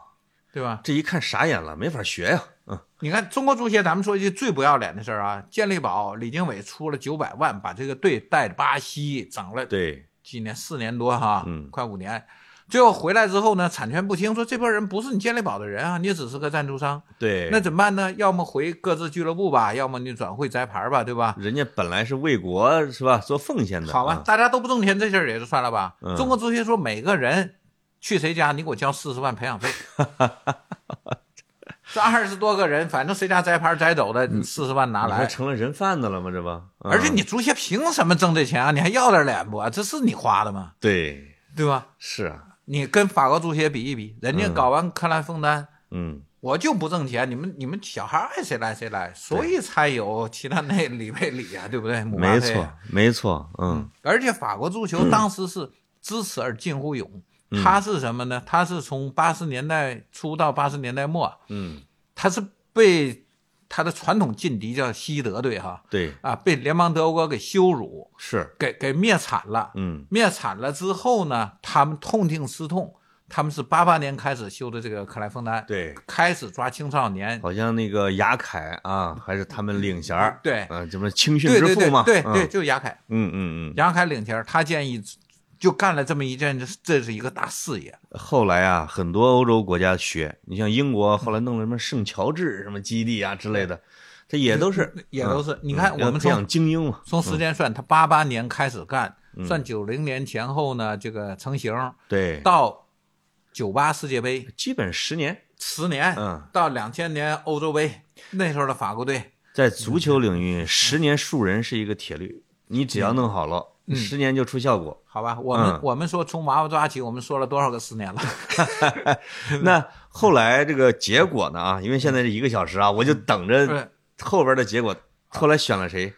[SPEAKER 2] 对吧？
[SPEAKER 1] 这一看傻眼了，没法学呀，嗯，
[SPEAKER 2] 你看中国足协，咱们说一句最不要脸的事儿啊，健力宝李经纬出了九百万，把这个队带巴西，整了
[SPEAKER 1] 对，
[SPEAKER 2] 几年四年多哈，
[SPEAKER 1] 嗯
[SPEAKER 2] 快五年。最后回来之后呢，产权不清，说这波人不是你健力宝的人啊，你只是个赞助商。
[SPEAKER 1] 对，
[SPEAKER 2] 那怎么办呢？要么回各自俱乐部吧，要么你转会摘牌吧，对吧？
[SPEAKER 1] 人家本来是为国是吧，做奉献的，
[SPEAKER 2] 好吧
[SPEAKER 1] 啊，，
[SPEAKER 2] 大家都不挣钱，这事儿也就算了吧。
[SPEAKER 1] 嗯
[SPEAKER 2] 中国足协说，每个人去谁家，你给我交四十万培养
[SPEAKER 1] [laughs]
[SPEAKER 2] 费。这二十多个人，反正谁家摘牌摘走的，四十万拿
[SPEAKER 1] 啊你嗯说
[SPEAKER 2] 来。
[SPEAKER 1] 成了人贩子了吗？这不，啊
[SPEAKER 2] 而且你足协凭什么挣这钱啊？你还要点脸不啊？这是你花的吗？
[SPEAKER 1] 对，
[SPEAKER 2] 对吧？
[SPEAKER 1] 是啊，
[SPEAKER 2] 你跟法国足协比一比，人家
[SPEAKER 1] 嗯
[SPEAKER 2] 搞完克莱枫丹，
[SPEAKER 1] 嗯，
[SPEAKER 2] 我就不挣钱，你们你们小孩爱谁来谁来，所以才有齐达内、里贝里啊，对不对？姆巴
[SPEAKER 1] 没
[SPEAKER 2] 佩
[SPEAKER 1] 错，没错，嗯，
[SPEAKER 2] 而且法国足球当时是知耻而近乎勇，
[SPEAKER 1] 嗯
[SPEAKER 2] 他是什么呢？他是从八十年代初到八十年代末，
[SPEAKER 1] 嗯，
[SPEAKER 2] 他是被他的传统劲敌叫西德队哈
[SPEAKER 1] 对，
[SPEAKER 2] 啊，被联邦德国给羞辱，
[SPEAKER 1] 是，
[SPEAKER 2] 给给灭惨了。
[SPEAKER 1] 嗯，
[SPEAKER 2] 灭惨了之后呢，他们痛定思痛，他们是八八年开始修的这个克莱枫丹，
[SPEAKER 1] 对，
[SPEAKER 2] 开始抓青少年，
[SPEAKER 1] 好像那个雅凯啊，还是他们领衔儿，
[SPEAKER 2] 对
[SPEAKER 1] 嗯，什么青训
[SPEAKER 2] 对
[SPEAKER 1] 之
[SPEAKER 2] 对
[SPEAKER 1] 父
[SPEAKER 2] 对
[SPEAKER 1] 嘛，
[SPEAKER 2] 对
[SPEAKER 1] 嗯
[SPEAKER 2] 对，，就是雅凯，
[SPEAKER 1] 嗯嗯
[SPEAKER 2] 杨凯领衔儿，他建议就干了这么一件，这是一个大事业。
[SPEAKER 1] 嗯，后来啊，很多欧洲国家学，你像英国后来弄了什么圣乔治什么基地啊之类的，它也都是，
[SPEAKER 2] 嗯也都是，你看
[SPEAKER 1] 嗯
[SPEAKER 2] 我
[SPEAKER 1] 要
[SPEAKER 2] 们
[SPEAKER 1] 培养
[SPEAKER 2] 从
[SPEAKER 1] 精英嘛，
[SPEAKER 2] 从时间算，他八八年开始干，
[SPEAKER 1] 嗯
[SPEAKER 2] 算九零年前后呢，这个成型
[SPEAKER 1] 对，
[SPEAKER 2] 到九八世界杯
[SPEAKER 1] 基本十年。
[SPEAKER 2] 十年
[SPEAKER 1] 嗯，
[SPEAKER 2] 到两千年欧洲杯那时候的法国队，
[SPEAKER 1] 在足球领域，
[SPEAKER 2] 嗯
[SPEAKER 1] 十年树人是一个铁律，你只要弄好了，
[SPEAKER 2] 嗯
[SPEAKER 1] 十年就出效果。
[SPEAKER 2] 好吧，我们
[SPEAKER 1] 嗯
[SPEAKER 2] 我们说从娃娃抓起，我们说了多少个十年了？
[SPEAKER 1] 那后来这个结果呢？啊，因为现在是一个小时啊，我就等着
[SPEAKER 2] 对
[SPEAKER 1] 后边的结果。后来选了谁？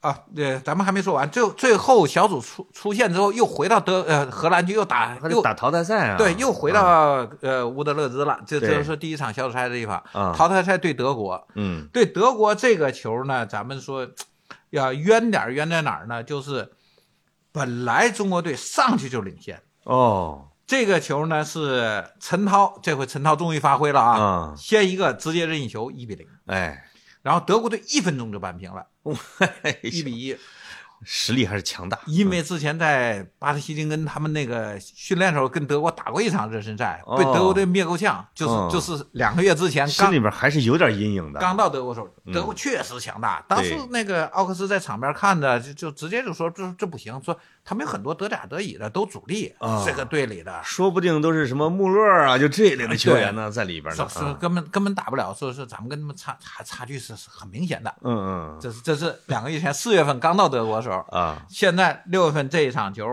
[SPEAKER 2] 啊，对，咱们还没说完，最最后小组出出现之后，又回到德呃荷兰就又打
[SPEAKER 1] 他
[SPEAKER 2] 又
[SPEAKER 1] 就打淘汰赛啊。
[SPEAKER 2] 对，又回到
[SPEAKER 1] 啊
[SPEAKER 2] 呃乌德勒支了，这
[SPEAKER 1] 对
[SPEAKER 2] 这是第一场小组赛的地方
[SPEAKER 1] 啊，
[SPEAKER 2] 淘汰赛对德国，
[SPEAKER 1] 嗯
[SPEAKER 2] 对德国这个球呢，咱们说要冤点儿冤在哪儿呢？就是本来中国队上去就领先，
[SPEAKER 1] 哦
[SPEAKER 2] 这个球呢是陈涛，这回陈涛终于发挥了啊，
[SPEAKER 1] 啊
[SPEAKER 2] 先一个直接任意球一比零，
[SPEAKER 1] 哎，
[SPEAKER 2] 然后德国队一分钟就扳平了，一比一，
[SPEAKER 1] 实力还是强大。
[SPEAKER 2] 因为之前在巴西金跟他们那个训练的时候，跟德国打过一场热身赛，
[SPEAKER 1] 哦
[SPEAKER 2] 被德国队灭够呛，就是、
[SPEAKER 1] 哦
[SPEAKER 2] 就是两个月之前
[SPEAKER 1] 心
[SPEAKER 2] 刚
[SPEAKER 1] 里边还是有点阴影的。
[SPEAKER 2] 刚到德国时候，德
[SPEAKER 1] 嗯
[SPEAKER 2] 国确实强大。当时那个奥克斯在场边看着，就就直接就说这这不行，说他们有很多德甲、德乙的都主力，
[SPEAKER 1] 哦
[SPEAKER 2] 这个队里的。
[SPEAKER 1] 说不定都是什么穆勒啊，就这一类的球员呢，在里边呢。
[SPEAKER 2] 说说
[SPEAKER 1] 啊
[SPEAKER 2] 根本根本打不了，说是咱们跟他们差差差距是是很明显的。
[SPEAKER 1] 嗯嗯
[SPEAKER 2] 这是这是两个月前四月份刚到德国的时候，
[SPEAKER 1] 啊，
[SPEAKER 2] 现在六月份这一场球，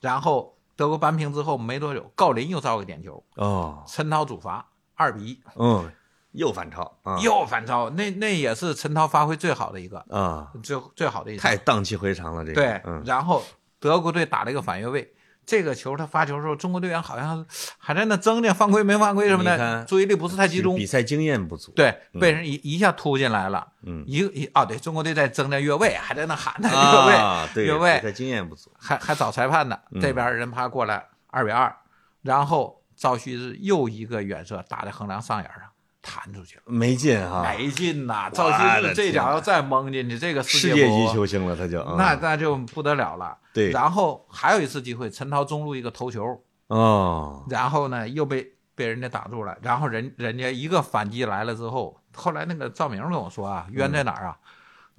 [SPEAKER 2] 然后德国扳平之后没多久，郜林又造个点球，
[SPEAKER 1] 哦，
[SPEAKER 2] 陈涛主罚二比一，
[SPEAKER 1] 嗯，又反超啊
[SPEAKER 2] 又反超，那那也是陈涛发挥最好的一个，
[SPEAKER 1] 啊，
[SPEAKER 2] 最最好的一场
[SPEAKER 1] 太荡气回肠了，这个。
[SPEAKER 2] 对。
[SPEAKER 1] 嗯，
[SPEAKER 2] 然后德国队打了一个反越位，这个球他发球的时候，中国队员好像还在那争呢，犯规没犯规什么
[SPEAKER 1] 你看
[SPEAKER 2] 的，注意力不是太集中
[SPEAKER 1] 比，赛经验不足。，
[SPEAKER 2] 对，被人一一下突进来了，
[SPEAKER 1] 嗯
[SPEAKER 2] 一个一啊，对中国队在争那越位，还在那喊呢越位，
[SPEAKER 1] 啊，对，
[SPEAKER 2] 越位
[SPEAKER 1] 比赛经验不足。
[SPEAKER 2] 还还找裁判呢，
[SPEAKER 1] 嗯
[SPEAKER 2] 这边人爬过来二比二，然后赵旭日又一个远射打在横梁上沿上弹出去了，
[SPEAKER 1] 没劲哈、
[SPEAKER 2] 没劲呐、赵旭日这脚要再蒙进去，这个
[SPEAKER 1] 世
[SPEAKER 2] 界
[SPEAKER 1] 界
[SPEAKER 2] 博
[SPEAKER 1] 级球星了，他就
[SPEAKER 2] 那
[SPEAKER 1] 嗯
[SPEAKER 2] 那就不得了了。
[SPEAKER 1] 对
[SPEAKER 2] 然后还有一次机会，陈涛中路一个头球，
[SPEAKER 1] 哦，
[SPEAKER 2] 然后呢又被被人家挡住了，然后人人家一个反击来了之后，后来那个赵明跟我说
[SPEAKER 1] 嗯
[SPEAKER 2] 啊，冤在哪儿啊？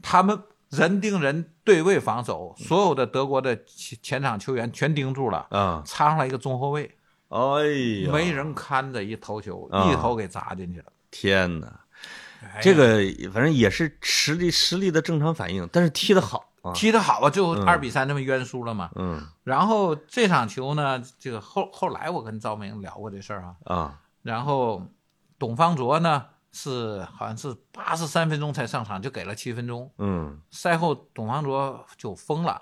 [SPEAKER 2] 他们人盯人对位防守，
[SPEAKER 1] 嗯
[SPEAKER 2] 所有的德国的前前场球员全盯住了，
[SPEAKER 1] 啊，
[SPEAKER 2] 插上来一个中后卫，
[SPEAKER 1] 哎呀，
[SPEAKER 2] 没人看着一头球，
[SPEAKER 1] 啊
[SPEAKER 2] 一头给砸进去了。
[SPEAKER 1] 天哪，
[SPEAKER 2] 哎呀
[SPEAKER 1] 这个反正也是实力实力的正常反应，但是踢得好啊，
[SPEAKER 2] 踢得好啊，最后
[SPEAKER 1] 嗯
[SPEAKER 2] 二比三这么冤输了嘛。
[SPEAKER 1] 嗯
[SPEAKER 2] 然后这场球呢，这个后后来我跟赵明聊过这事儿啊，
[SPEAKER 1] 啊
[SPEAKER 2] 然后董方卓呢是好像是八十三分钟才上场，就给了七分钟。
[SPEAKER 1] 嗯，
[SPEAKER 2] 赛后董方卓就疯 [laughs] 了，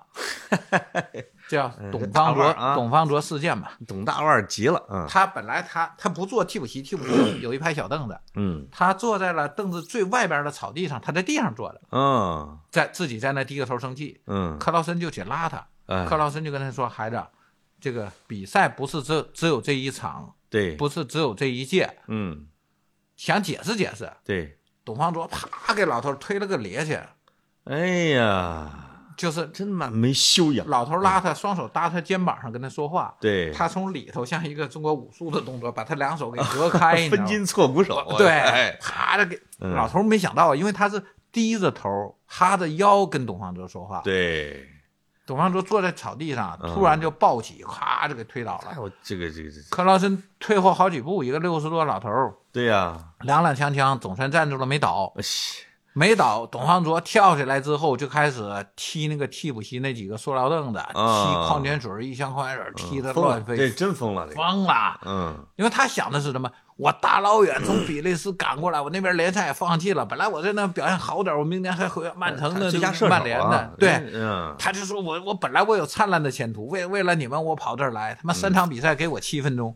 [SPEAKER 2] 叫董
[SPEAKER 1] 大
[SPEAKER 2] 方
[SPEAKER 1] 腕
[SPEAKER 2] 卓、
[SPEAKER 1] 儿啊
[SPEAKER 2] 董方卓事件嘛。
[SPEAKER 1] 董大腕儿急了啊，
[SPEAKER 2] 他本来他他不坐替补席，替补席有一排小凳子，
[SPEAKER 1] 嗯
[SPEAKER 2] 他坐在了凳子最外边的草地上，他在地上坐着，
[SPEAKER 1] 啊
[SPEAKER 2] 在自己在那低个头生气。
[SPEAKER 1] 嗯，
[SPEAKER 2] 克劳森就去拉他，
[SPEAKER 1] 哎
[SPEAKER 2] 克劳森就跟他说：“孩子，这个比赛不是只只有这一场，
[SPEAKER 1] 对，
[SPEAKER 2] 不是只有这一届，
[SPEAKER 1] 嗯
[SPEAKER 2] 想解释解释。
[SPEAKER 1] 对，”
[SPEAKER 2] 董方卓啪给老头推了个趔趄，
[SPEAKER 1] 哎呀，
[SPEAKER 2] 就是
[SPEAKER 1] 真蛮没修养，
[SPEAKER 2] 老头拉他，双手搭他肩膀上跟他说话，
[SPEAKER 1] 对，
[SPEAKER 2] 他从里头像一个中国武术的动作，把他
[SPEAKER 1] [laughs]
[SPEAKER 2] 两手给隔开，你知道
[SPEAKER 1] 分
[SPEAKER 2] 吗？
[SPEAKER 1] 金错骨手，
[SPEAKER 2] 对
[SPEAKER 1] 哎，
[SPEAKER 2] 啪的给
[SPEAKER 1] 嗯
[SPEAKER 2] 老头儿没想到啊，因为他是低着头哈着腰跟董方卓说话，
[SPEAKER 1] 对，
[SPEAKER 2] 董方卓坐在草地上，啊
[SPEAKER 1] 嗯
[SPEAKER 2] 突然就抱起，咵就给推倒
[SPEAKER 1] 哎
[SPEAKER 2] 了。
[SPEAKER 1] 我这个这个，这个
[SPEAKER 2] 克劳森退后好几步，一个六十多老头儿
[SPEAKER 1] 对呀，
[SPEAKER 2] 踉踉跄跄，总算站住了，没倒，
[SPEAKER 1] 哎西
[SPEAKER 2] 没倒。董方卓跳起来之后就开始踢那个替补席那几个塑料凳子，踢矿泉水儿，一箱矿泉水儿踢得
[SPEAKER 1] 啊嗯疯了，
[SPEAKER 2] 乱
[SPEAKER 1] 这
[SPEAKER 2] 飞，
[SPEAKER 1] 真疯了，这个，
[SPEAKER 2] 疯了。
[SPEAKER 1] 嗯
[SPEAKER 2] 因为他想的是什么？我大老远从比利时赶过来，我那边联赛也放弃了。本来我在那表现好点，我明年还回曼城的、
[SPEAKER 1] 最佳射手啊
[SPEAKER 2] 曼联的。对，
[SPEAKER 1] 嗯，
[SPEAKER 2] 他就说我我本来我有灿烂的前途，为为了你们我跑这儿来，他
[SPEAKER 1] 嗯
[SPEAKER 2] 妈三场比赛给我七分钟，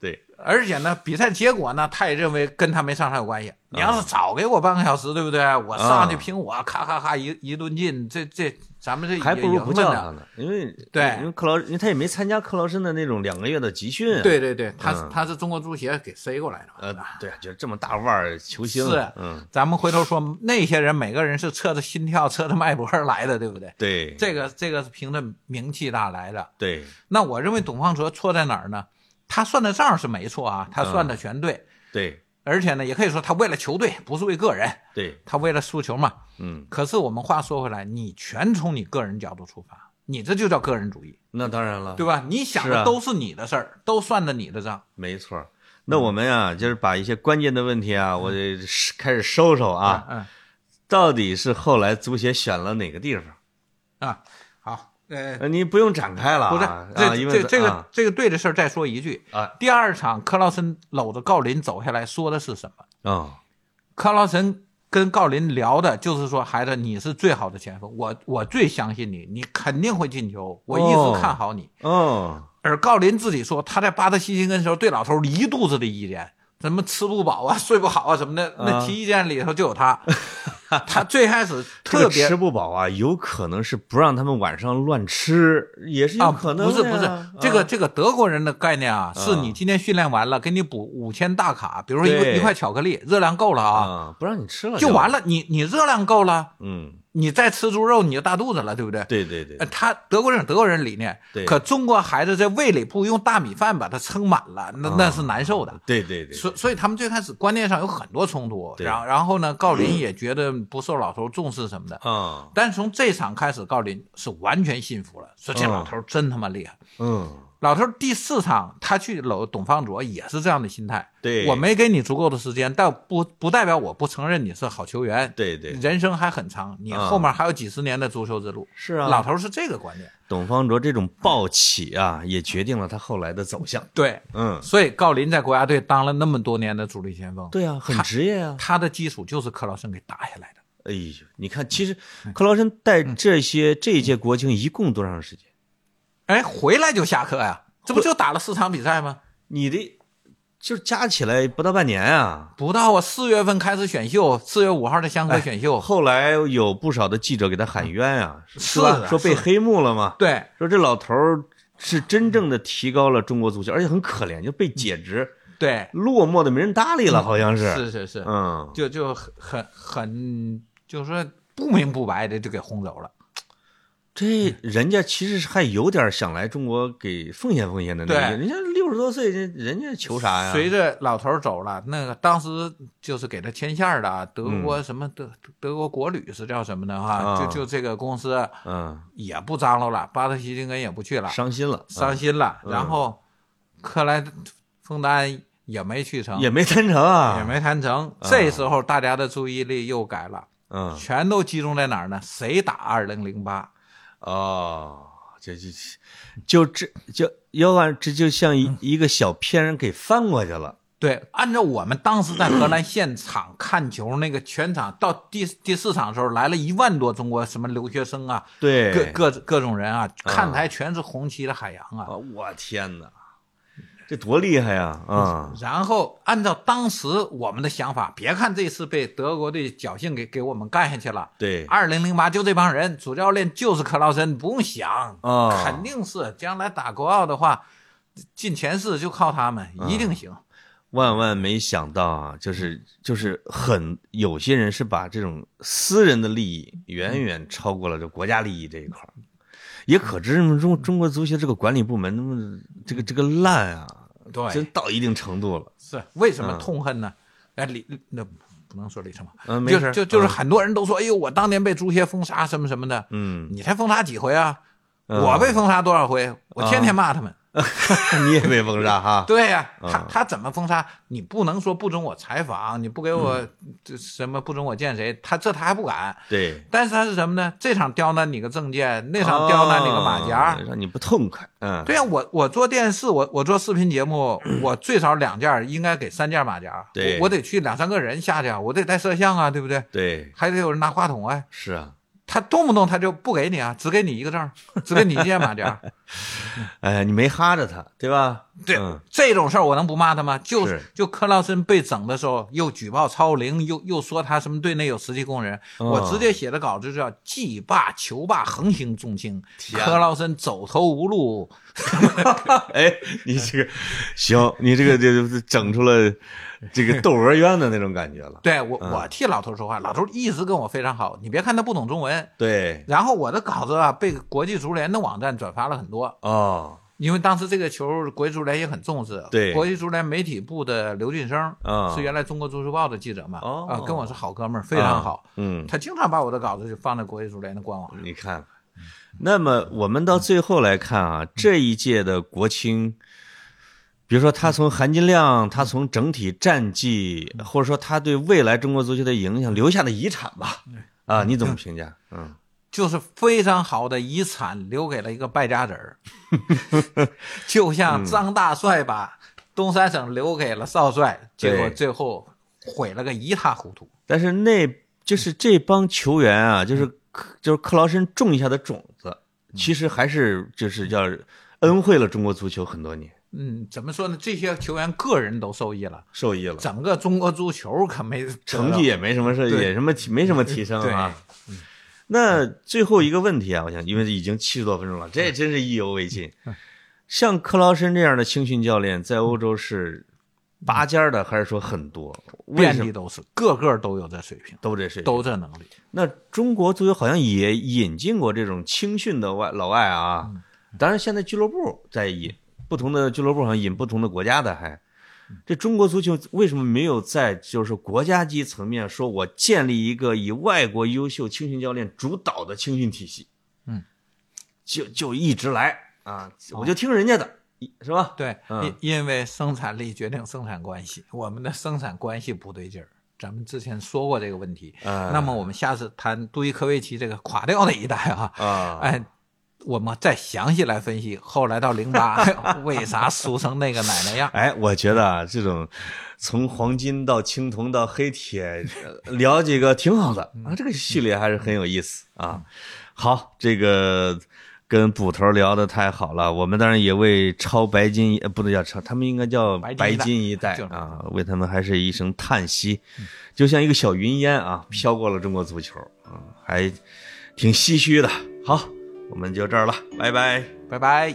[SPEAKER 1] 对，
[SPEAKER 2] 而且呢，比赛结果呢，他也认为跟他没上场有关系。
[SPEAKER 1] 嗯
[SPEAKER 2] 你要是早给我半个小时，对不对？我上去
[SPEAKER 1] 啊
[SPEAKER 2] 拼我，咔咔咔一一顿进，这这咱们这
[SPEAKER 1] 还
[SPEAKER 2] 也
[SPEAKER 1] 不如
[SPEAKER 2] 赢
[SPEAKER 1] 不
[SPEAKER 2] 了
[SPEAKER 1] 叫
[SPEAKER 2] 呢
[SPEAKER 1] 他呢，因为
[SPEAKER 2] 对
[SPEAKER 1] 因为克劳，因为他也没参加克劳森的那种两个月的集训啊，
[SPEAKER 2] 对对对，他是、
[SPEAKER 1] 嗯
[SPEAKER 2] 他是中国足协给塞过来的嘛。
[SPEAKER 1] 呃，对，就这么大腕儿球星，
[SPEAKER 2] 是
[SPEAKER 1] 嗯，
[SPEAKER 2] 咱们回头说，那些人每个人是测着心跳、测着脉搏而来的，对不对？
[SPEAKER 1] 对，
[SPEAKER 2] 这个这个是凭着名气大来的。
[SPEAKER 1] 对，
[SPEAKER 2] 那我认为董方哲错在哪儿呢？他算的账是没错啊，
[SPEAKER 1] 嗯
[SPEAKER 2] 他算的全对，
[SPEAKER 1] 对，
[SPEAKER 2] 而且呢，也可以说他为了球队，不是为个人，
[SPEAKER 1] 对，
[SPEAKER 2] 他为了输球嘛。
[SPEAKER 1] 嗯，
[SPEAKER 2] 可是我们话说回来，你全从你个人角度出发，你这就叫个人主义，
[SPEAKER 1] 那当然了，
[SPEAKER 2] 对吧？你想
[SPEAKER 1] 是
[SPEAKER 2] 的
[SPEAKER 1] 啊
[SPEAKER 2] 都是你的事儿，都算着你的账。
[SPEAKER 1] 没错儿。那我们呀、就是把一些关键的问题啊，我得是开始收收啊。
[SPEAKER 2] 嗯
[SPEAKER 1] 到底是后来足协选了哪个地方？
[SPEAKER 2] 啊，好，呃，
[SPEAKER 1] 呃，你不用展开了、啊，
[SPEAKER 2] 不是，
[SPEAKER 1] 啊，因
[SPEAKER 2] 这
[SPEAKER 1] 为
[SPEAKER 2] 这这个
[SPEAKER 1] 啊
[SPEAKER 2] 这个对的事儿再说一句
[SPEAKER 1] 啊。
[SPEAKER 2] 第二场克劳森搂着郜林走下来说的是什么？
[SPEAKER 1] 哦，
[SPEAKER 2] 克劳森跟郜林聊的就是说，孩子，你是最好的前锋，我我最相信你，你肯定会进球，我一直看好你。
[SPEAKER 1] 哦，
[SPEAKER 2] 而郜林自己说，他在巴特西辛根的时候对老头一肚子的意见，什么吃不饱啊、睡不好啊什么的，那
[SPEAKER 1] 啊
[SPEAKER 2] 提意见里头就
[SPEAKER 1] [laughs]
[SPEAKER 2] 有他。他最开始
[SPEAKER 1] 这
[SPEAKER 2] 特
[SPEAKER 1] 个
[SPEAKER 2] 别
[SPEAKER 1] 吃不饱啊，有可能是不让他们晚上乱吃，也是有
[SPEAKER 2] 啊，
[SPEAKER 1] 可能、
[SPEAKER 2] 不是不是，这个
[SPEAKER 1] 啊
[SPEAKER 2] 这个德国人的概念啊，是你今天训练完了，给你补五千大卡，比如说一个
[SPEAKER 1] 对
[SPEAKER 2] 一块巧克力，热量够了啊，
[SPEAKER 1] 啊，不让你吃了
[SPEAKER 2] 就完
[SPEAKER 1] 了。
[SPEAKER 2] 了。你你热量够了，
[SPEAKER 1] 嗯，
[SPEAKER 2] 你再吃猪肉你就大肚子了，对不对？
[SPEAKER 1] 对对对
[SPEAKER 2] 呃，，他德国人有德国人理念
[SPEAKER 1] 对，
[SPEAKER 2] 可中国孩子在胃里部用大米饭把它撑满了，
[SPEAKER 1] 啊
[SPEAKER 2] 那那是难受的。
[SPEAKER 1] 对对对，
[SPEAKER 2] 所所以他们最开始观念上有很多冲突，
[SPEAKER 1] 对嗯
[SPEAKER 2] 然然后呢，郜林也觉得不受老头重视什么的。
[SPEAKER 1] 啊，
[SPEAKER 2] 但是从这场开始，郜林是完全信服了，说这老头真他妈厉害。
[SPEAKER 1] 嗯，
[SPEAKER 2] 老头儿第四场他去搂董方卓也是这样的心态，
[SPEAKER 1] 对
[SPEAKER 2] 我没给你足够的时间，但不不代表我不承认你是好球员。
[SPEAKER 1] 对对，
[SPEAKER 2] 人生还很长，你
[SPEAKER 1] 嗯
[SPEAKER 2] 后面还有几十年的足球之路。
[SPEAKER 1] 是啊
[SPEAKER 2] 老头儿是这个观点。
[SPEAKER 1] 董方卓这种暴起啊，也决定了他后来的走向。
[SPEAKER 2] 对，
[SPEAKER 1] 嗯，
[SPEAKER 2] 所以郜林在国家队当了那么多年的主力前锋，
[SPEAKER 1] 对啊，很职业啊。
[SPEAKER 2] 他的基础就是克劳森给打下来
[SPEAKER 1] 哎
[SPEAKER 2] 的。
[SPEAKER 1] 呦，你看，其实
[SPEAKER 2] 嗯
[SPEAKER 1] 克劳森带这些这一届国青一共多长时间？
[SPEAKER 2] 哎，回来就下课呀、这不就打了四场比赛吗？
[SPEAKER 1] 你的就加起来不到半年啊。
[SPEAKER 2] 不到啊，四月份开始选秀，四月五号的
[SPEAKER 1] 哎
[SPEAKER 2] 香格选秀，
[SPEAKER 1] 后来有不少的记者给他喊冤啊，
[SPEAKER 2] 是
[SPEAKER 1] 吧？
[SPEAKER 2] 的
[SPEAKER 1] 说被
[SPEAKER 2] 是的
[SPEAKER 1] 黑幕了嘛，
[SPEAKER 2] 对，
[SPEAKER 1] 说这老头儿是真正的提高了中国足球，而且很可怜，就被解职，
[SPEAKER 2] 对，
[SPEAKER 1] 落寞的没人搭理了，好像是。
[SPEAKER 2] 嗯是是是，
[SPEAKER 1] 嗯，
[SPEAKER 2] 就就很很很，就是说不明不白的就给轰走了。
[SPEAKER 1] 这人家其实是还有点想来中国给奉献奉献的那个，
[SPEAKER 2] 对
[SPEAKER 1] 人家六十多岁，人人家求啥哎呀？
[SPEAKER 2] 随着老头儿走了，那个当时就是给他牵线儿的啊，德国什么德、德国国旅是叫什么的哈、
[SPEAKER 1] 嗯啊
[SPEAKER 2] 就就这个公司
[SPEAKER 1] 嗯，
[SPEAKER 2] 也不张罗了，巴特希金根也不去了，
[SPEAKER 1] 伤心了，
[SPEAKER 2] 伤心了。
[SPEAKER 1] 嗯
[SPEAKER 2] 然后克莱枫丹也没去成，
[SPEAKER 1] 也没谈成啊，
[SPEAKER 2] 也没谈成。这时候大家的注意力又改了，
[SPEAKER 1] 嗯，
[SPEAKER 2] 全都集中在哪儿呢？谁打二零零八？
[SPEAKER 1] 哦，就就就这就要按这就像一
[SPEAKER 2] 嗯
[SPEAKER 1] 一个小片人给翻过去了。
[SPEAKER 2] 对，按照我们当时在荷兰现场看球那个全场，到第第四场的时候来了一万多中国什么留学生啊，
[SPEAKER 1] 对
[SPEAKER 2] 各各各种人啊，看台全是红旗的海洋啊。
[SPEAKER 1] 啊，我天哪，这多厉害呀！啊，
[SPEAKER 2] 然后按照当时我们的想法，别看这次被德国队侥幸给给我们干下去了，
[SPEAKER 1] 对，
[SPEAKER 2] 二零零八就这帮人，主教练就是克劳森，不用想，
[SPEAKER 1] 啊
[SPEAKER 2] 肯定是将来打国奥的话，进前四就靠他们，
[SPEAKER 1] 啊
[SPEAKER 2] 一定行。
[SPEAKER 1] 万万没想到啊，就是就是很有些人是把这种私人的利益
[SPEAKER 2] 嗯
[SPEAKER 1] 远远超过了这国家利益这一块儿，也可知中中国足协这个管理部门那么这个这个烂啊，
[SPEAKER 2] 对，
[SPEAKER 1] 真啊到一定程度了。
[SPEAKER 2] 是为什么痛恨呢？哎，李那不能说李什么，
[SPEAKER 1] 嗯，没
[SPEAKER 2] 就
[SPEAKER 1] 事儿，
[SPEAKER 2] 就就是
[SPEAKER 1] 嗯
[SPEAKER 2] 很多人都说，哎呦，我当年被足协封杀什么什么的， [laughs]
[SPEAKER 1] 嗯，
[SPEAKER 2] 你才封杀几回啊？
[SPEAKER 1] 嗯
[SPEAKER 2] 我被封杀多少回？我天天骂他们。
[SPEAKER 1] 你也被封杀哈？
[SPEAKER 2] 对呀、他
[SPEAKER 1] 嗯
[SPEAKER 2] 他怎么封杀？你不能说不准我采访，你不给我
[SPEAKER 1] 嗯
[SPEAKER 2] 这什么不准我见谁，他这他还不敢。
[SPEAKER 1] 对，
[SPEAKER 2] 但是他是什么呢？这场刁难你个证件，那场刁难你个马甲。
[SPEAKER 1] 哦让你不痛快。嗯，
[SPEAKER 2] 对呀、我我做电视，我我做视频
[SPEAKER 1] [clears throat]
[SPEAKER 2] 节目，我最少两件儿应该给三件儿马甲，
[SPEAKER 1] 对
[SPEAKER 2] 我我得去两三个人下去，啊，我得带摄像啊，对不对？
[SPEAKER 1] 对，
[SPEAKER 2] 还得有人拿话筒哎，
[SPEAKER 1] 是啊，
[SPEAKER 2] 他动不动他就不给你啊，只给你一个证儿，只给你一件马甲。
[SPEAKER 1] [laughs] 哎呀，你没哈着他，对吧？
[SPEAKER 2] 对、
[SPEAKER 1] 嗯
[SPEAKER 2] 这种事儿，我能不骂他吗？就是就克劳森被整的时候，又举报超龄，又又说他什么队内有实际工人，
[SPEAKER 1] 哦
[SPEAKER 2] 我直接写的稿子就叫“既霸球霸横行中兴，
[SPEAKER 1] 天
[SPEAKER 2] 克劳森走投无路”。
[SPEAKER 1] [laughs] 哎，你这个行，你这个就就整出了这个窦娥冤的那种感觉了。
[SPEAKER 2] 对我，我替老头说话，老头一直跟我非常好。你别看他不懂中文，
[SPEAKER 1] 对，
[SPEAKER 2] 然后我的稿子啊被国际足联的网站转发了很多，
[SPEAKER 1] 哦，
[SPEAKER 2] 因为当时这个球国际足联也很重视。
[SPEAKER 1] 对
[SPEAKER 2] 国际足联媒体部的刘俊生、
[SPEAKER 1] 啊
[SPEAKER 2] 是原来中国足球报的记者嘛，
[SPEAKER 1] 哦
[SPEAKER 2] 啊、跟我是好哥们儿，非常
[SPEAKER 1] 啊
[SPEAKER 2] 好。
[SPEAKER 1] 嗯，
[SPEAKER 2] 他经常把我的稿子就放在国际足联的官网。
[SPEAKER 1] 你看，那么我们到最后来看啊，这一届的国青，比如说他从含金量，他从整体战绩，或者说他对未来中国足球的影响留下的遗产吧，啊，你怎么评价？嗯，
[SPEAKER 2] 就是非常好的遗产留给了一个败家子儿，
[SPEAKER 1] [laughs]
[SPEAKER 2] 就像张大帅把东三省留给了少帅，结果
[SPEAKER 1] 嗯对
[SPEAKER 2] 最后毁了个一塌糊涂。
[SPEAKER 1] 但是那就是这帮球员啊，就是克就是克劳森种下的种子，其实还是就是叫恩惠了中国足球很多年，
[SPEAKER 2] 嗯，怎么说呢？这些球员个人都受益了，
[SPEAKER 1] 受益了。
[SPEAKER 2] 整个中国足球可没
[SPEAKER 1] [laughs] 成绩也没什么事，
[SPEAKER 2] 对
[SPEAKER 1] 也什么提没什么提升啊。那最后一个问题啊，我想，因为已经七十多分钟了，这真是意犹未尽。像克劳森这样的青训教练，在欧洲是拔尖儿的，还是说很多？为
[SPEAKER 2] 遍
[SPEAKER 1] 什么
[SPEAKER 2] 地都是，个个都有这水平，
[SPEAKER 1] 都这水平？
[SPEAKER 2] 都这能力。
[SPEAKER 1] 那中国足球好像也引进过这种青训的外老外
[SPEAKER 2] 嗯
[SPEAKER 1] 啊。当然，现在俱乐部在引不同的俱乐部，好像引不同的国家的还。这中国足球为什么没有在就是国家级层面说，我建立一个以外国优秀青训教练主导的青训体系？
[SPEAKER 2] 嗯，哦
[SPEAKER 1] 就就一直来啊，我就听人家的，是吧？
[SPEAKER 2] 对，
[SPEAKER 1] 嗯
[SPEAKER 2] 因因为生产力决定生产关系， [laughs] 我们的生产关系不对劲儿。咱们之前说过这个问题，
[SPEAKER 1] 哎
[SPEAKER 2] 那么我们下次谈杜伊科维奇这个垮掉的一代啊，
[SPEAKER 1] 啊，
[SPEAKER 2] 哎，我们再详细来分析。后来到零八， [laughs] 为啥输成那个奶奶样？
[SPEAKER 1] 哎，我觉得啊，这种从黄金到青铜到黑铁，呃聊几个挺好的
[SPEAKER 2] 嗯
[SPEAKER 1] 啊，这个序列还是很有意思啊。好，这个跟捕头聊的太好了，我们当然也为超白金一，呃不能叫超，他们应该叫
[SPEAKER 2] 白金一代
[SPEAKER 1] 白金一代
[SPEAKER 2] 就是嗯
[SPEAKER 1] 啊，为他们还是一声叹息，就像一个小云烟啊，飘过了中国足球啊，还挺唏嘘的。好，我们就这儿了，拜拜。
[SPEAKER 2] 拜拜。